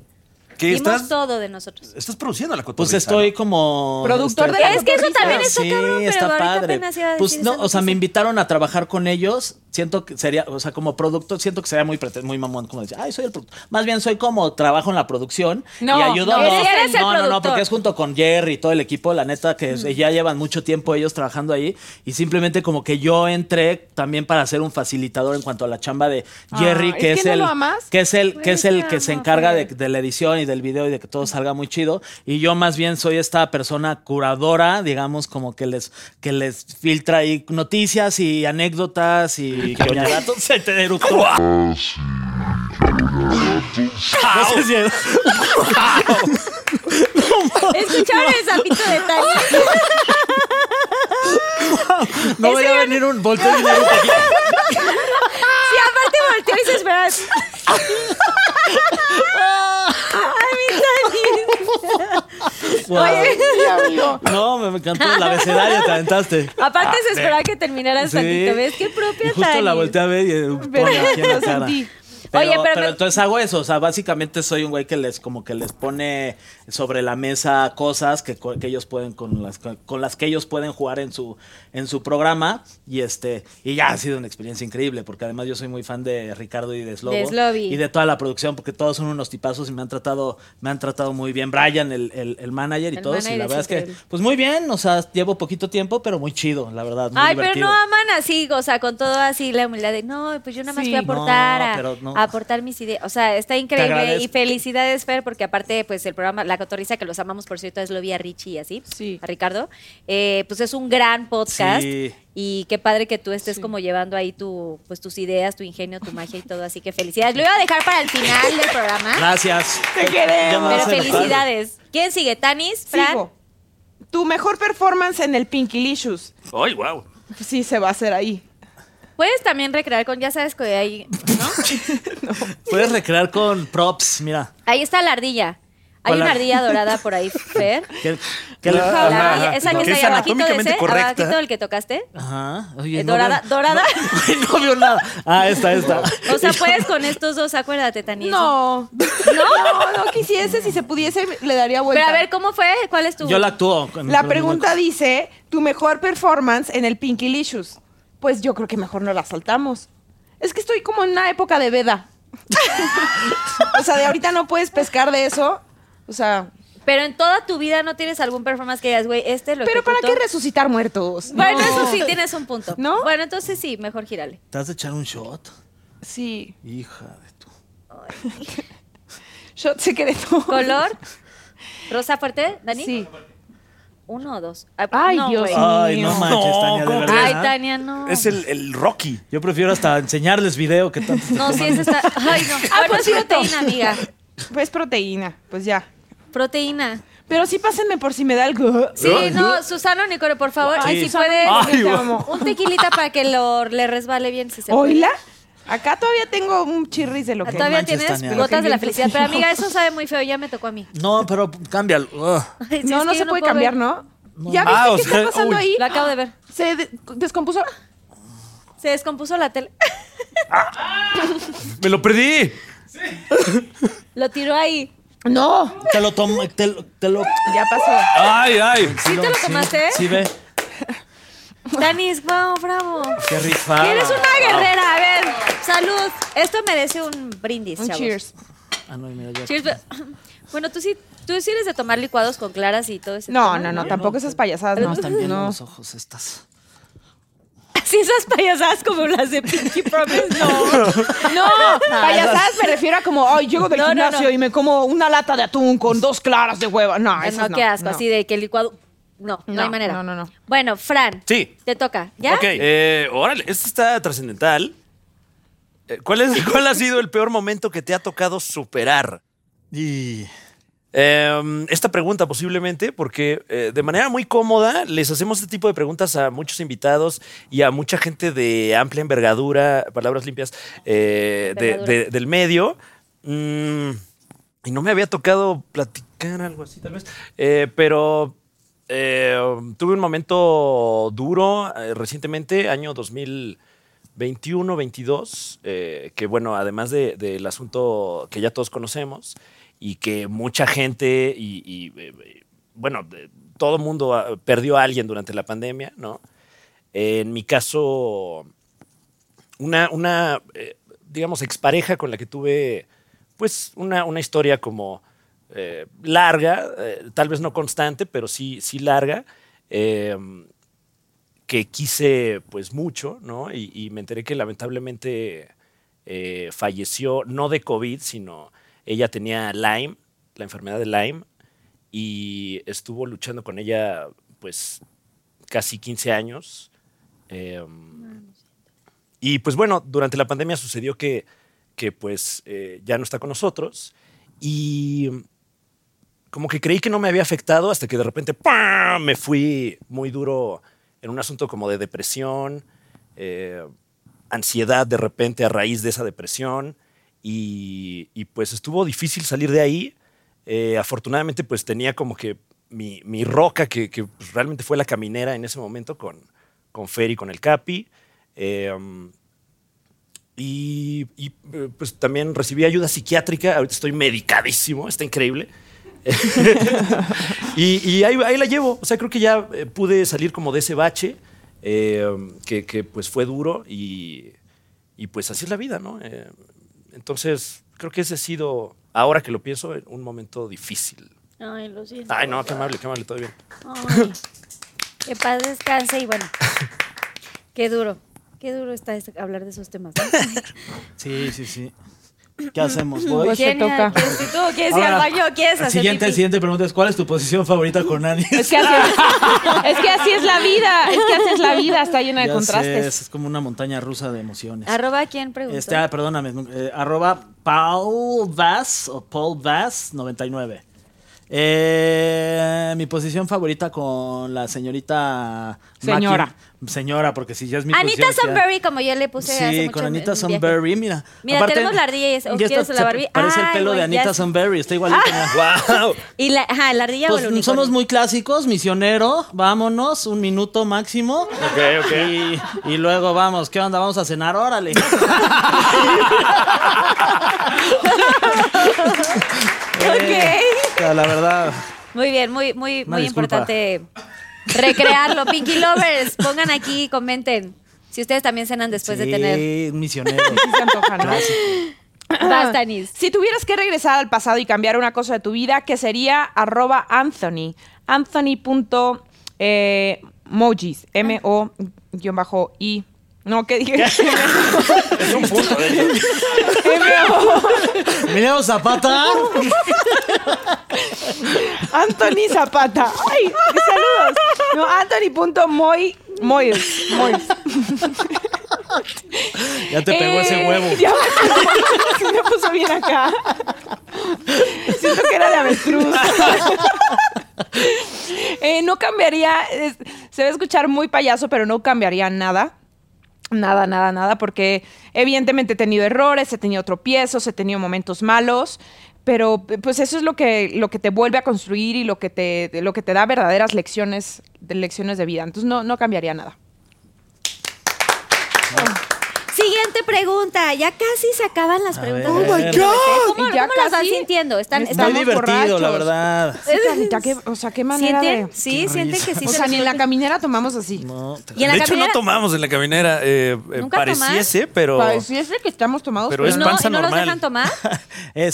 S4: ¿Qué
S1: Dimos
S4: estás?
S1: todo de nosotros.
S4: Estás produciendo la cotorriza.
S5: Pues estoy como.
S6: Productor
S5: este,
S6: de la
S1: Es que eso
S6: cotorrisa.
S1: también está
S5: sí,
S1: cabrón, pero
S5: está
S1: ahorita
S5: padre.
S1: apenas iba a
S5: Pues
S1: decir
S5: no,
S1: esa
S5: o sea, me
S1: noticia.
S5: invitaron a trabajar con ellos. Siento que sería, o sea, como producto, siento que sería muy, prete- muy mamón, como decir, ay, soy el productor. Más bien soy como trabajo en la producción
S6: No,
S5: y ayudo
S6: no,
S5: a los-
S1: eres el
S5: no, no, no,
S1: productor. Mm.
S5: porque es junto con Jerry y todo el equipo, la neta, que es- ya llevan mucho tiempo ellos trabajando ahí y simplemente como que yo entré también para ser un facilitador en cuanto a la chamba de
S6: Ah,
S5: Jerry,
S6: ¿es
S5: que
S6: que
S5: es
S6: no
S5: el
S6: lo amas?
S5: que es el que
S1: Güey,
S5: es el
S1: te
S5: que se
S1: amo,
S5: encarga de,
S1: Fer.
S5: de la edición y del video y de que todo salga muy chido. Y yo más bien soy esta persona curadora, digamos, como que les, que les filtra ahí noticias y anécdotas y cañadatos. Se te eructó. No sé si es-
S1: Escucharon el sapito de Tania.
S5: No voy a venir un volteo y un eructo.
S1: Sí, aparte volteó y se esperaba.
S5: Wow. No, me me encantó la abecedario, te aventaste.
S1: Aparte se esperaba que terminaras
S5: Ah, Sí.
S1: tantito. ¿Ves? Qué
S5: Y
S1: propia
S5: justo la
S1: Tania.
S5: volteé a ver y eh,
S6: Pero
S5: pone aquí en la
S6: lo
S5: cara.
S6: sentí.
S5: Pero,
S1: Oye, pero
S5: pero
S1: me-
S5: entonces hago eso, o sea, básicamente soy un güey que les como que les pone sobre la mesa cosas que, co- que ellos pueden con las con las que ellos pueden jugar en su en su programa y este y ya ha sido una experiencia increíble porque además yo soy muy fan de Ricardo y de Slobo
S1: De Slobi.
S5: y de toda la producción porque todos son unos tipazos y me han tratado me han tratado muy bien Brian el, el- el manager y
S1: El
S5: todos y
S1: manager
S5: la
S1: es
S5: verdad es
S1: increíble.
S5: que pues muy bien, o sea, llevo poquito tiempo pero muy chido, la verdad, muy
S1: Ay,
S5: divertido.
S1: pero no aman así, o sea, con todo así la humildad de, no, pues yo nada más
S6: Sí.
S1: voy a aportar,
S5: No,
S1: a-
S5: pero no.
S1: a, aportar mis ideas. O sea, está increíble.
S5: agradezco.
S1: Y felicidades, Fer, porque aparte, pues el programa La Cotorrisa, que los amamos, por cierto, es lo vi a Richie y así,
S6: Sí.
S1: a Ricardo, eh, pues es un gran podcast.
S5: Sí.
S1: Y qué padre que tú estés como llevando ahí tu, pues, tus ideas, tu ingenio, tu magia y todo. Así que felicidades. Lo iba a dejar para el final del programa,
S5: Gracias.
S6: Te queremos.
S1: pero
S5: vas a enojar.
S1: felicidades. ¿Quién sigue? ¿Tanis? ¿Fran?
S6: Sigo. Tu mejor performance en el Pinkilicious.
S4: ¡Ay, wow!
S6: Sí, se va a hacer ahí.
S1: Puedes también recrear con, ya sabes que ahí, ¿no?
S5: Puedes recrear con props, mira.
S1: Ahí está la ardilla. Hay
S5: Hola.
S1: una ardilla dorada por ahí, Fer.
S5: Que- que la-
S1: La
S4: Ajá.
S1: ardilla, esa que
S4: Que
S1: está ahí
S4: es
S1: abajito de
S4: anatómicamente
S1: ese,
S4: correcta.
S1: abajito del que tocaste.
S5: Ajá. Oye,
S1: Eh,
S5: no
S1: dorada,
S5: veo-
S1: dorada.
S5: Ay, no veo nada. Ah, esta, esta.
S1: O sea, puedes con estos dos, acuérdate, Tania.
S6: No. No, no quisiese. Si se pudiese, le daría vuelta.
S1: Pero a ver, ¿cómo fue? ¿Cuál es tu?
S5: Yo la actúo. con-
S6: La
S5: con-
S6: pregunta dice, tu mejor performance en el Pinkilicious. Pues yo creo que mejor no la saltamos. Es que estoy como en una época de veda. o sea, de ahorita no puedes pescar de eso. O sea,
S1: Pero en toda tu vida no tienes algún performance que digas, güey, este lo
S6: pero ¿para qué
S1: ejecutó.
S6: resucitar muertos?
S1: Bueno,
S6: No.
S1: eso sí, tienes un punto.
S6: ¿No?
S1: Bueno, entonces sí, mejor gírale.
S5: ¿Te has de echar un shot?
S6: Sí.
S5: Hija de tu.
S6: Shot secreto.
S1: ¿Color? ¿Rosa fuerte, Dani?
S6: Sí.
S1: ¿Uno o dos? Ah,
S6: Ay,
S1: no,
S6: Dios
S1: güey.
S6: mío.
S5: Ay, no manches,
S4: No,
S5: Tania, de
S4: ¿cómo
S5: Ah, verdad.
S1: Ay, Tania, no.
S4: Es el, el Rocky.
S5: Yo prefiero hasta enseñarles video que tanto.
S1: No, sí, ese está... Ay, no.
S6: Ah,
S1: Ah,
S6: por
S1: pues
S6: cierto.
S1: proteína, amiga.
S6: Pues proteína, pues ya.
S1: Proteína.
S6: Pero sí pásenme por si me da algo.
S1: Sí, no, Susana Nicoro, por favor, ay, si
S6: Susana,
S1: puede,
S6: te
S5: Ay,
S6: amo.
S1: un tequilita para que lo, le resbale bien si se puede.
S6: ¿Oila? Acá todavía tengo un chirris de lo
S1: Ah,
S6: que...
S1: Todavía
S5: manches,
S1: tienes
S5: Tania.
S1: gotas de la
S6: Pero qué bien
S1: felicidad, pero amiga, eso sabe muy feo, ya me tocó a mí.
S5: No, pero cámbialo. Ugh.
S1: Ay, sí,
S6: No,
S1: es
S6: no
S1: que
S6: se
S1: yo
S6: puede
S1: puedo
S6: cambiar,
S1: ver.
S6: ¿no? ¿Ya viste
S4: Ah, o
S6: qué
S4: sea,
S6: está pasando
S4: uy.
S6: ahí?
S1: Lo acabo de ver.
S6: Se de- descompuso.
S1: Se descompuso la tele.
S4: ¡Me lo perdí!
S1: Lo tiró ahí.
S6: No,
S5: Te lo tomo. Te, lo- te lo.
S6: ya pasó.
S4: ¡Ay, ay!
S1: ¿Sí te lo tomaste?
S5: Sí, ve.
S1: Danis, wow, bravo.
S5: Qué rifa.
S1: Eres una guerrera, a ver. Salud. Esto merece un brindis,
S6: Un
S1: chavos.
S6: cheers.
S5: Ah, no, mira, ya.
S1: Cheers, pero- Bueno, tú sí, tú sí eres de tomar licuados con claras y todo ese
S6: No,
S1: tema?
S6: no, no, tampoco esas payasadas.
S5: No,
S6: No,
S5: están bien
S6: no.
S5: los ojos estas.
S1: Así esas payasadas como las de Pinky Promise, no.
S6: No, payasadas me refiero a como, ay, llego del
S1: No, no,
S6: gimnasio
S1: no.
S6: y me como una lata de atún con dos claras de hueva. No,
S1: Ay,
S6: esas
S1: no,
S6: no.
S1: qué asco,
S6: no.
S1: así de que el licuado. No, no,
S6: No,
S1: hay manera.
S6: no, no, no.
S1: Bueno, Fran.
S4: Sí.
S1: Te toca, ¿ya?
S4: Ok, eh, órale, esto está trascendental. Eh, ¿Cuál, es, ¿Cuál ha sido el peor momento que te ha tocado superar?
S5: Y
S4: Eh, esta pregunta posiblemente, porque eh, de manera muy cómoda les hacemos este tipo de preguntas a muchos invitados y a mucha gente de amplia envergadura, palabras limpias, eh, de-
S1: Envergadura.
S4: de- del medio. Mm, y no me había tocado platicar algo así, tal vez. Eh, pero eh, tuve un momento duro eh, recientemente, año 2021, 22, eh, que bueno, además de- del asunto que ya todos conocemos y que mucha gente y, y, eh, eh, bueno, de- todo mundo ah, perdió a alguien durante la pandemia, ¿no? En mi caso, una, una eh, digamos, expareja con la que tuve, pues, una, una historia como eh, larga, eh, tal vez no constante, pero sí, sí larga, eh, que quise, pues, mucho, ¿no? Y, y me enteré que lamentablemente eh, falleció, no de COVID, sino ella tenía Lyme, la enfermedad de Lyme, y estuvo luchando con ella, pues, casi 15 años. em, y pues bueno, durante la pandemia sucedió que, que pues eh, ya no está con nosotros y como que creí que no me había afectado hasta que de repente ¡pam! me fui muy duro en un asunto como de depresión, eh, ansiedad de repente a raíz de esa depresión y, y, pues estuvo difícil salir de ahí. Eh, afortunadamente pues tenía como que mi, mi roca que, que, pues, realmente fue la caminera en ese momento con, con Fer y con el Capi. Eh, y, y, eh, pues también recibí ayuda psiquiátrica. Ahorita estoy medicadísimo, está increíble. y y ahí, ahí la llevo. O sea, creo que ya eh, pude salir como de ese bache eh, que, que, pues fue duro y, y, pues así es la vida, ¿no? Eh, entonces, creo que ese ha sido, ahora que lo pienso, un momento difícil.
S1: Ay, lo siento.
S4: Ay, no, qué amable, qué amable, todo bien.
S1: Ay, que paz descanse y bueno. Qué duro. Qué duro está este- hablar de esos temas. ¿no?
S5: sí, sí, sí. ¿Qué hacemos? ¿Voy?
S6: Pues te
S1: ¿Quién era?
S6: toca.
S1: ¿Quieres- si tú quieres ir al
S5: Ahora,
S1: baño o quieres
S5: la
S1: hacer
S5: siguiente,
S1: pipí?
S5: siguiente pregunta es: ¿Cuál es tu posición favorita con Ani?
S6: Es que, así es, es que así es la vida, es que así es la vida, está llena de
S5: Ya sé,
S6: contrastes.
S5: es como una montaña rusa de emociones.
S1: Arroba quién preguntó.
S5: Este, ah, perdóname, eh, arroba Paul Vaz o Paul Vaz 99. Eh, mi posición favorita con la señorita
S6: Señora.
S5: Maki- señora, porque si ya es mi
S1: Anita
S5: posición, ya-
S1: Sunbury, como yo le puse hace
S5: Sí,
S1: mucho
S5: con
S1: en- en
S5: Anita
S1: un
S5: Sunbury, mira.
S1: Mira, tenemos la ardilla y es- ¿o
S5: ya
S1: quieres
S5: está-
S1: la
S5: se
S1: Barbie?
S5: Parece el
S1: Ay,
S5: pelo de
S1: güey, ya
S5: Anita
S1: es-
S5: Sunbury, está igualito.
S4: ¡Wow!
S1: viaje. Y la, ajá, la ardilla o el
S5: Pues
S1: unicornio.
S5: somos muy clásicos, misionero, vámonos, un minuto máximo. Y, y luego vamos, ¿qué onda? Vamos a cenar, órale.
S1: Ok.
S5: O sea, Eh, la verdad.
S1: Muy bien, muy, muy,
S5: Una
S1: muy
S5: disculpa.
S1: importante recrearlo. Pinky Lovers, pongan aquí, comenten. Si ustedes también cenan después
S5: sí,
S1: de tener.
S5: un misionero.
S6: Sí se antoja, ¿no?
S1: Basta, Nis.
S6: Ah, Si tuvieras que regresar al pasado y cambiar una cosa de tu vida, que sería arroba Anthony. Anthony. punto, eh, Mojis. M-O-I. No, ¿qué dije?
S4: Es un punto. de hecho.
S5: Emiliano Zapata.
S6: Anthony Zapata. ¡Ay! ¡Saludos! No, Anthony. punto Moy. Moyes. Moyes.
S5: Ya te pegó ese
S6: Eh,
S5: huevo.
S6: Ya me puso, me puso bien acá. Siento que era de avestruz. Eh, no cambiaría, es- se va a escuchar muy payaso, pero no cambiaría nada. Nada, nada, nada, porque evidentemente he tenido errores, he tenido tropiezos, he tenido momentos malos, pero p- pues eso es lo que, lo que te vuelve a construir y lo que te, lo que te da verdaderas lecciones, de lecciones de vida. Entonces no, no cambiaría nada.
S1: Siguiente siguiente pregunta. Ya casi se acaban las preguntas.
S5: ver. Oh, my
S1: ¿Cómo-
S6: God.
S1: ¿Cómo,
S6: Y ya
S1: cómo las vas
S6: casi
S1: sintiendo? Están,
S6: Muy
S1: están
S5: Muy
S6: Estamos
S5: divertido, la
S6: borrachos.
S5: verdad.
S6: Sí, Carlita, qué- o sea, qué manera
S1: ¿Sienten?
S6: de...
S1: Sí, sienten que sí
S6: O
S1: se
S6: sea,
S1: les
S6: ni en la
S1: suelta.
S6: caminera tomamos así.
S5: No,
S1: Y en la
S8: de hecho, no
S1: caminera-
S8: tomamos en la caminera. eh, eh,
S1: ¿Nunca
S8: pareciese, pero.
S6: Pareciese que estamos tomados,
S8: Pero
S6: pero,
S8: es
S1: ¿No?
S8: panza
S1: ¿Y no los
S8: normal.
S1: dejan tomar?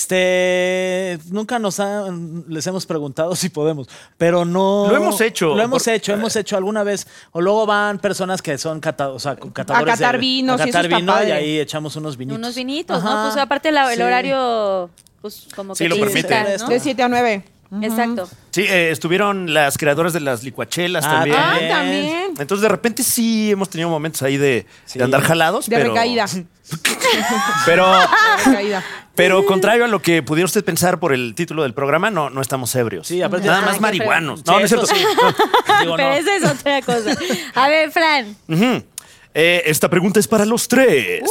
S5: Este, nunca nos han, les hemos preguntado si podemos, pero no.
S4: Lo hemos hecho.
S5: Lo hemos
S4: Por-
S5: hecho, hemos hecho alguna vez. O luego van personas que son cata- o sea, con catadores.
S6: A catar
S5: de-
S6: vinos,
S5: a
S6: y eso
S5: catar
S6: está
S5: vino y
S6: padre.
S5: ahí echamos unos vinitos.
S1: Unos vinitos,
S5: Ajá,
S1: ¿no? Pues aparte la- el
S5: sí.
S1: horario, pues como que
S4: Sí, lo
S1: te
S4: permite.
S1: incita, ¿no?
S6: de 7 a 9.
S1: Exacto.
S4: Sí, eh, estuvieron las creadoras de las licuachelas
S5: Ah,
S4: también.
S6: Ah,
S5: Bien.
S6: también.
S4: Entonces, de repente sí hemos tenido momentos ahí de, de andar jalados.
S6: De
S4: pero, Ah.
S6: recaída.
S4: Pero,
S6: Recaída.
S4: pero contrario a lo que pudiera usted pensar por el título del programa, no, no estamos ebrios.
S5: Sí, aparte-
S4: Nada
S5: Ay,
S4: más
S5: qué
S4: marihuanos.
S5: feo.
S4: No, no es
S5: Sí,
S4: cierto.
S5: eso Digo,
S1: Pero
S5: no.
S1: esa es otra cosa. A ver, Fran.
S4: Ujú. Eh, esta pregunta es para los tres.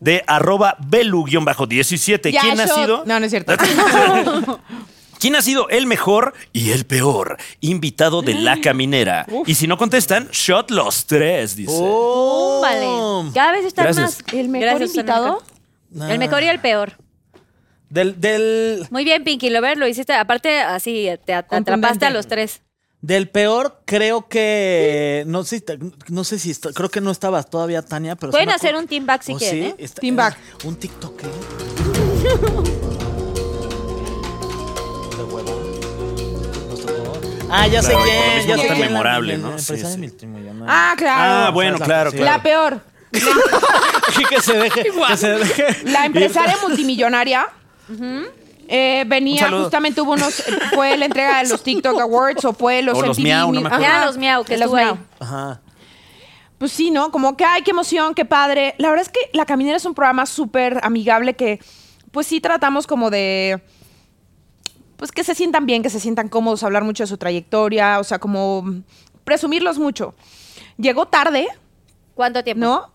S4: De arroba belu-17.
S6: Uh. Ya,
S4: ¿Quién ha
S6: shot.
S4: sido?
S6: No, no es cierto.
S4: ¿Quién ha sido el mejor y el peor invitado de la caminera? Y si no contestan, shot los tres, dice.
S5: Oh.
S1: Vale. Cada vez están
S4: Gracias.
S1: más.
S6: ¿El mejor
S1: Gracias, Susana.
S6: invitado?
S1: El mejor y el peor.
S5: Del, del,
S1: Muy bien, Pinky Lover, lo hiciste. Aparte, así te at- atrapaste
S6: Contundente.
S1: a los tres.
S5: del peor, creo que. No sé, no sé si. está- creo que no estaba todavía Tania, pero. sí
S1: Pueden
S5: me
S1: hacer
S5: acuerdo-
S1: un team back si
S5: Oh,
S1: quieren,
S5: sí,
S1: ¿eh?
S5: está-
S6: Team back.
S5: Un TikTok. ¿eh? De huevo. Nos tocó. Ah, ya sé
S4: Claro, por lo
S5: quién.
S4: mismo no tan
S5: Ya sé quién. la-
S4: memorable, ¿no?
S5: la
S4: Sí,
S5: empresaria
S4: sí.
S5: multimillonaria.
S6: Ah, claro.
S4: Ah, bueno,
S5: Esa-
S4: claro,
S5: sí.
S6: La
S4: claro.
S6: peor.
S5: Y que se deje. que se deje.
S6: La empresaria multimillonaria. eh,
S4: Un
S6: venía,
S4: saludo.
S6: justamente hubo unos. Fue la entrega de los TikTok Awards o fue los
S4: O los
S6: MTV
S4: Miau, no me acuerdo.
S6: Ajá,
S1: Ya Ah, los Miau, que
S6: los
S1: estuvo ahí.
S6: Miau.
S5: Ajá.
S6: Pues sí, ¿no? Como que, ay, qué emoción, qué padre. La verdad es que La Caminera es un programa súper amigable que, pues sí, tratamos como de. Pues que se sientan bien, que se sientan cómodos, hablar mucho de su trayectoria, o sea, como mm, presumirlos mucho. Llegó tarde,
S1: ¿Cuánto tiempo?
S6: ¿no?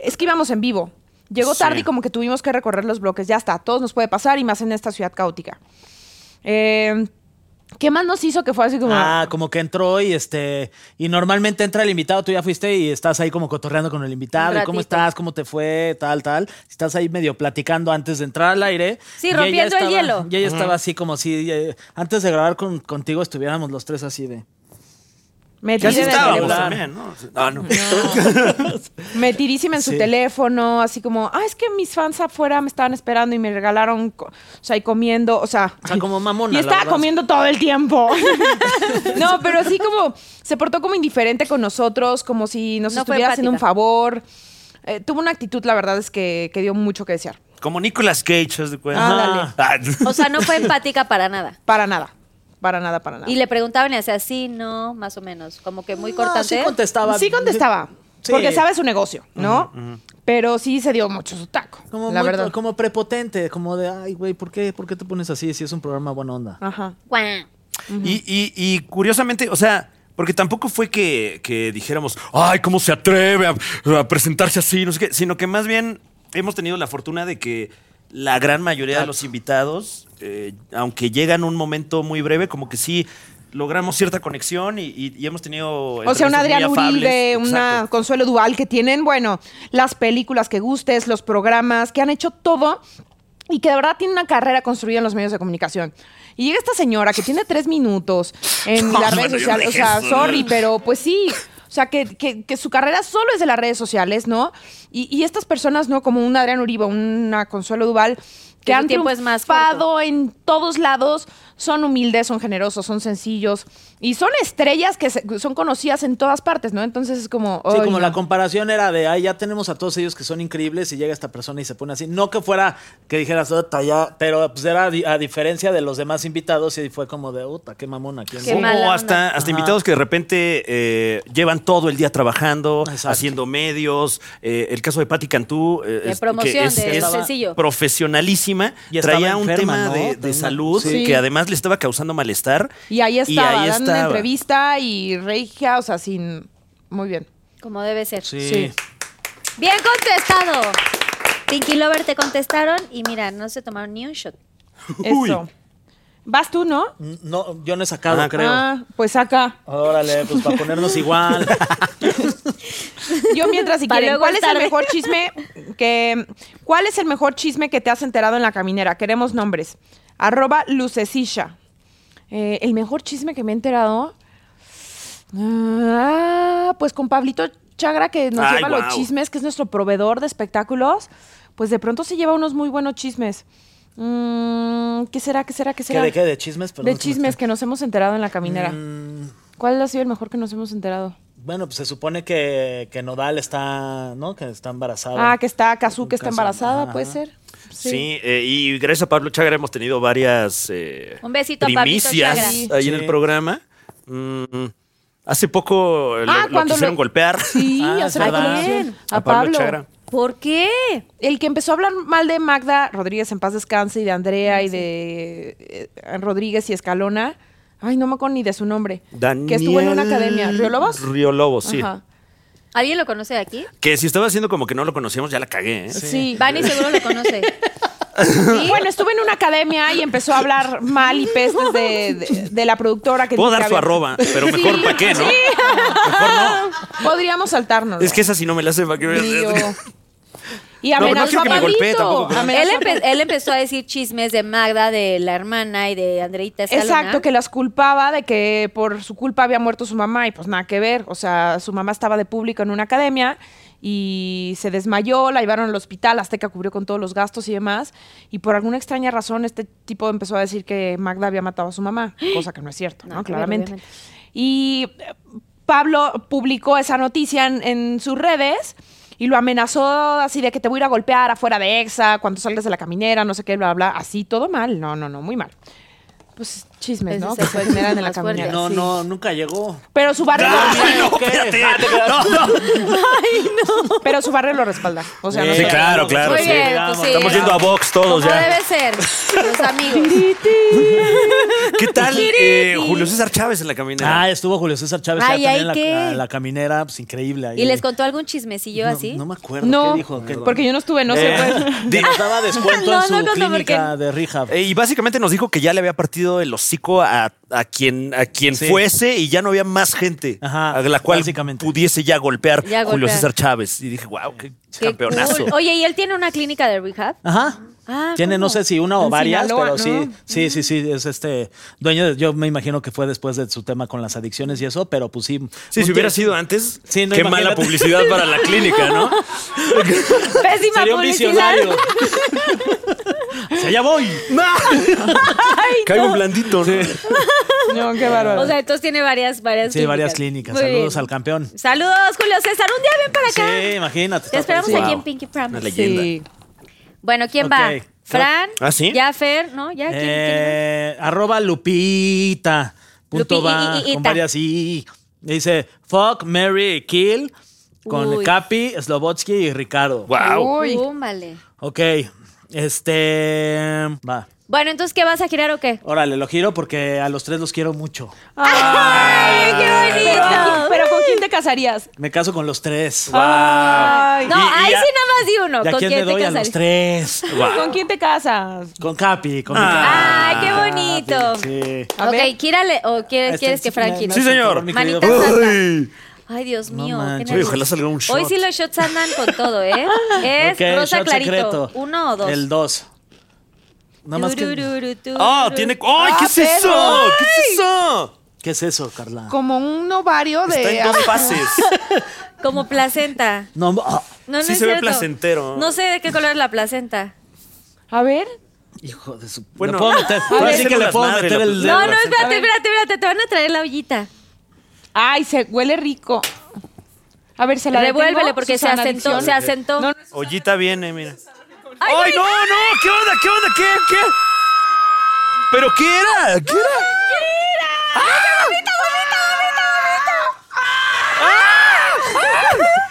S6: Es que íbamos en vivo. Llegó tarde
S4: Sí.
S6: y como que tuvimos que recorrer los bloques. Ya está, a todos nos puede pasar y más en esta ciudad caótica. Eh, ¿Qué más nos hizo que fue así como...
S5: Ah, como que entró y este. Y normalmente entra el invitado, tú ya fuiste y estás ahí como cotorreando con el invitado.
S1: Un
S5: ¿y ¿Cómo
S1: ratito.
S5: estás? ¿Cómo te fue? Tal, tal. Estás ahí medio platicando antes de entrar al aire.
S1: Sí,
S5: Y ella
S1: rompiendo el
S5: estaba-
S1: hielo.
S5: Y ella estaba así como si eh, antes de grabar con- contigo estuviéramos los tres así de.
S6: me
S4: Que
S6: tiré
S4: así
S6: del
S4: estábamos
S6: celular.
S4: también, ¿no? Ah, no.
S6: metidísima en
S5: Sí.
S6: su teléfono, así como, ah, es que mis fans afuera me estaban esperando y me regalaron, co- o sea, y comiendo, o sea,
S5: O sea, como mamona,
S6: y
S5: la
S6: estaba
S5: verdad.
S6: comiendo todo el tiempo. no, pero así como se portó como indiferente con nosotros, como si nos
S1: No fue
S6: estuviera haciendo un
S1: empática.
S6: favor. Eh, tuvo una actitud, la verdad es que, que dio mucho que desear.
S4: Como Nicolas Cage, ¿haz de cuenta?
S5: Ándale.
S4: Ah.
S1: O sea, no fue empática para nada.
S6: Para nada, para nada, para nada.
S1: Y le preguntaban y hacía así, no, más o menos. Como que muy
S5: No,
S1: cortante.
S5: sí contestaba.
S6: sí contestaba,
S5: Sí.
S6: porque sabe su negocio, ¿no? Pero sí se dio mucho su taco,
S5: Como,
S6: la
S5: muy-
S6: verdad.
S5: como prepotente, como de, ay, güey, ¿por qué, ¿por qué te pones así si es un programa buena onda?
S6: Ajá.
S1: Guau.
S4: Y, y- y curiosamente, o sea, porque tampoco fue que, que dijéramos, ay, cómo se atreve a, a presentarse así, no sé qué, sino que más bien hemos tenido la fortuna de que la gran mayoría de los invitados, eh, aunque llegan un momento muy breve, como que sí logramos cierta conexión y, y- y hemos tenido.
S6: O
S4: entrevistas muy
S6: sea, un Adrián
S4: afables.
S6: Uribe, una
S4: Exacto.
S6: Consuelo Duval que tienen, bueno, las películas que gustes, los programas, que han hecho todo y que de verdad tienen una carrera construida en los medios de comunicación. Y llega esta señora que tiene tres minutos en las
S4: Ah, Bueno, yo no
S6: redes sociales. O
S4: dije
S6: sea,
S4: eso, ¿no?
S6: sorry, pero pues sí. O sea, que, que- que su carrera solo es de las redes sociales, ¿no? Y, y estas personas, ¿no? Como un Adrián Uribe, una Consuelo Duval,
S1: Que
S6: que
S1: su
S6: han
S1: tiempo es más
S6: triunfado en todos lados, son humildes, son generosos, son sencillos y son estrellas que se- son conocidas en todas partes, ¿no? Entonces es como...
S5: Sí,
S6: ay,
S5: como
S6: no.
S5: la comparación era de, ay, ya tenemos a todos ellos que son increíbles y llega esta persona y se pone así. No que fuera que dijeras, "Ota, ya", pero pues era di- a diferencia de los demás invitados y fue como de, puta, qué mamona. ¿quién
S1: Qué
S5: es?".
S4: Como
S1: mala onda.
S4: hasta, hasta
S5: Ajá.
S4: invitados que de repente eh, llevan todo el día trabajando,
S5: Exacto.
S4: haciendo medios. Eh, el caso de Patti Cantú, eh,
S1: De
S4: es-
S1: promoción, de
S5: estaba-
S1: sencillo.
S4: profesionalísima.
S5: Y estaba
S4: traía un
S5: enferma,
S4: tema
S5: ¿no?
S4: de, de
S5: Tenía-
S4: salud
S6: Sí.
S4: que además le estaba causando malestar.
S6: Y ahí estaba, dando una
S4: estaba.
S6: entrevista y regia, o sea, sin... Muy bien.
S1: Como debe ser.
S5: Sí.
S6: Sí.
S1: Bien contestado. Pinky Lover te contestaron y mira, no se tomaron ni un shot.
S6: Eso. Vas tú, ¿no?
S5: No, yo no he sacado,
S4: Ah,
S5: creo.
S6: Ah, pues acá.
S5: Órale, pues para ponernos igual.
S6: Yo mientras si
S1: Pa'
S6: quieren,
S1: luego
S6: ¿cuál
S1: es
S6: es el
S1: tarde.
S6: mejor chisme que cuál es el mejor chisme que te has enterado en la caminera? Queremos nombres. Arroba lucecilla. Eh, el mejor chisme que me he enterado. Ah, pues con Pablito Chagra, que nos
S4: Ay,
S6: lleva los
S4: guau.
S6: chismes, que es nuestro proveedor de espectáculos, pues de pronto se lleva unos muy buenos chismes. Mm, ¿Qué será? ¿Qué será? ¿Qué
S5: ¿Qué
S6: será?
S5: de qué? ¿De chismes? Perdón,
S6: De
S5: se me
S6: chismes
S5: fue.
S6: que nos hemos enterado en la caminera.
S5: Mm,
S6: ¿Cuál ha sido el mejor que nos hemos enterado?
S5: Bueno, pues se supone que, que Nodal está, ¿no? Que está
S4: Oh.
S5: embarazada.
S6: Ah, que está Kazu, que está
S5: Kazu,
S6: embarazada,
S5: ajá.
S6: puede ser.
S4: Sí, eh, y gracias a Pablo Chagra hemos tenido varias eh,
S1: Un besito a Pablito Chagra.
S4: primicias
S1: Sí.
S4: ahí en
S5: Sí.
S4: el programa. Mm, hace poco eh, lo-
S6: Ah,
S4: lo,
S6: cuando
S4: quisieron
S6: lo-
S4: golpear
S6: Sí,
S5: Ah,
S6: hace
S5: es
S6: poco
S5: verdad.
S6: lo hicieron.
S4: a,
S6: A
S4: Pablo,
S6: Pablo.
S4: Chagra.
S1: ¿Por qué?
S6: El que empezó a hablar mal de Magda Rodríguez en paz descanse y de Andrea y de eh, Rodríguez y Escalona. Ay, no me acuerdo ni de su nombre. Que estuvo en una
S4: Daniel
S6: academia. ¿Riolobos?
S4: Riolobos, sí.
S6: Ajá.
S1: ¿Alguien lo conoce de aquí?
S4: Que si estaba haciendo como que no lo conocíamos, ya la cagué. ¿eh?
S6: Sí.
S1: Vani seguro lo conoce.
S6: Bueno, estuvo en una academia y empezó a hablar mal y pestes de, de- de la productora que
S4: Puedo
S6: dice
S4: dar
S6: que
S4: su
S6: había-
S4: arroba, pero mejor para qué, ¿no?
S6: Podríamos saltarnos.
S4: Es que esa sí no me la hace para
S6: Y, yo-
S4: que
S6: y
S4: pero no
S6: amenazó
S4: quiero
S6: a
S4: que me golpee
S6: Pablito.
S4: tampoco,
S1: Él,
S6: Amenazó a
S1: empe- él empezó a decir chismes de Magda, de la hermana y de Andreita Escalona.
S6: Exacto, que las culpaba de que por su culpa había muerto su mamá y pues nada que ver. O sea, su mamá estaba de público en una academia y se desmayó, la llevaron al hospital, Azteca cubrió con todos los gastos y demás. Y por alguna extraña razón este tipo empezó a decir que Magda había matado a su mamá, cosa que no es cierto, ¿no?
S1: No, claro,
S6: Claramente.
S1: obviamente.
S6: Y eh, Pablo publicó esa noticia en, en sus redes. Y lo amenazó así de que te voy a ir a golpear afuera de Exa, cuando salgas de la caminera, no sé qué, bla, bla. Así, todo mal. No, no, no, muy mal. Pues chismes,
S1: Ese
S6: ¿no?
S1: es
S6: Que
S1: el
S6: fue
S1: chisme
S6: general en la
S1: más fuerte.
S6: caminera.
S5: No,
S6: sí.
S5: no, nunca llegó.
S6: Pero su barrio,
S4: no, espérate.
S1: Ah,
S4: No, no.
S6: pero su barrio lo respalda. O sea, no
S4: Sí,
S6: sé.
S4: claro, claro.
S1: Muy
S4: sí.
S1: bien, pues sí.
S4: Estamos yendo a box todos
S1: Como
S4: ya.
S1: debe ser, los amigos.
S4: ¿Qué tal eh, Julio César Chávez en la caminera?
S5: Ah, estuvo Julio César Chávez
S1: Ay,
S5: ya
S1: ay,
S5: también en la-
S1: ¿qué?
S5: la, la caminera, pues increíble. ahí.
S1: ¿Y les contó algún chismecillo
S5: No,
S1: así?
S5: No me acuerdo
S6: No,
S5: qué dijo. que-
S6: porque yo no estuve, no sé.
S5: Eh,
S6: pues.
S5: que nos daba descuento
S1: No,
S5: en su
S1: no, no, porque-
S5: clínica de Rehab.
S4: Eh, y básicamente nos dijo que ya le había partido el hocico a, a quien, a quien
S5: Sí.
S4: fuese y ya no había más gente
S5: Ajá,
S4: a la cual
S5: básicamente.
S4: pudiese ya golpear,
S1: Ya
S4: Julio
S1: golpear.
S4: César Chávez. Y dije, wow, qué,
S1: Qué
S4: campeonazo.
S1: cool. Oye, ¿y él tiene una clínica de rehab?
S5: Ajá.
S1: Ah,
S5: Tiene,
S1: ¿cómo?
S5: no sé si una o
S6: En
S5: varias,
S6: Sinaloa,
S5: pero sí,
S6: ¿no?
S5: sí, sí, sí, es este dueño de, yo me imagino que fue después de su tema con las adicciones y eso, pero pues sí.
S4: Sí,
S5: un
S4: si
S5: tie-
S4: hubiera sido antes,
S5: Sí, no,
S4: qué
S5: imagínate.
S4: mala publicidad para la clínica, ¿no?
S1: Pésima
S5: Sería un
S1: publicidad.
S5: visionario. Hacia allá voy.
S4: Caigo en blandito, ¿no?
S6: No, qué bárbaro.
S1: O sea, entonces tiene varias, varias
S5: Sí,
S1: clínicas.
S5: varias clínicas.
S1: Muy
S5: Saludos
S1: bien.
S5: al campeón.
S1: Saludos, Julio César. Un día ven para acá.
S5: Sí, imagínate.
S1: Te
S5: está
S1: esperamos
S5: padrísimo.
S1: aquí
S4: Wow.
S1: en Pinky
S4: Una
S1: Promise.
S4: leyenda.
S1: Bueno, ¿quién
S5: Ok.
S1: va? ¿Fran?
S4: ¿Ah, sí?
S1: ¿Ya Fer? ¿No? ¿Ya? ¿Quién, quién
S5: Eh, arroba Lupita. Punto
S1: Lupi-
S5: va,
S1: i- i-
S5: con
S1: ita.
S5: varias i. Dice Fuck, Mary, Kill con
S1: Uy.
S5: Capi, Slobotsky y Ricardo.
S4: Wow.
S1: va?
S6: Uy.
S1: Túmbale.
S5: Ok. Este. Va.
S1: Bueno, entonces, ¿qué vas a girar o qué?
S5: Órale, lo giro porque a los tres los quiero mucho.
S1: ¡Ay, qué
S6: Pero, ¿con
S1: bonito!
S6: quién- pero ¿con quién te casarías?
S5: Me caso con los tres.
S6: Ay,
S1: No,
S4: Y- y
S1: ahí
S4: ya-
S1: sí nada más di uno.
S5: ¿Y a
S1: Oh, ¿Con
S5: quién me
S1: quién te
S5: doy? A los
S1: casarías?
S5: tres.
S6: ¿Con quién te casas?
S5: Con Capi, con mi
S1: Ay, Ah, qué
S5: Capi,
S1: bonito.
S5: Ah, sí.
S6: A ver.
S1: Ok, quírale o quieres,
S5: Este,
S1: quieres que
S5: sí, me-
S1: Frankie.
S5: me
S4: Sí,
S5: hace
S4: señor.
S5: favor, mi querido
S1: Manita
S5: Frank.
S1: santa.
S4: Ay.
S1: Ay, Dios mío. qué
S4: Oye,
S5: manches.
S1: nervios.
S4: ojalá salga un shot.
S1: Hoy sí los shots andan con todo, ¿eh? Es
S5: Ok,
S1: rosa
S5: shot
S1: clarito.
S5: secreto.
S1: ¿Uno o dos?
S5: El dos. Nada más que...
S1: Turururu, turururu.
S4: ¡Ah, tiene. ¡Ay, qué es
S6: Ah,
S4: eso! ¿Qué es eso?
S5: ¿Qué es eso, Carla?
S6: Como un ovario
S4: Está
S6: de.
S4: en dos fases.
S1: Como placenta.
S5: No, ah,
S1: No, no
S4: Sí
S1: es
S4: se ve
S1: cierto.
S4: placentero.
S1: No sé de qué color es la placenta.
S6: A ver.
S5: hijo de su...
S4: Bueno,
S5: Bueno, puedo meter. Ahora sí que le puedo
S4: madre,
S5: meter
S4: la-
S5: el
S4: De
S1: No,
S5: dedo.
S1: no, espérate, espérate, espérate. Te van a traer la ollita.
S6: Ay, se huele rico. A ver, se la
S1: Revuélvele
S6: detengo?
S1: porque se
S6: Susana,
S1: asentó.
S6: adicción.
S1: Se asentó.
S6: No, no,
S4: Ollita viene, mira.
S1: Ay,
S4: ¡Ay, no, no! ¿Qué onda? ¿Qué onda? ¿Qué? ¿Qué? ¿Pero qué era? ¿Qué era? ¡Ah!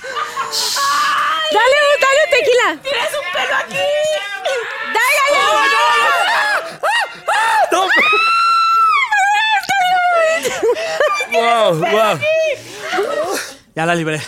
S4: ¡Ah!
S1: Dale, dale un tequila.
S6: ¡Tienes un pelo aquí!
S4: ¡Ah! ¡No! ¡Wow! ¡Wow!
S5: Ya la libré.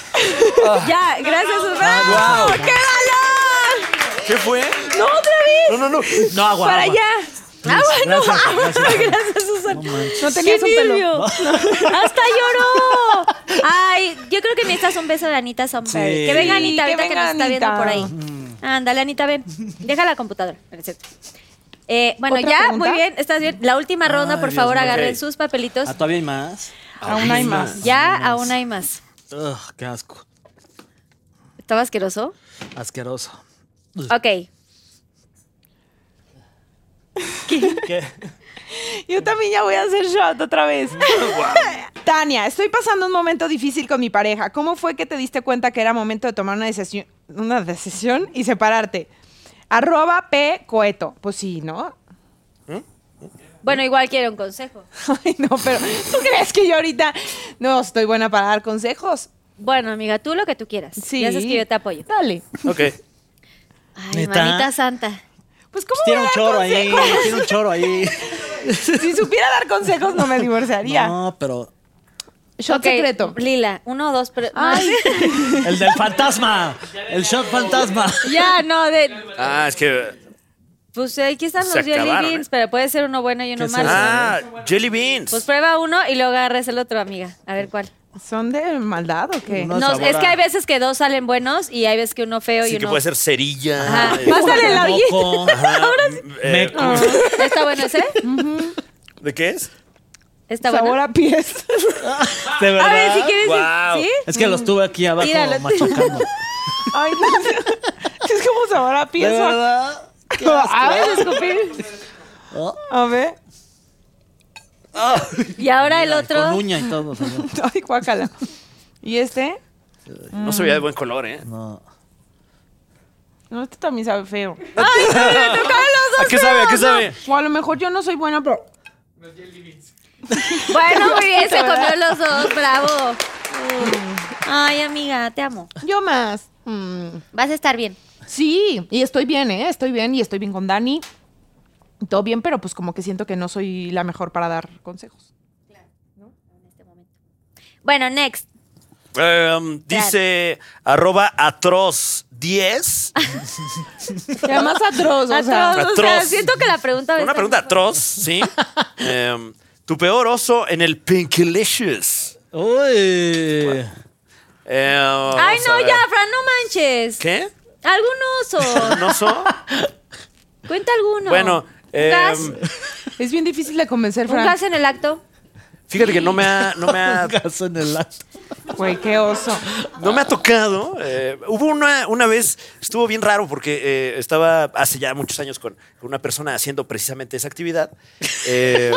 S1: Ya, gracias, Susana.
S4: Ah, wow.
S1: ¡Qué valor!
S4: ¿Qué fue?
S6: ¡No, otra vez!
S4: No, no, no.
S5: No, agua.
S6: ¡Para
S5: agua.
S6: allá!
S4: Gracias.
S1: Ah,
S4: Gracias, gracias.
S1: Gracias, Susana.
S6: No tenías
S1: ¡Qué
S6: un pelo.
S1: nervio! ¡Hasta lloró! Ay, yo creo que necesitas un beso de Anita Sombrero.
S5: Sí.
S1: Que venga
S6: Sí,
S1: Anita
S6: que
S1: ahorita que, nos
S6: venga
S1: está viendo por ahí.
S6: Anita.
S1: Ándale, Anita, ven. Deja la computadora. Es cierto. Eh, bueno,
S6: ¿Otra
S1: ya,
S6: pregunta?
S1: muy bien, estás bien. La última ronda, por
S5: Dios
S1: favor,
S5: mío.
S1: agarren
S4: Ok.
S1: sus papelitos.
S5: Ah, todavía hay más.
S6: Aún hay más.
S1: Ya, aún hay más.
S5: Ugh, qué asco.
S1: ¿Estaba asqueroso?
S5: Asqueroso.
S1: Ok.
S5: ¿Qué? Pues
S6: Yo también ya voy a hacer shot otra vez. Tania, estoy pasando un momento difícil con mi pareja. ¿Cómo fue que te diste cuenta que era momento de tomar una decisión, una decisión y separarte? Arroba P coeto. Pues sí, ¿no?
S1: Bueno, igual quiero un consejo.
S6: Ay, no, pero ¿tú crees que yo ahorita no estoy buena para dar consejos?
S1: Bueno, amiga, tú lo que tú quieras.
S6: Sí.
S1: Ya sabes que yo te apoyo.
S6: Dale.
S4: Ok.
S1: Ay,
S5: ¿Neta?
S1: manita santa.
S6: Pues cómo
S5: Tiene
S6: voy
S5: un
S6: a dar
S5: choro ahí,
S6: consejos?
S5: tiene un choro ahí.
S6: Si supiera dar consejos no me divorciaría.
S5: No, pero.
S6: Shot
S1: Ok,
S6: secreto.
S1: Lila, uno, dos, pero.
S6: Ay.
S5: El del fantasma. El shot fantasma.
S1: ya, no, de.
S4: Ah, es que.
S1: Pues aquí están
S4: Se
S1: los jelly
S4: acabaron,
S1: beans,
S4: ¿eh?
S1: pero puede ser uno bueno y uno
S5: ¿Qué es
S1: malo.
S5: eso?
S4: Ah, Jelly Beans.
S1: Pues prueba uno y luego agarres el otro, amiga. A ver cuál.
S6: ¿Son de maldad o qué?
S5: No,
S1: No,
S5: sabor
S1: es que
S5: a-
S1: hay veces que dos salen buenos y hay veces que uno feo y
S4: Así que
S1: uno.
S4: puede ser cerilla.
S1: Ajá.
S4: eh,
S6: Pásale la ollita.
S5: Moco.
S4: ajá, eh,
S1: ¿Está bueno ese?
S4: ¿De qué es?
S1: Está
S6: Sabor
S1: bueno.
S6: a pies.
S5: De verdad.
S1: A ver, si quieres.
S4: Guau.
S1: ¿Sí?
S5: Es que los tuve aquí abajo
S1: Míralo.
S5: machacando.
S6: Ay, no. Es como sabor a
S5: De
S6: pies.
S5: verdad.
S6: A ver, escupí. Ah, A ver.
S1: Y ahora el
S5: Con
S1: otro.
S5: uña y todo. señor.
S6: Ay, guácala. ¿Y este?
S4: No se veía de buen color, ¿eh?
S5: No.
S6: No, este también sabe feo.
S4: ¿A qué sabe? ¿A qué sabe?
S6: O a lo mejor yo no soy buena, pero...
S1: Bueno, muy bien, se comió los dos. Bravo.
S5: Mm.
S1: Ay, amiga, te amo.
S6: Yo más. Mm.
S1: Vas a estar bien.
S6: Sí, y estoy bien, ¿eh? Estoy bien y estoy bien con Dani. Todo bien, pero pues como que siento que no soy la mejor para dar consejos.
S1: Bueno, next.
S4: Em, dice arroba atroz 10.
S1: Ah,
S6: Además atroz,
S1: Atroz,
S6: o sea...
S1: o sea,
S4: atroz.
S1: siento que la pregunta va a
S4: Una
S1: estar-
S4: pregunta atroz, ¿sí? Em, tu peor oso en el Pinkylicious.
S5: Uy.
S4: Em,
S1: Ay,
S4: vamos a
S1: no,
S4: ver.
S1: ya, Fran, no manches.
S4: ¿Qué?
S1: Algún oso.
S4: ¿Un oso?
S1: Cuenta alguno.
S4: Bueno,
S1: Un gas.
S4: em,
S6: Es bien difícil de convencer,
S1: Un
S6: Fran.
S1: gas en el acto.
S4: fíjate que no me ha, no me ha
S5: Caso en el acto.
S6: Güey, qué oso.
S5: Eh.
S4: No me ha tocado. eh, hubo una, una vez, estuvo bien raro porque eh, estaba hace ya muchos años con con una persona haciendo precisamente esa actividad. Eh,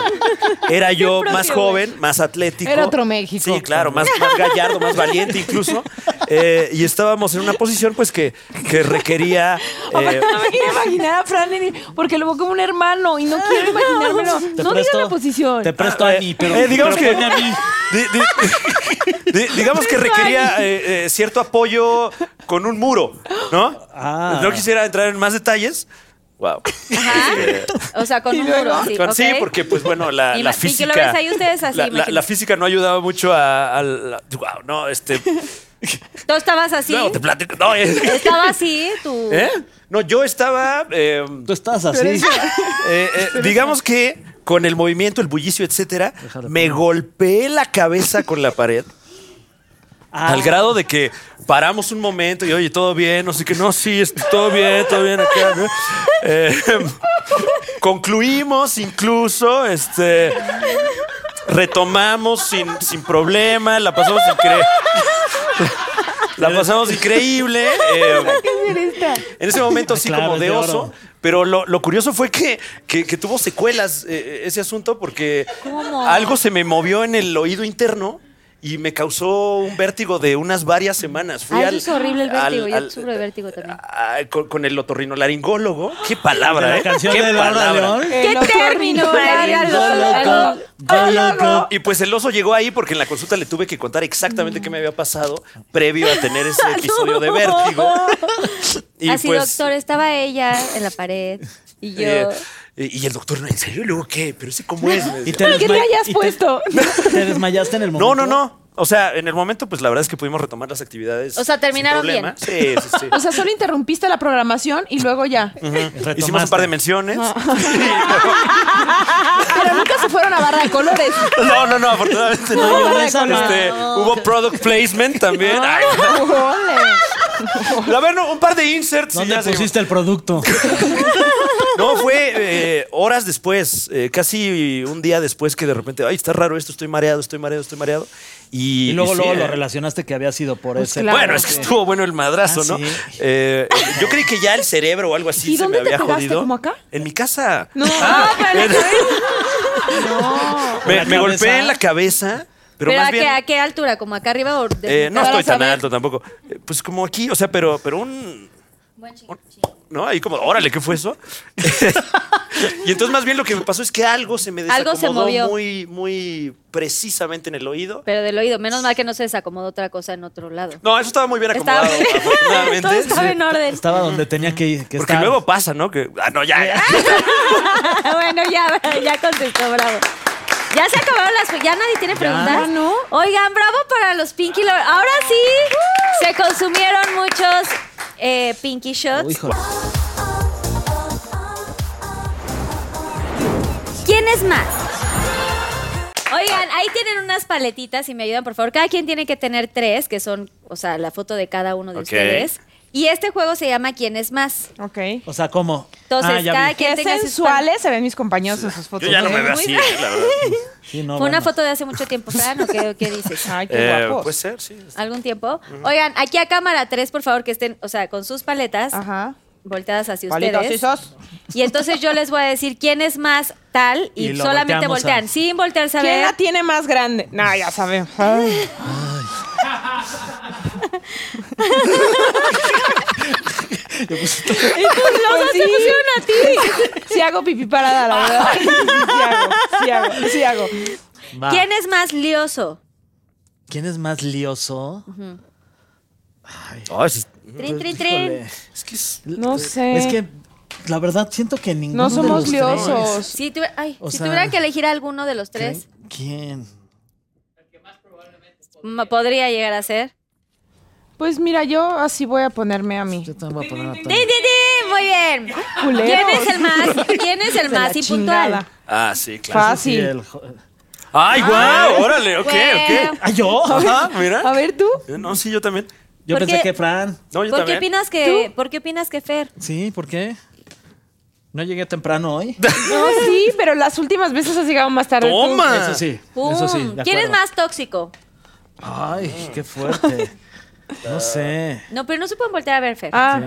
S4: era yo más joven, más atlético.
S6: Era otro México.
S4: Sí, claro, más, más gallardo, más valiente incluso. Eh, y estábamos en una posición pues que, que requería... eh,
S6: No me quiero imaginar a Fran en- porque lo veo como un hermano y no quiero imaginármelo.
S5: Te
S6: Ah, No digan
S5: presto- Ah,
S6: la posición.
S5: Te presto a mí, pero.
S4: eh, digamos
S5: pero
S4: que-
S5: ponme a mí.
S4: Di- di- di- digamos que requería eh, eh, cierto apoyo con un muro, ¿no?
S5: Ah.
S4: No quisiera entrar en más detalles. Wow.
S1: O sea, con un muro. Sí,
S4: Claro, Este, sí,
S1: ok.
S4: porque pues bueno, la,
S1: Ima-
S4: la
S1: y que lo
S4: física.
S1: ves ahí ustedes así,
S4: la, la-
S1: imagínate.
S4: la física no ayudaba mucho a, a la- wow, no, este.
S1: Tú estabas así.
S4: Luego te platico. No, eh,
S1: Estaba así, tú.
S4: ¿eh? No, yo estaba. eh,
S5: Tú estás así.
S4: eh, eh, digamos que con el movimiento, el bullicio, etcétera, me golpeé la cabeza con la pared. Al grado de que paramos un momento y oye, todo bien, no sé qué, no, sí, este, todo bien, todo bien acá. ¿no? Eh, concluimos incluso, este, retomamos sin, sin problema, la pasamos increíble. La pasamos increíble. eh,
S6: Eh,
S4: en ese momento sí
S5: Claro,
S4: como
S5: es
S4: de
S5: de oro.
S4: oso, pero lo, lo curioso fue que, que- que tuvo secuelas eh, ese asunto porque
S1: ¿Cómo?
S4: algo se me movió en el oído interno y me causó un vértigo de unas varias semanas. Fui
S1: Ay,
S4: al-
S1: Ah, es horrible el vértigo.
S4: al-
S1: Yo
S4: al- eh,
S1: sufro de vértigo también.
S4: a- con, con el otorrinolaringólogo. Qué palabra,
S5: La
S4: ¿eh?
S5: canción
S4: Qué
S5: de Laura León.
S6: Eh,
S1: ¿Qué término? María?
S5: Goloco, goloco.
S4: Y pues el oso llegó ahí porque en la consulta le tuve que contar exactamente qué me había pasado previo a tener ese episodio de vértigo. Y
S1: así,
S4: pues,
S1: doctor, estaba ella en la pared y yo.
S4: eh, y y el doctor, ¿en serio? ¿Y luego qué? ¿Pero ese cómo es? Me
S5: Y
S4: decía.
S5: te
S6: ¿Qué te
S5: desma-
S6: hayas
S5: y
S6: puesto?
S5: Te desmayaste en el
S4: No, no,
S5: momento.
S4: no. o sea, en el momento, pues la verdad es que pudimos retomar las actividades.
S1: O sea,
S4: sin
S1: terminaron
S4: problema. Sí, sí, sí.
S6: O sea, solo interrumpiste la programación y luego ya.
S4: Hicimos un par de menciones.
S6: Pero nunca se fueron a barra de colores.
S4: No, no, no, afortunadamente no.
S5: Mayonesa, no.
S4: Este, hubo product placement también. Ay,
S6: Ole.
S4: a ver, no, un par de inserts. y
S5: ¿Dónde
S4: ya se-
S5: pusiste el producto?
S4: No, fue eh, horas después, eh, casi un día después que de repente, ay, está raro esto, estoy mareado, estoy mareado, estoy mareado. Y,
S5: Y luego,
S4: y sí,
S5: luego
S4: eh,
S5: lo relacionaste que había sido por ese.
S6: claro.
S4: Bueno, es que estuvo bueno el madrazo,
S5: Ah,
S4: ¿no?
S5: sí.
S4: Eh, yo creí que ya el cerebro o algo así
S6: ¿Y
S4: se
S6: dónde
S4: me había
S6: te pegaste?
S4: jodido.
S6: ¿Cómo acá?
S4: En mi casa. Ah,
S6: No,
S4: me, me
S5: ¿La cabeza?
S4: golpeé en la cabeza, pero,
S1: Pero,
S4: más
S1: ¿a,
S4: bien.
S1: qué, a qué altura? ¿Como acá arriba o de-
S4: eh, no
S6: Para
S4: estoy tan
S6: saber.
S4: alto tampoco. Eh, Pues como aquí, o sea, pero, pero un.
S1: Buen chico.
S4: un- ¿No? Ahí como, órale, ¿qué fue eso? y entonces más bien lo que me pasó es que algo se me desacomodó
S1: Algo se movió.
S4: muy, muy precisamente en el oído.
S1: Pero del oído. Menos mal que no se desacomodó otra cosa en otro lado.
S4: No, eso estaba muy bien
S1: Estaba-
S4: acomodado, afortunadamente.
S1: Todo estaba en orden.
S5: Estaba donde tenía que, que
S4: Porque
S5: estar.
S4: luego pasa, ¿no? Que, ah, no, ya, ya.
S1: bueno, ya, ya contestó, bravo. Ya se acabaron las... Ya nadie tiene preguntas.
S6: Ah, ¿no?
S1: Oigan, bravo para los Pinky Lovers. Ahora sí, se consumieron muchos eh, Pinky Shots.
S5: Oh, híjole.
S1: ¿Quién es más? Oigan, ahí tienen unas paletitas y me ayudan, por favor. Cada quien tiene que tener tres, que son, o sea, la foto de cada uno de
S4: Ok.
S1: ustedes. Y este juego se llama ¿Quién es más?
S6: Ok.
S5: O sea, ¿cómo?
S1: Entonces,
S5: Ah, ya vi.
S1: cada quien
S6: Qué
S1: tenga sus
S6: sensuales se ven mis compañeros en sus fotos.
S4: Yo ya no
S6: ¿eh?
S4: me veo
S6: Muy-
S4: así, eh, la verdad.
S5: Sí, no,
S1: Fue una
S5: bueno.
S1: foto de hace mucho tiempo, Fran, ¿o qué, qué dices?
S6: Ay, qué
S4: Eh,
S6: guapos.
S4: puede ser, sí.
S1: ¿Algún tiempo? Oigan, aquí a cámara tres, por favor, que estén, o sea, con sus paletas
S6: Ajá.
S1: volteadas hacia
S6: Palitos
S1: ustedes.
S6: esos.
S1: Y entonces yo les voy a decir quién es más tal y,
S5: Y lo
S1: solamente
S5: volteamos a-
S1: voltean, sin voltearse a
S6: ¿Quién
S1: ver.
S6: la tiene más grande? No, ya saben. Ay.
S1: Y tus losas
S6: Pues
S1: se
S6: sí.
S1: pusieron a ti.
S6: Sí hago pipí parada, la verdad. Sí hago, sí hago, sí hago.
S5: Va.
S1: ¿Quién es más lioso?
S5: ¿Quién es más lioso?
S4: Ay, sí.
S6: Pues,
S1: Trin, trin,
S5: Híjole.
S1: trin.
S4: Es que es-
S6: No sé.
S5: Es que la verdad siento que ninguno
S6: no
S5: de
S6: somos
S5: los tres.
S6: liosos.
S1: Si, tuve- ay,
S5: O
S1: si
S5: sea-
S1: tuvieran que elegir alguno de los tres,
S5: ¿Quién?
S1: ma- podría llegar a ser.
S6: Pues mira, yo así voy a ponerme a mí.
S5: Yo también voy a poner a Toño.
S1: ¡Tin, tin, tin! Muy bien.
S6: Culeros.
S1: ¿Quién es el más? ¿Quién es el
S6: De la
S1: más impuntual?
S6: chingada.
S4: Ah, sí, claro.
S5: Sí,
S6: Fácil.
S5: el jo-
S4: Ay,
S6: Ah,
S4: guau, órale, ok,
S1: Bueno,
S4: ok.
S5: ¡Ah, yo!
S4: Ajá,
S6: A
S4: mira.
S6: ver tú.
S4: Eh, No, sí, yo también.
S5: Yo
S1: ¿Por
S5: pensé
S1: qué?
S5: que Fran.
S4: No, yo
S1: ¿Por qué
S4: también.
S1: opinas que, ¿Por qué opinas que Fer?
S5: Sí, ¿por qué? No llegué temprano hoy.
S6: No, sí, pero las últimas veces has llegado más tarde. tú.
S4: Toma.
S5: Eso sí. Eso
S1: ¡Pum!
S5: sí. de
S1: ¿Quién es
S5: acuerdo.
S1: más tóxico?
S5: Ay, qué fuerte. No sé.
S1: No, pero no se pueden voltear a ver, Fer.
S6: Ah,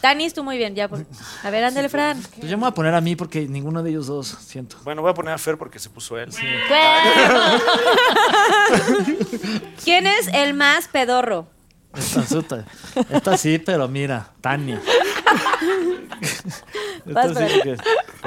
S1: Tanis, tú muy bien. Ya, por- A ver, ándale, Fran.
S5: Pues yo me voy a poner a mí porque ninguno de ellos dos siento.
S4: Bueno, voy a poner a Fer porque se puso él.
S1: ¿Quién es el más pedorro?
S5: Esta, suta. esta sí, pero mira, Tania.
S1: Vas
S5: Esta
S1: para
S5: sí que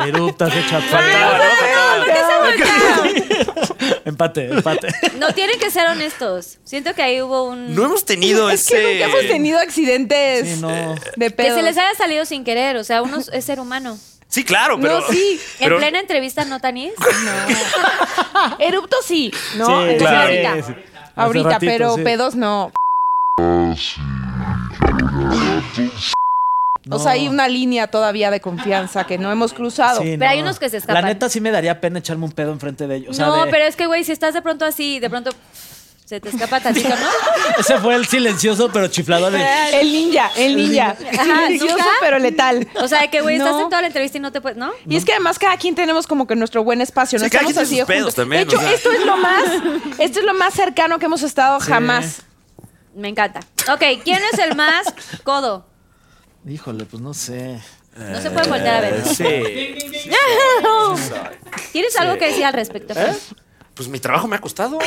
S5: eruptas, echa
S4: Faltaba, ¿no?
S5: pata.
S4: Faltaba.
S1: ¿Por qué se voltearon?
S5: Empate, empate.
S1: No tienen que ser honestos. Siento que ahí hubo un.
S4: No hemos tenido
S6: es
S4: ese.
S6: que nunca hemos tenido accidentes
S5: Sí, no.
S6: de
S1: Que
S6: pedo.
S1: se les haya salido sin querer. O sea, uno es- es ser humano.
S4: Sí, claro, pero.
S6: No, sí.
S4: pero-
S1: En plena entrevista, ¿no, Tanis?
S6: Erupto sí, ¿no?
S5: Sí,
S6: Eh,
S4: claro.
S6: Ahorita,
S5: sí. Hace
S6: ahorita
S5: ratito,
S6: pero
S5: sí.
S6: pedos no. O sea, hay
S5: No.
S6: una línea todavía de confianza que no hemos cruzado.
S5: Sí,
S1: Pero hay unos que se escapan.
S5: La neta sí me daría pena echarme un pedo enfrente de ellos. O sea,
S1: no,
S5: de-
S1: pero es que, güey, si estás de pronto así, de pronto se te escapa tantito, ¿no?
S5: Ese fue el silencioso pero chiflador de...
S6: El ninja, el ninja.
S1: Ajá,
S6: Silencioso,
S1: ¿nunca?
S6: pero letal.
S1: O sea, que, güey,
S6: No.
S1: estás en toda la entrevista y no te puedes. ¿No?
S6: Y es que además cada quien tenemos como que nuestro buen espacio, no
S4: Sí, cada
S6: estamos
S4: quien
S6: así
S4: tiene
S6: de
S4: sus pedos
S6: juntos.
S4: también,
S6: de hecho,
S4: o sea.
S6: esto es lo más, esto es lo más cercano que hemos estado jamás.
S1: Me encanta. Ok, ¿quién es el más codo?
S5: Híjole, pues no sé.
S1: No se pueden voltear a ver.
S4: Eh, Sí.
S1: ¿Tienes algo que decir al respecto? Fer?
S4: Pues mi trabajo me ha costado.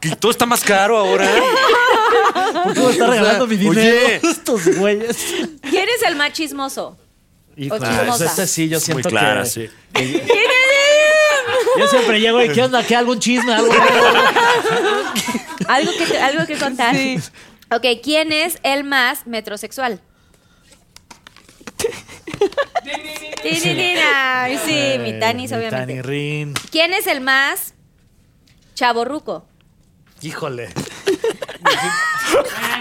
S4: que todo está más caro ahora.
S5: ¿Por qué me está regalando mi dinero
S4: Oye.
S5: estos güeyes?
S1: ¿Quién es el más chismoso?
S5: Híjole, pues
S1: chismosa.
S5: este sí, yo
S4: Es muy
S5: siento
S4: clara,
S5: que...
S4: sí.
S5: Yo siempre llego y ¿qué onda? ¿Qué? ¿Algún chisme? ¿Algo?
S1: ¿Algo que, te- algo que contar? Ok, ¿quién es el más metrosexual? Tin, tin, tin. Ay, sí, mi Tanis,
S5: Tani Eh,
S1: obviamente.
S5: Rin.
S1: ¿Quién es el más Chaborruco.
S5: Híjole.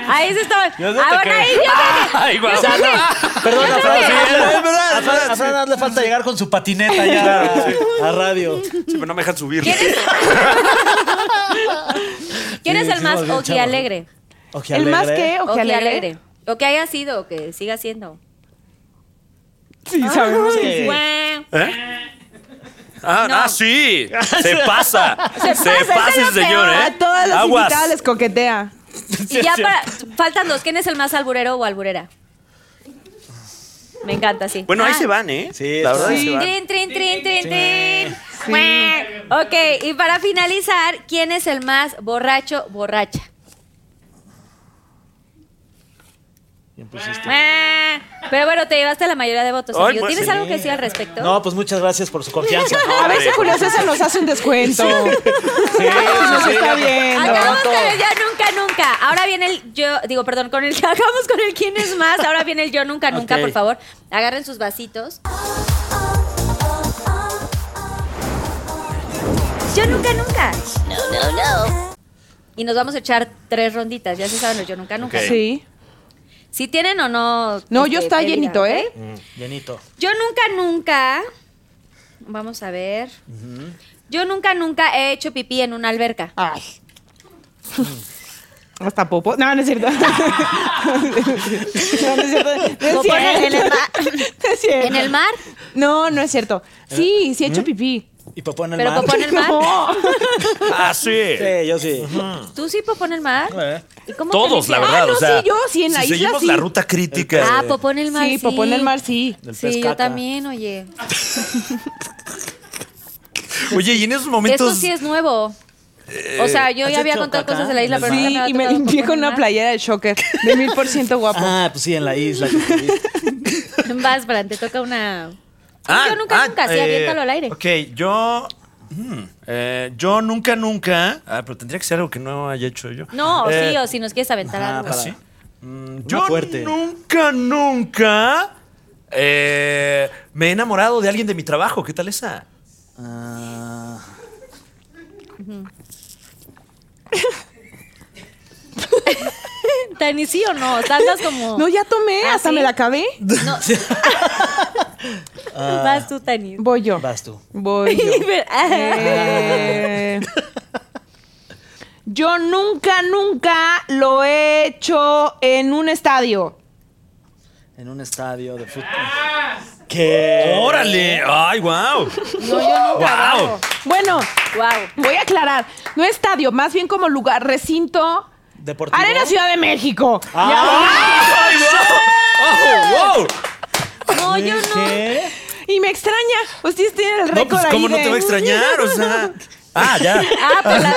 S1: Ahí se está.
S5: Yo sé
S1: Ah,
S5: te
S1: bueno,
S5: creo. Ah.
S1: ahí yo creo que-
S4: Ay, guau.
S5: O sea, no, perdón, a Fran,
S1: que-
S5: sí,
S4: Es verdad,
S5: a
S4: es verdad.
S5: Fran- a Fran- a Fran hazle falta llegar con su patineta ya a radio.
S4: Sí, pero no me dejan subir.
S1: ¿Quién es, ¿Quién es
S5: Sí,
S1: el
S5: sí,
S1: más
S5: más bien,
S1: oji
S5: chavo.
S1: alegre?
S6: ¿El más que o que
S1: Oji
S6: alegre?
S1: alegre. O que haya sido, o que siga siendo.
S6: Sí, sabemos que
S5: Eh.
S6: sí.
S1: Güey.
S8: ¿Eh? Ah, ah, sí. Se pasa. Se,
S1: pasa,
S8: pasa,
S1: es lo
S8: señor,
S1: peor.
S8: ¿eh?
S6: A todas las
S8: Aguas.
S6: invitadas les coquetea.
S1: Y ya para, faltan dos. ¿Quién es el más alburero o alburera? Me encanta, sí.
S4: Bueno, ahí
S1: Ah.
S4: se van, ¿eh?
S5: Sí,
S4: la verdad
S5: sí.
S4: ahí se van.
S1: Trin, trin, trin, trin, trin. Güey. Ok, y para finalizar, ¿quién es el más borracho, borracha?
S5: Ah.
S1: Güey. Pero bueno, te llevaste la mayoría de votos.
S4: Ay,
S1: amigo.
S4: pues,
S1: ¿Tienes
S4: sí.
S1: algo que decir al respecto?
S5: No, pues muchas gracias por su confianza.
S6: A ver si Julio
S1: pues,
S6: César nos hace un descuento.
S5: Sí,
S6: Nos
S5: sí,
S6: está
S5: sí.
S6: viendo.
S1: Acabamos con el ya nunca nunca. Ahora viene el yo, digo, perdón, con el acabamos con el quién es más. Ahora viene el yo nunca nunca,
S5: Ok.
S1: por favor. Agarren sus vasitos. Yo nunca nunca. Y nos vamos a echar tres ronditas, ya se saben, los yo nunca nunca.
S4: Ok.
S6: Sí.
S1: Si tienen o no.
S6: No,
S1: este,
S6: yo está
S1: bebida,
S6: llenito,
S1: ¿ok?
S6: ¿eh?
S5: Llenito.
S1: Yo nunca nunca. Vamos a ver. Yo nunca nunca he hecho pipí en una alberca.
S6: Ay. Hasta popo. No, no es cierto. no, no es cierto. No es
S1: Popó en el- en el mar.
S6: cierto. No es cierto.
S1: En el mar,
S6: No, no es cierto. Sí, sí he hecho pipí.
S5: ¿Y papá en el
S1: pero
S5: mar?
S1: popó en el mar.
S6: No.
S4: Ah, sí.
S5: Sí, yo sí.
S1: ¿Tú sí popó en el mar?
S5: Eh.
S1: ¿Y cómo te
S4: Todos, la
S1: limpias?
S4: verdad.
S6: Ah, no,
S4: o sea,
S6: sí, yo sí, en la
S4: si
S6: isla
S4: seguimos
S6: sí.
S4: la ruta crítica.
S1: Ah, popó en el mar.
S6: Sí, popó en el mar, sí.
S5: Del
S1: Sí,
S5: pez
S1: yo
S5: caca.
S1: también, oye.
S6: pues
S8: Oye, y en esos momentos.
S1: Esto sí es nuevo. O sea, yo
S5: ¿has
S1: ya había
S5: hecho
S1: contado
S5: caca
S1: cosas de la isla,
S5: en el
S1: pero
S5: mar?
S1: nunca
S6: Sí,
S1: había
S6: y me
S1: tocado
S6: limpié
S1: popó
S6: con
S1: en el
S6: una
S1: mar.
S6: playera de shocker. De mil por ciento guapo.
S5: Ah, pues sí, en la isla. que te viste.
S1: Vas, Bran, te toca una.
S8: Ah,
S1: yo nunca,
S8: ah,
S1: nunca, sí,
S8: eh,
S1: aviéntalo al aire.
S8: Ok, yo. mm, eh, yo nunca, nunca. Ah, pero tendría que ser algo que no haya hecho yo.
S1: No, o
S8: Eh,
S1: sí, o si nos quieres aventar
S5: Ajá,
S1: algo.
S5: para-
S8: ¿Sí? Mm, yo
S5: fuerte.
S8: nunca, nunca. eh, me he enamorado de alguien de mi trabajo. ¿Qué tal esa?
S5: Ah,
S1: Tani, sí o no, tantas como.
S6: No, ya tomé,
S1: ¿Ah,
S6: hasta
S1: sí?
S6: me la acabé.
S1: No.
S5: Ah.
S1: Vas tú, Tani. ah,
S6: Voy yo.
S5: vas tú.
S6: Voy yo. Eh, yo nunca, nunca lo he hecho en un estadio.
S5: En un estadio de fútbol. ¿Qué?
S8: ¡Órale! Eh,
S1: ¿Eh?
S8: ¡Ay, wow!
S1: No, yo nunca.
S8: ¡Wow!
S6: Bueno,
S1: Wow.
S6: voy a aclarar. No estadio, más bien como lugar, recinto.
S5: Deportivo.
S6: Arena Ciudad de México.
S8: Ah. ¡Ay, wow! ¡Oh, wow!
S1: No, yo no.
S5: ¿Qué?
S6: Y me extraña. Ustedes tienen el
S8: No,
S6: récord
S8: pues,
S6: ahí
S8: ¿cómo no te
S6: de-
S8: va a extrañar? O sea. Ah, ya.
S1: Ah, pues la.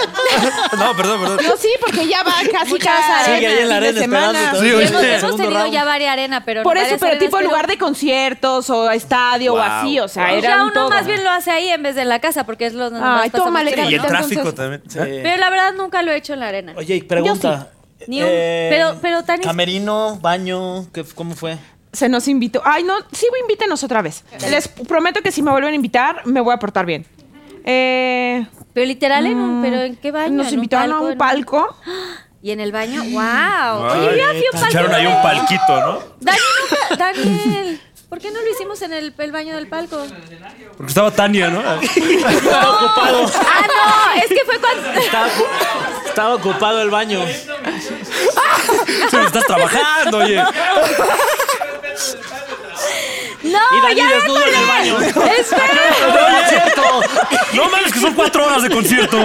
S8: No, perdón, perdón.
S6: No, sí, porque ya va casi
S1: Muchas
S6: cada
S1: arenas.
S5: Sigue ahí en la
S6: fin de
S5: arena
S6: semana.
S5: esperando.
S8: Sí, oye.
S1: Hemos, hemos
S5: Segundo
S1: tenido
S5: round.
S1: ya varias arena, pero
S6: Por eso,
S1: varias
S6: pero
S1: arenas,
S6: tipo en
S1: pero-
S6: lugar de conciertos o estadio o
S8: Wow.
S6: así, o sea,
S1: Pues
S6: era
S1: ya
S6: un
S1: uno
S6: todo.
S1: más bien lo hace ahí en vez de en la casa, porque es lo donde más
S6: Ay,
S1: pasa
S6: tómale,
S1: mucho
S8: Y
S6: Carlita,
S8: el
S1: tiempo, ¿no? ¿Eh?
S8: tráfico
S6: entonces-
S8: también.
S5: Sí.
S1: Pero la verdad nunca lo he hecho en la arena.
S5: Oye, y pregunta. eh,
S1: Ni un- pero- pero tan es-
S5: Camerino, baño, ¿qué, ¿cómo fue?
S6: Se nos invitó. Ay, no, sí, güey, invítenos otra vez. Les prometo que si me vuelven a invitar, me voy a portar bien. Eh,
S1: Pero literal en un, pero en qué baño? ¿En
S6: Mm, nos
S1: un
S6: invitaron a un
S1: en
S6: palco.
S1: Y en el baño, wow. Oye, yo ya fui a un palco.
S8: Echaron ahí un palquito, ¿no?
S1: Daniel, nunca- Daniel, ¿por qué no lo hicimos en el, el baño del palco?
S8: Porque estaba Tania, ¿no?
S1: Ah, no, es que fue cuando
S5: Estaba, ocu- estaba ocupado el baño.
S8: Sí, estás trabajando, oye.
S5: Y
S1: No,
S5: Dani
S1: ya me
S5: desnudo en el
S1: acordé.
S5: baño.
S1: Espera.
S8: ¡No, cierto! ¡No mames, que son cuatro horas de concierto!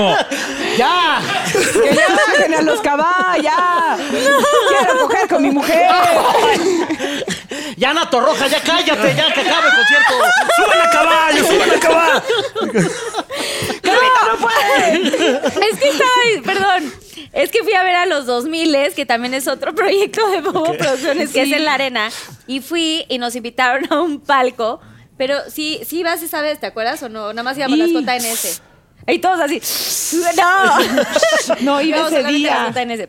S6: ¡Ya! ¡Que ya bajen a los caballos! ya. ¡Quiero coger con mi mujer!
S5: Ya Ana Torroja, ya cállate, ya que acabe el concierto.
S8: ¡Súbale a caballo! ¡Súbale a caballo!
S6: ¡Carlita, no puede!
S1: Es que estaba, perdón. Es que fui a ver a los 2000, que también es otro proyecto de Bobo Producciones, que es en la arena. Y fui y nos invitaron a un palco. Pero sí, sí vas esa vez, ¿te acuerdas o no? Nada más íbamos
S6: Y-
S1: las JNS. Y todos así. ¡No!
S6: No, iba
S1: Íbamos
S6: ese
S1: solamente
S6: día.
S1: las JNS.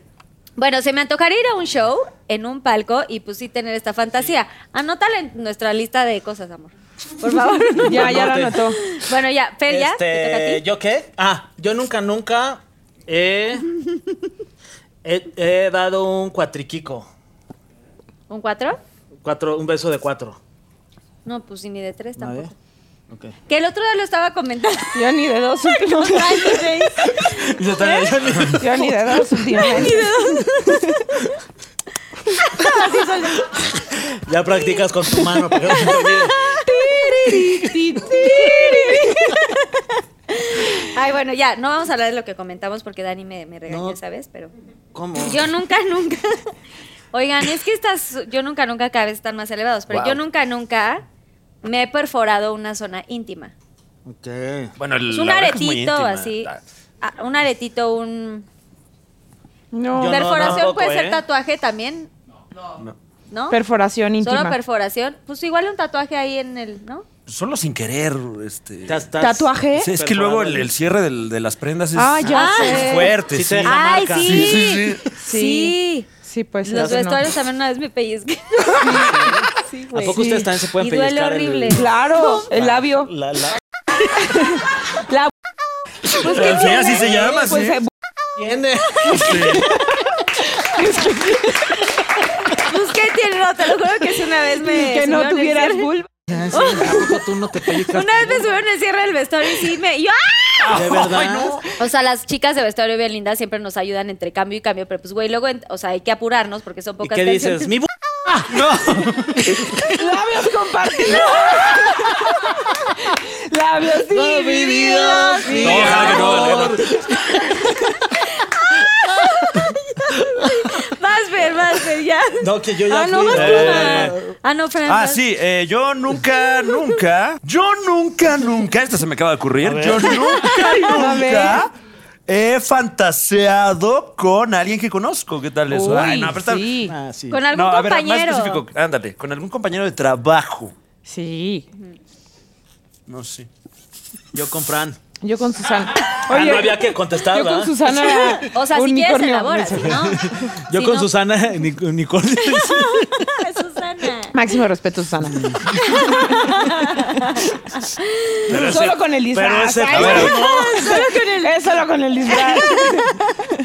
S1: Bueno, se me antojaría ir a un show en un palco y pues sí tener esta fantasía. Anótala en nuestra lista de cosas, amor. por favor.
S6: Ya, ya la
S5: Anote.
S6: anotó.
S1: bueno, ya, Fer, ya, te toca a
S5: Este,
S1: ti.
S5: ¿Yo qué? Ah, yo nunca, nunca he, he, he dado un cuatriquico.
S1: ¿Un cuatro?
S5: Cuatro, un beso de cuatro.
S1: No, pues sí, ni de tres
S5: ¿Nadie?
S1: tampoco.
S5: Ok.
S1: Que el otro día lo estaba comentando.
S6: Yo ni de dos
S1: Ay,
S6: últimamente.
S1: qué
S5: Yo también- yo ni-
S6: Yo ni de dos últimamente.
S5: ya practicas con tu mano. porque no se te olvide.
S1: Ay, bueno, ya, no vamos a hablar de lo que comentamos porque Dani me, me regañó,
S5: No.
S1: ¿sabes? Pero
S5: ¿Cómo?
S1: yo nunca, nunca. Oigan, es que estas, yo nunca, nunca cada vez están más elevados, pero yo nunca, nunca me he perforado una zona íntima.
S5: Ok.
S4: Bueno, el,
S1: Es un
S4: la oreja es muy
S1: aretito,
S4: íntima.
S1: así.
S4: Ah,
S1: ah, un aretito, un.
S6: No.
S5: Yo no,
S1: perforación
S5: tampoco,
S1: puede ser
S5: ¿eh?
S1: tatuaje también. No. ¿No?
S6: Perforación
S1: Solo
S6: íntima.
S1: perforación. Pues igual un tatuaje ahí en el, ¿no?
S4: Solo sin querer. Este.
S5: Estás- estás-
S6: ¿Tatuaje?
S4: Sí, es que luego el, el cierre del- de las prendas es,
S6: Ah, ya
S1: Ah.
S6: sé.
S4: es fuerte.
S5: Sí
S4: Sí,
S5: te deja
S1: Ay,
S5: marca.
S1: sí.
S4: Sí, sí, sí.
S1: Sí.
S6: Sí, pues
S1: Los
S6: eso no.
S1: vestuarios también una vez me pellizqué. Sí,
S5: ¿A
S1: güey.
S5: poco ustedes también se pueden
S1: Y duele
S5: pellizcar el-
S1: horrible.
S6: Claro, el labio.
S4: Ah,
S5: La, la-
S6: La
S4: Pero sí, así se llama,
S6: pues,
S4: sí.
S6: eh,
S5: tiene.
S1: Pues qué tiene, no, te lo juro que sí una vez me.
S6: que no
S1: subieron el
S6: tuvieras
S1: cierre.
S6: vulva.
S5: Ah, sí, ¿A poco tú no te pellizcas?
S1: Una vez me subieron el cierre del vestuario y sí me. y yo, ¡ah!
S5: De verdad.
S1: O sea, las chicas de vestuario bien lindas siempre nos ayudan entre cambio y cambio, pero pues güey, luego, en- o sea, hay que apurarnos porque son
S5: ¿Y
S1: pocas
S5: qué
S1: canciones.
S5: dices? Mi bu-
S6: Labios compartidos. Labios divididos.
S5: Sí,
S4: No, ojalá que no, ojalá que no.
S1: Más ver, más ver, ya.
S5: No, que yo ya
S6: Ah, no,
S5: fui.
S6: vas tú.
S4: Eh,
S1: Ah, no, Fran.
S4: Ah,
S1: vas.
S4: sí, eh, yo nunca, nunca, yo nunca, nunca, esta se me acaba de ocurrir, yo nunca, nunca
S6: A ver.
S4: he fantaseado con alguien que conozco, ¿qué tal eso? Ay, no, pero está-
S6: sí.
S5: Ah, sí.
S1: Con algún
S4: No, a ver, más
S1: compañero.
S4: específico, ándale, con algún compañero de trabajo,
S6: Sí.
S4: no sé.
S5: Yo con Fran.
S6: Yo con Susana.
S5: Ah, no había que contestar,
S6: yo con
S5: ¿verdad?
S6: Susana.
S1: O sea, si quieres
S6: unicornio.
S1: elabora, si no.
S5: Yo
S1: si
S5: con
S1: no-
S5: Susana, ni, ni con-
S1: Susana.
S6: Máximo respeto, Susana.
S4: Pero ese-
S6: Solo con el disfraz.
S5: pero ese-
S6: Ay,
S4: a ver, a ver.
S6: Solo con el, es solo con el disfraz.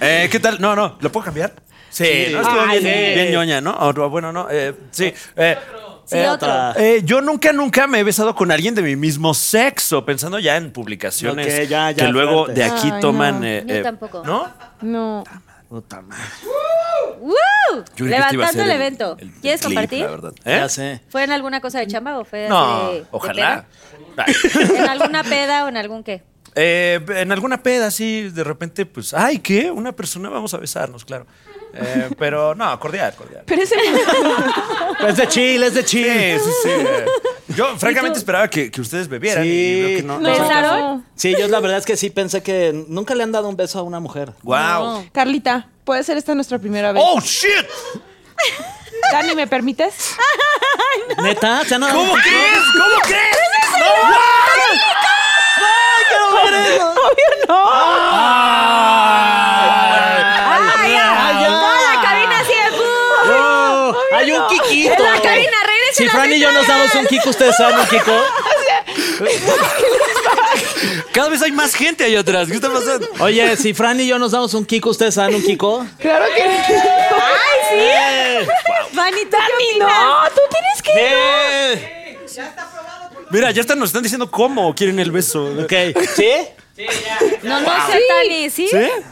S4: Eh, ¿Qué tal? No, no, ¿lo puedo cambiar? Sí, ¿no? Estuvo bien,
S5: Ay, sí.
S4: bien ñoña, ¿no? O, o bueno, no, eh, sí. eh,
S1: Sí,
S5: Eh,
S1: otro.
S5: otra.
S4: Eh, yo nunca, nunca me he besado con alguien de mi mismo sexo, pensando ya en publicaciones
S5: Ok, ya, ya,
S4: que luego
S5: fuerte.
S4: de aquí
S6: Ay,
S4: toman.
S6: no.
S4: eh,
S1: Yo
S4: eh,
S1: tampoco.
S4: ¿No?
S6: No.
S5: Puta madre.
S1: ¡Woo!
S4: Yo creí que este iba a
S1: Levantando el,
S4: ser
S1: evento.
S4: el- el
S1: ¿Quieres
S4: clip,
S1: compartir?
S4: la verdad. ¿Eh?
S5: Ya sé.
S1: ¿Fue en alguna cosa de chamba o fue así
S4: No,
S1: de- de
S4: ojalá.
S1: peda? ¿En alguna peda o en algún qué?
S4: Eh, en alguna peda, sí, de repente, pues, ay, ¿qué? Una persona, vamos a besarnos, claro. Eh, pero no, cordial, cordial.
S6: Pero ese.
S5: Es de Chile, es de Chile.
S4: Sí, sí, sí, eh. Yo, francamente, esperaba que, que ustedes bebieran.
S5: Sí.
S4: y veo que no.
S6: No.
S1: ¿Besaron?
S5: Sí, yo la verdad es que sí pensé que nunca le han dado un beso a una mujer.
S4: ¡Wow!
S6: Carlita, ¿puede ser esta nuestra primera vez?
S4: ¡Oh, shit!
S6: Dani, ¿me permites?
S5: ¿Neta? ¿Se han dado-
S4: ¿Cómo crees? ¿Cómo crees? ¡No!
S6: Obvio no.
S1: ¡Ay, ya!
S5: ay, ya.
S1: Toda la cabina así de ¡bu!
S5: ¡Oh! ¡Hay un Kikito!
S1: En la cabina, regresen
S5: Si
S1: las
S5: Fran y yo nos damos un Kiko, ¿ustedes saben un Kiko?
S4: Cada vez hay más gente allá atrás. ¿Qué está pasando?
S5: Oye, si Fran y yo nos damos un Kiko, ¿ustedes saben un Kiko?
S6: Claro que
S5: ¡Ay, sí!
S1: Vani, ¿tú qué
S6: Dani,
S1: opinas?
S6: no. Tú tienes que.
S5: ¡Sí!
S4: Mira, ya están, nos están diciendo cómo quieren el beso. ¿Eh?
S5: Ok. ¿Sí?
S1: No, no sé, Tani, ¿sí?
S4: ¿Sí? Eh,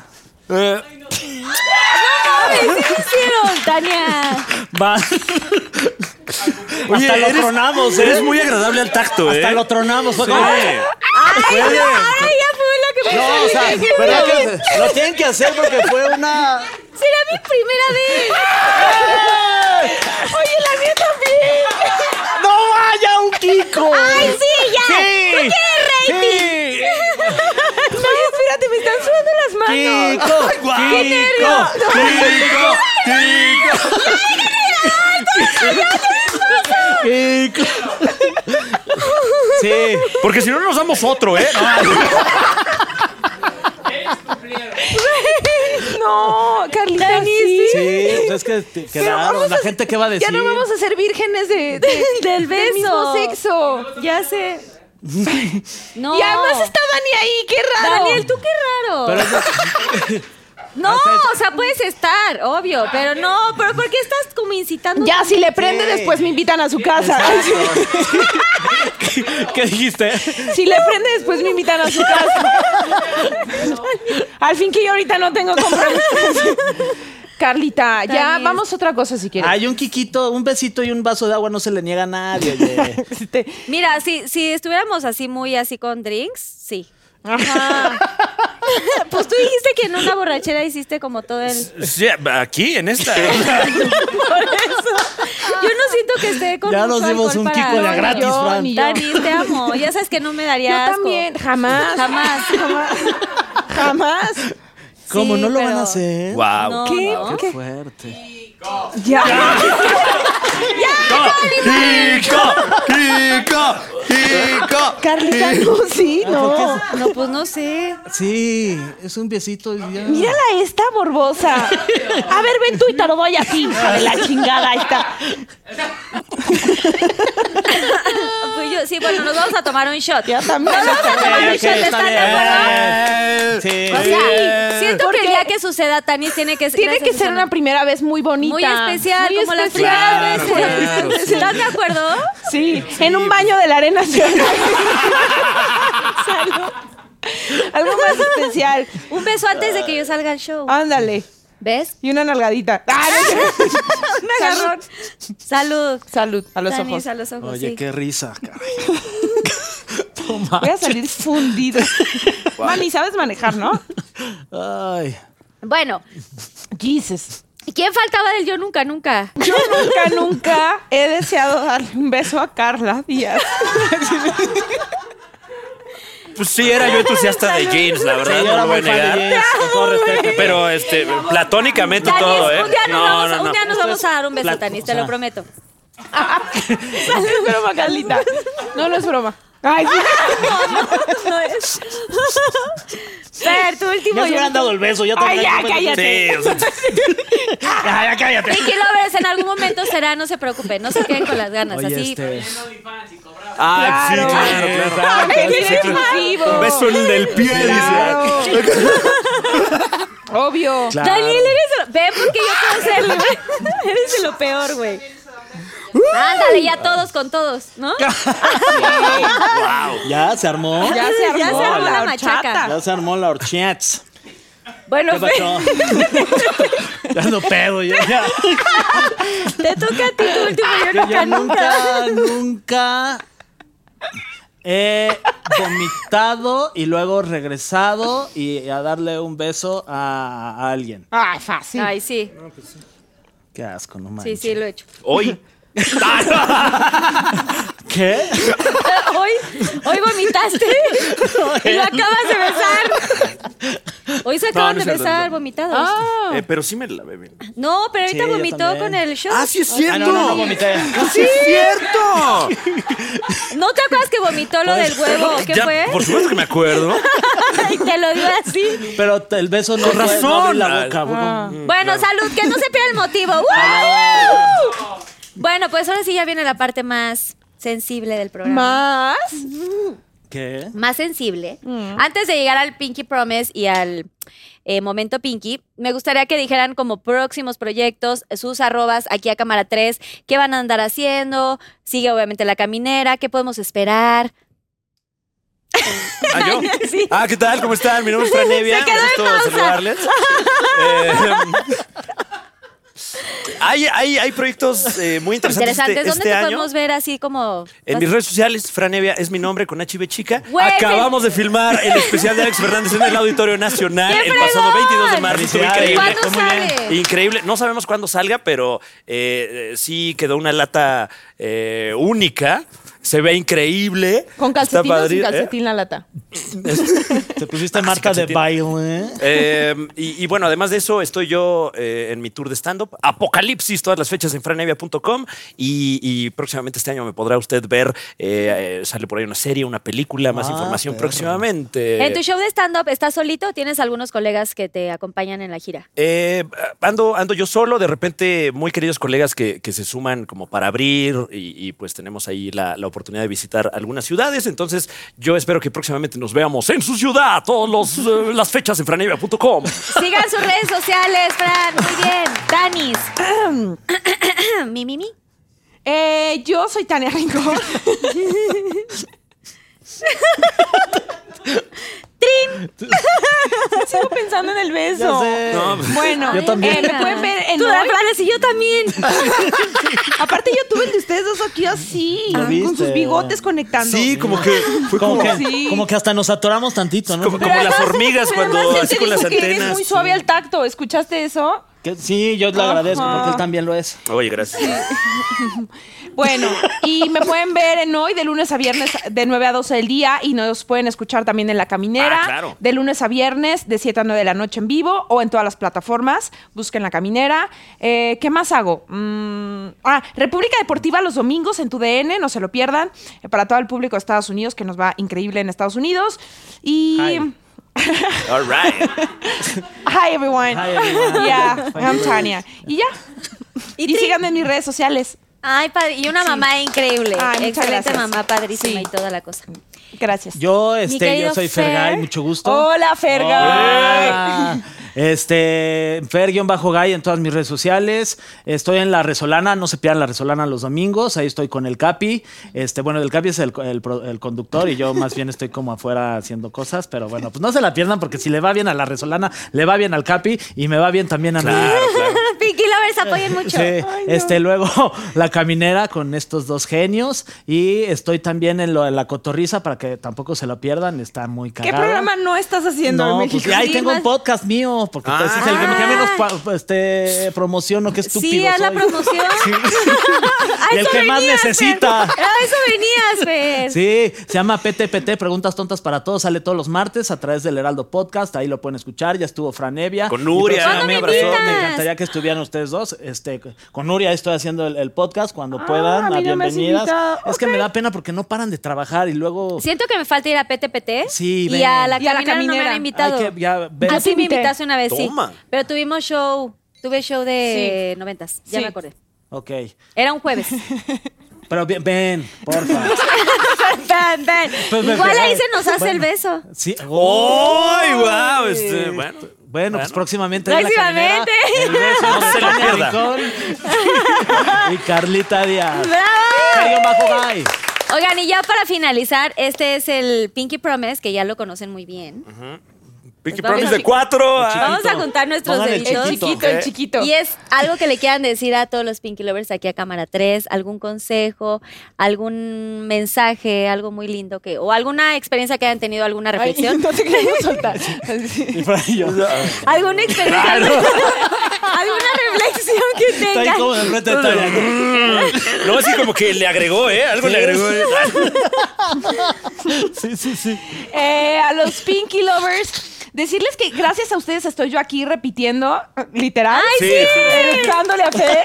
S1: ¿Sí lo hicieron, Tania?
S5: Va.
S4: oye,
S5: Hasta lo
S4: eres,
S5: tronamos, ¿eh?
S4: eres muy agradable al tacto, ¿eh?
S5: Hasta lo tronamos. Fue como-
S4: Sí.
S1: ¡Ay,
S4: Puede.
S1: no! ¡Ay, ya fue la que me
S5: No, o sea,
S1: salí.
S5: ¿verdad que lo tienen que hacer porque fue una...
S1: ¡Será mi primera vez! ¡Oye, la mía también!
S5: ¡No haya un Kiko!
S1: ¡Ay, sí, ya!
S5: Sí.
S1: ¿Tú quieres rating?
S5: Sí.
S6: Oye, espérate, me están sudando las manos.
S5: ¡Kiko! ¡Kiko!
S4: ¡Tico!
S5: ¡Kiko! Sí.
S4: Porque si no nos damos otro, ¿eh?
S6: No, Carlita, sí.
S5: Sí, o sea, es que te
S6: Pero
S5: quedaron.
S6: vamos
S5: La
S6: a-
S5: gente que va a decir.
S6: Ya no vamos a ser vírgenes de, de-
S1: Del beso.
S6: del mismo sexo.
S1: Ya sé. No.
S6: Y además está Dani ahí, qué raro.
S1: Daniel, tú qué raro.
S5: Pero eso-
S1: No, o sea, puedes estar, obvio, pero no, pero ¿por qué estás como incitando?
S6: Ya, si le prende,
S5: Sí.
S6: después me invitan a su casa.
S5: ¿Qué dijiste?
S6: Si le prende, después me invitan a su casa. Al fin que yo ahorita no tengo compromisos. Carlita, ya
S1: Dani.
S6: vamos a otra cosa si quieres.
S5: Hay un quiquito, un besito y un vaso de agua no se le niega a nadie. oye.
S6: Este,
S1: Mira, si, si estuviéramos así muy así con drinks, sí. Pues tú dijiste que en una borrachera hiciste como todo el.
S4: Sí, aquí, en esta. ¿eh?
S1: Yo no siento que esté con
S5: Ya
S1: mucho
S5: nos dimos
S1: alcohol
S5: un
S1: para-
S5: Kiko de a gratis,
S6: yo,
S5: Fran.
S6: ni-
S1: Dani, te amo. Ya sabes que no me daría
S6: yo
S1: asco.
S6: también, jamás.
S1: Jamás.
S6: Jamás. Jamás.
S5: ¿Cómo?
S1: Sí,
S5: ¿No lo van
S1: pero-
S5: a hacer?
S4: wow.
S1: No,
S6: ¿Qué?
S1: no.
S6: ¿Qué?
S5: Fuerte.
S6: Ya.
S4: ¡Kiko! ¡Kiko! ¡Kiko!
S6: Carlita, no, sí, no.
S1: No, pues no sé.
S5: Sí, es un besito y ya.
S6: Mírala esta borbosa. A ver, ven tú y te lo doy a ti, hija de la chingada esta.
S1: Pues yo, sí, bueno, nos vamos a tomar un shot.
S6: Ya también.
S1: Nos vamos a tomar un shot, ¿están de acuerdo?
S5: Sí.
S1: O sea, siento que
S6: Porque-
S1: el día que suceda, Tani, tiene que ser.
S6: Tiene
S1: gracias,
S6: que ser
S1: Susana.
S6: una primera vez muy bonita.
S1: muy especial,
S6: Muy
S1: como las
S6: especial.
S1: primeras veces. ¿Estás de acuerdo?
S6: Sí, pues. en un baño de la arena. Nacional. Salud. Algo más especial.
S1: Un beso antes de que yo salga al show.
S6: Ándale.
S1: ¿Ves?
S6: Y una nalgadita. Ah, no,
S1: Un agarrón. Salud.
S6: Salud a los
S1: Tani,
S6: ojos.
S1: a los ojos.
S5: Oye,
S1: sí.
S5: qué risa, caray.
S6: Voy a salir fundida. Mami, sabes manejar, ¿no?
S5: Ay.
S1: Bueno,
S6: Jesus.
S1: ¿quién faltaba del yo nunca, nunca?
S6: Yo nunca, nunca he deseado darle un beso a Carla Díaz.
S4: Pues sí, era yo entusiasta de James, la verdad,
S5: Sí,
S4: no
S5: era
S4: lo voy
S5: muy
S4: a
S5: fan de
S4: negar.
S5: James, con todo respeto.
S4: Pero este, platónicamente
S1: Tanis,
S4: todo, ¿eh?
S1: un día nos,
S4: No,
S1: vamos,
S4: no,
S1: un
S4: no.
S1: día nos
S5: Esto
S1: vamos a
S5: es
S1: dar un beso,
S5: plat-
S1: Tanis,
S5: o
S1: te lo
S5: sea.
S1: prometo.
S6: No es broma, Carlita. No, no es broma. Ay, sí.
S1: No es. Fer, tu último.
S5: Ya se hubieran dado el beso, ya te
S6: Ay, ya,
S5: hubieran-
S6: cállate.
S4: Sí, o sea, ya, ya cállate.
S1: Pinky Lovers, en algún momento será, no se preocupen, no se queden con las ganas.
S5: Oye,
S1: así.
S5: este.
S4: Ah,
S6: Claro.
S4: sí, claro, claro.
S6: Ay, qué
S5: sí,
S6: exclusivo.
S4: Un beso en el pie, dice.
S6: Claro. Obvio.
S5: Claro.
S1: Daniel, eres. Ve porque yo puedo serlo. Eres de lo peor, güey. Ándale, ya todos con todos, ¿no?
S5: Ya se armó.
S6: Ya se armó,
S1: Ya se armó la
S6: horchata.
S1: machaca.
S5: Ya se armó la horchats.
S1: Bueno,
S5: ¿Qué
S6: Pues,
S1: Fer,
S5: pasó? ya no pedo, ya. ya.
S1: te toca a ti tu último yo
S5: Yo,
S1: nunca, nunca.
S5: nunca, nunca he vomitado y luego regresado y a darle un beso a, a alguien.
S6: Ay, fácil.
S1: Ay, sí,
S5: Qué asco, no
S1: sí,
S5: manches.
S1: sí, lo he hecho.
S4: Hoy.
S5: ¿Qué?
S1: Hoy, hoy vomitaste y lo acabas de besar. Hoy se acaban
S4: no es
S1: de
S4: cierto,
S1: besar
S4: no es
S1: vomitados.
S6: Ah,
S4: Eh, pero sí me la bebé.
S1: No, pero
S5: Sí,
S1: ahorita
S5: yo
S1: vomitó
S5: también.
S1: con el show.
S4: ¡Ah, sí es
S5: Ah,
S4: cierto!
S5: no, no, no vomité.
S4: ¡Sí es cierto!
S1: ¿No te acuerdas que vomitó lo del huevo? ¿Qué
S4: Ya,
S1: fue?
S4: Por supuesto que me acuerdo.
S1: Y te lo dio así.
S5: Pero te- el beso no
S4: Con
S5: fue- no abrí la
S4: razón.
S5: boca. fue como-
S6: Ah.
S1: Bueno, salud, que no se pierda el motivo. ¡Woo! Bueno, pues ahora sí ya viene la parte más sensible del programa.
S6: Más.
S5: ¿Qué?
S1: más sensible. Antes de llegar al Pinky Promise y al eh, momento Pinky, me gustaría que dijeran como próximos proyectos, sus arrobas aquí a cámara 3, qué van a andar haciendo, sigue obviamente la caminera, qué podemos esperar.
S4: Ah, yo.
S1: Sí.
S4: Ah, ¿qué tal? ¿Cómo están? Mi nombre es Fran Evia.
S1: Se quedó
S4: Un
S1: en
S4: gusto
S1: pausa.
S4: saludarles. Eh, hay, hay, hay proyectos eh, muy interesantes,
S1: Interesantes,
S4: este,
S1: ¿dónde
S4: este
S1: te
S4: año.
S1: podemos ver así como... pues,
S4: En mis redes sociales, Fran Evia es mi nombre con HB Chica.
S1: Güey,
S4: Acabamos de filmar el especial de Alex Fernández en el Auditorio Nacional
S1: ¡Qué
S4: el pasado
S1: fregón!
S4: 22 de marzo. Estuvo
S5: Felicidades.
S4: increíble.
S1: ¿Cuándo
S4: Muy bien.
S1: sale?
S4: Increíble. No sabemos cuándo salga, pero eh, eh, sí quedó una lata eh, única. se ve increíble.
S6: ¿Con
S4: Está
S6: calcetín o
S4: padri-
S6: sin
S4: ¿eh? Ah,
S6: calcetín la lata?
S5: Te pusiste marca de baile.
S4: Eh, y, y bueno, además de eso, estoy yo eh, en mi tour de stand-up. Apocalipsis, todas las fechas en franevia.com. Y, y próximamente este año me podrá usted ver. eh, eh, sale por ahí una serie, una película, más
S5: Ah,
S4: información
S5: perro.
S4: próximamente.
S1: ¿En tu show de stand-up estás solito o tienes algunos colegas que te acompañan en la gira?
S4: Eh, ando, ando yo solo, de repente muy queridos colegas que, que se suman como para abrir y, y, pues tenemos ahí la, la oportunidad de visitar algunas ciudades, entonces yo espero que próximamente nos veamos en su ciudad, todos los, eh, las fechas en franevia.com.
S1: Sigan sus redes sociales, Fran. Muy bien. Tanis. mi, mi, mi.
S6: Eh, yo soy Tania Rincón. Sigo pensando en el beso.
S4: pues,
S6: Bueno,
S5: Yo también.
S6: eh, me pueden ver en
S1: Tú,
S6: Hoy.
S1: Fran, y yo también.
S6: Aparte yo tuve el de ustedes dos aquí así,
S5: Lo
S6: con sus
S5: viste.
S6: bigotes conectando.
S4: Sí, como que fue
S5: Como
S4: como,
S5: que,
S6: Sí.
S5: como que hasta nos atoramos tantito, ¿no?
S4: como,
S5: Porque-
S4: como las hormigas cuando
S6: Además, él
S4: así
S6: te
S4: con las
S6: dijo que eres
S4: antenas.
S6: muy suave al tacto, ¿escuchaste eso?
S5: que- sí, yo lo agradezco
S6: Ajá.
S5: porque él también lo es.
S4: Oye, gracias.
S6: Bueno, y me pueden ver en hoy de lunes a viernes de 9 a 12 del día y nos pueden escuchar también en La Caminera
S4: Ah, claro.
S6: de lunes a viernes de 7 a 9 de la noche en vivo o en todas las plataformas. Busquen La Caminera. Eh, ¿Qué más hago? Mm, ah, República Deportiva los domingos en tu DN, no se lo pierdan. eh, para todo el público de Estados Unidos que nos va increíble en Estados Unidos. Y...
S5: Hi.
S4: All right.
S6: Hi, everyone.
S5: Hi, everyone.
S6: Yeah, I'm Tania. Y ya.
S1: Y
S6: Y,
S1: Tri-
S6: síganme en mis redes sociales.
S1: Ay, padre, y una mamá increíble.
S6: Ay, muchas
S1: Excelente
S6: gracias.
S1: mamá, padrísima
S6: Sí.
S1: y toda la cosa.
S6: Gracias.
S5: Yo, este,
S1: querido
S5: yo soy
S1: Fer.
S5: Fergay, mucho gusto.
S6: Hola, Fergay.
S5: Hola. Este, Fer-Gay en todas mis redes sociales. Estoy en La Resolana, no se pierdan La Resolana los domingos. Ahí estoy con el Capi. Este, bueno, el Capi es el, el pro- el conductor y yo más bien estoy como afuera haciendo cosas, pero bueno, pues no se la pierdan porque si le va bien a La Resolana, le va bien al Capi y me va bien también a mí.
S4: Claro, claro.
S1: Pinky Lovers, apoyen mucho.
S5: Sí, este, luego la caminera con estos dos genios y estoy también en, lo, de la cotorriza para que tampoco se lo pierdan, está muy
S6: ¿Qué
S5: cagado.
S6: programa no estás haciendo en
S5: No,
S6: México? Ah.
S5: pues, ay,
S1: Sí,
S5: tengo
S1: más-
S5: un podcast mío, porque pues, es el que me- que menos pa- este, promociono, que estúpido
S1: Sí, haz la
S5: soy.
S1: promoción. A
S5: Y el
S1: eso
S5: que más
S1: venías, Fer.
S5: necesita.
S1: A eso venías, Fer.
S5: Sí, se llama PTPT, Preguntas Tontas para Todos, sale todos los martes a través del Heraldo Podcast, ahí lo pueden escuchar, ya estuvo Franevia.
S4: Con Nuria,
S6: Ah,
S1: ¿Cuándo me
S5: me abrazó,
S1: invitas?
S5: me encantaría que estuvieran ustedes dos. Este, con Nuria estoy haciendo el, el podcast cuando
S6: a
S5: puedan,
S6: mí
S5: a
S6: no Ah, me has
S5: bienvenidas.
S6: invitado.
S5: Es que me da pena porque no paran de trabajar y luego...
S1: Siento que me falta ir a PTPT.
S5: Sí,
S1: y a
S5: ven.
S1: la
S6: Y a
S1: caminera, no
S6: la
S1: me
S6: caminera.
S1: han invitado.
S5: Hay que ya ver-
S1: Ah,
S6: Yo te
S1: sí, me
S6: invité.
S1: invitaste una vez,
S4: Toma.
S1: sí. Pero tuvimos show, tuve show de noventas, ya
S6: Sí.
S1: me acordé.
S5: Ok,
S1: Era un jueves.
S5: pero bien, ven, porfa.
S1: Ven, ven.
S5: Pues me
S1: Igual ahí
S5: pegaron.
S1: se nos hace el
S5: Bueno.
S1: beso.
S5: Sí.
S4: ¡Ay, wow! Este, bueno.
S5: Bueno, pues próximamente.
S1: Próximamente.
S5: En la caminera, el beso
S4: No se
S5: de
S4: lo
S5: Tania
S4: pierda.
S5: Rincón y Carlita Díaz.
S1: ¡Bravo!
S5: Sergio Majo, bye.
S1: Oigan, y ya para finalizar, este es el Pinky Promise, que ya lo conocen muy bien. Nos
S4: Pinky
S1: vamos
S4: Promise
S1: a-
S4: de cuatro. ah.
S1: Vamos a juntar nuestros
S5: Pongan el ¿eh?
S1: deditos.
S6: El chiquito, el chiquito.
S1: Y es algo que le quieran decir a todos los Pinky Lovers aquí a Cámara 3, algún consejo, algún mensaje, algo muy lindo que, o alguna experiencia que hayan tenido, alguna
S6: Ay,
S1: reflexión.
S6: no te queremos soltar.
S5: Y por ahí yo.
S1: Alguna experiencia, alguna reflexión que
S5: Está ahí
S1: tengan.
S5: como enfrente de Tania.
S4: No, así como que le agregó, ¿eh? Algo le agregó. ¿eh?
S5: Sí, sí, sí.
S6: Eh, a los Pinky Lovers, decirles que gracias a ustedes estoy yo aquí repitiendo, literal.
S4: Sí, sí. sí.
S6: Eh, dándole a fe.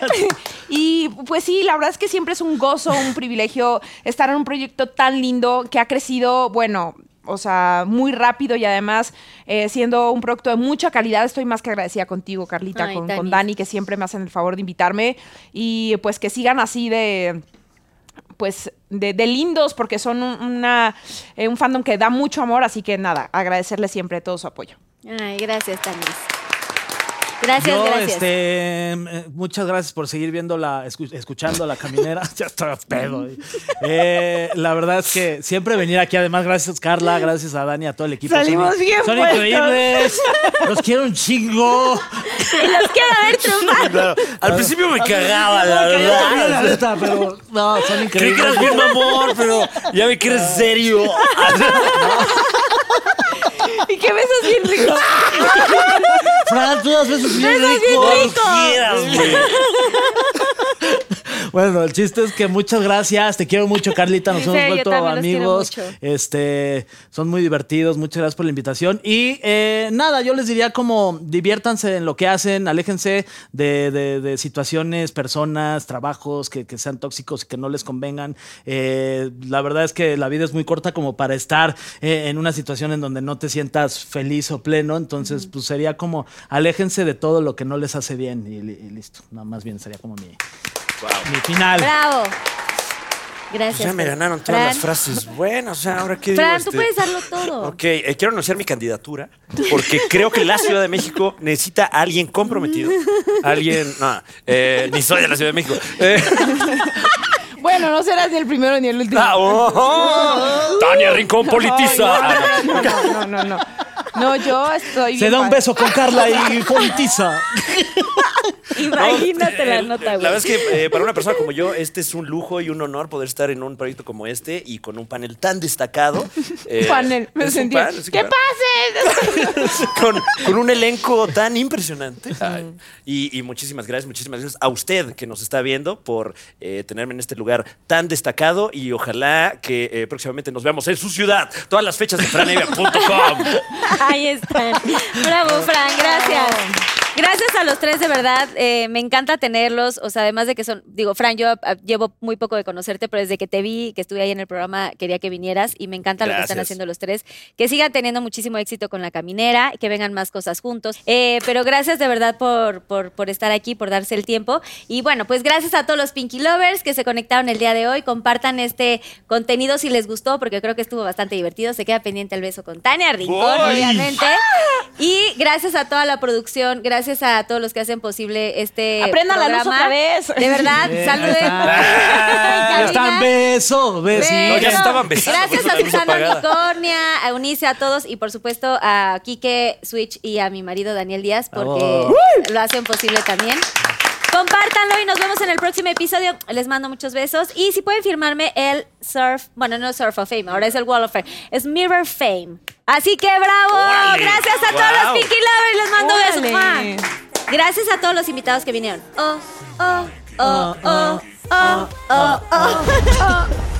S6: Y pues sí, la verdad es que siempre es un gozo, un privilegio estar en un proyecto tan lindo que ha crecido, bueno, o sea, muy rápido y además eh, siendo un producto de mucha calidad. Estoy más que agradecida contigo, Carlita,
S1: Ay,
S6: con,
S1: Tanis.
S6: con Dani, que siempre me hacen el favor de invitarme. Y pues que sigan así de pues de, de lindos porque son un, una, eh, un fandom que da mucho amor, así que nada, agradecerles siempre todo su apoyo.
S1: Ay, gracias, Tanis. Gracias,
S5: Yo,
S1: gracias.
S5: este, eh, muchas gracias por seguir viendo la, escu- escuchando la caminera. ya estaba pedo. eh. Eh, la verdad es que siempre venir aquí, además, gracias Carla, gracias a Dani, a todo el equipo. Son-
S6: Salimos bien
S5: Son
S6: puestos.
S5: increíbles. Los quiero un chingo.
S1: Y los quiero ver triunfar.
S4: Claro. Al principio me cagaba, la
S5: Yo también, la
S4: verdad.
S5: neta, pero no, son
S4: Creí que
S5: increíbles.
S4: eras bien mamón, pero ya me quieres serio.
S6: Y que besos bien ricos.
S5: Fran, tú das besos bien
S1: Besos bien
S5: ricos.
S4: Quieras, güey.
S5: Bueno, el chiste es que muchas gracias. Te quiero mucho, Carlita. Nos
S1: Sí,
S5: hemos
S1: yo
S5: vuelto
S1: también los quiero
S5: amigos.
S1: mucho.
S5: Este, son muy divertidos. Muchas gracias por la invitación. Y eh, nada, yo les diría como diviértanse en lo que hacen, aléjense de, de- de situaciones, personas, trabajos que, que sean tóxicos y que no les convengan. Eh, la verdad es que la vida es muy corta como para estar eh, en una situación en donde no te sientas feliz o pleno. Entonces, pues sería como aléjense de todo lo que no les hace bien y, li- y listo. Nada más bien sería como mi, mi final.
S1: Bravo. Gracias.
S8: pues Ya me
S1: Fer.
S8: ganaron todas las
S1: Fran,
S8: frases buenas. O sea, ahora qué digo.
S1: Fran, tú
S8: Este,
S1: puedes darlo todo.
S4: Ok, eh, quiero anunciar mi candidatura porque creo que la Ciudad de México necesita a alguien comprometido. Alguien. No, eh, ni soy de la Ciudad de México. Eh,
S6: Bueno, no serás ni el primero ni el último.
S4: ah, oh, oh. Tania Rincón politiza. Ah,
S6: Ay, no, no, no, no, no, no. No, yo estoy
S5: Se
S6: bien
S5: da un
S6: padre.
S5: beso con Carla y politiza.
S1: Imagínate la nota,
S4: eh, La
S1: güey.
S4: verdad es que eh, para una persona como yo, este es un lujo y un honor poder estar en un proyecto como este y con un panel tan destacado. Eh,
S6: Panel, me
S4: es un
S6: sentí.
S4: panel, sí,
S6: ¡Que
S4: claro.
S6: pase!
S4: con, con un elenco tan impresionante. Ay, Y, y muchísimas gracias, muchísimas gracias a usted que nos está viendo por eh, tenerme en este lugar tan destacado y ojalá que eh, próximamente nos veamos en su ciudad. Todas las fechas de franevia.com.
S1: Ahí están. Bravo, Fran, gracias. Gracias a los tres, de verdad, eh, me encanta tenerlos. O sea, además de que son, digo, Fran, yo ah, llevo muy poco de conocerte, pero desde que te vi, que estuve ahí en el programa, quería que vinieras y me encanta lo que están
S4: Gracias.
S1: haciendo los tres. Que sigan teniendo muchísimo éxito con la caminera, que vengan más cosas juntos. Eh, pero gracias de verdad por, por, por estar aquí, por darse el tiempo. Y bueno, pues gracias a todos los Pinky Lovers que se conectaron el día de hoy. Compartan este contenido si les gustó, porque creo que estuvo bastante divertido. Se queda pendiente el beso con Tania Rincón,
S4: Voy.
S1: obviamente. Y gracias a toda la producción, gracias a todos los que hacen posible este
S6: Aprendan la luz
S1: programa.
S6: otra vez.
S1: De verdad,
S5: Bien,
S1: saluden.
S5: ahí está.
S1: En
S5: Ahí están,
S1: cabina.
S5: beso, beso.
S1: Beso.
S4: No, ya se estaban besando,
S1: Gracias
S4: por
S1: a
S4: eso la luz
S1: Susana
S4: apagada.
S1: Unicornia, a Unice, a todos y por supuesto a Quique Switch y a mi marido Daniel Díaz porque
S4: Oh.
S5: Bravo.
S1: lo hacen posible también. Compártanlo y nos vemos en el próximo episodio. Les mando muchos besos. Y si pueden firmarme el Surf, bueno, no Surf of Fame, ahora es el Wall of Fame, es Mirror Fame. Así que bravo.
S4: Órale.
S1: Gracias a todos los
S4: Guau.
S1: Pinky Lovers. Les mando besos.
S6: Órale.
S1: ¡Mua! Gracias a todos los oh, invitados que vinieron. Oh, oh, oh, oh, oh, oh, oh.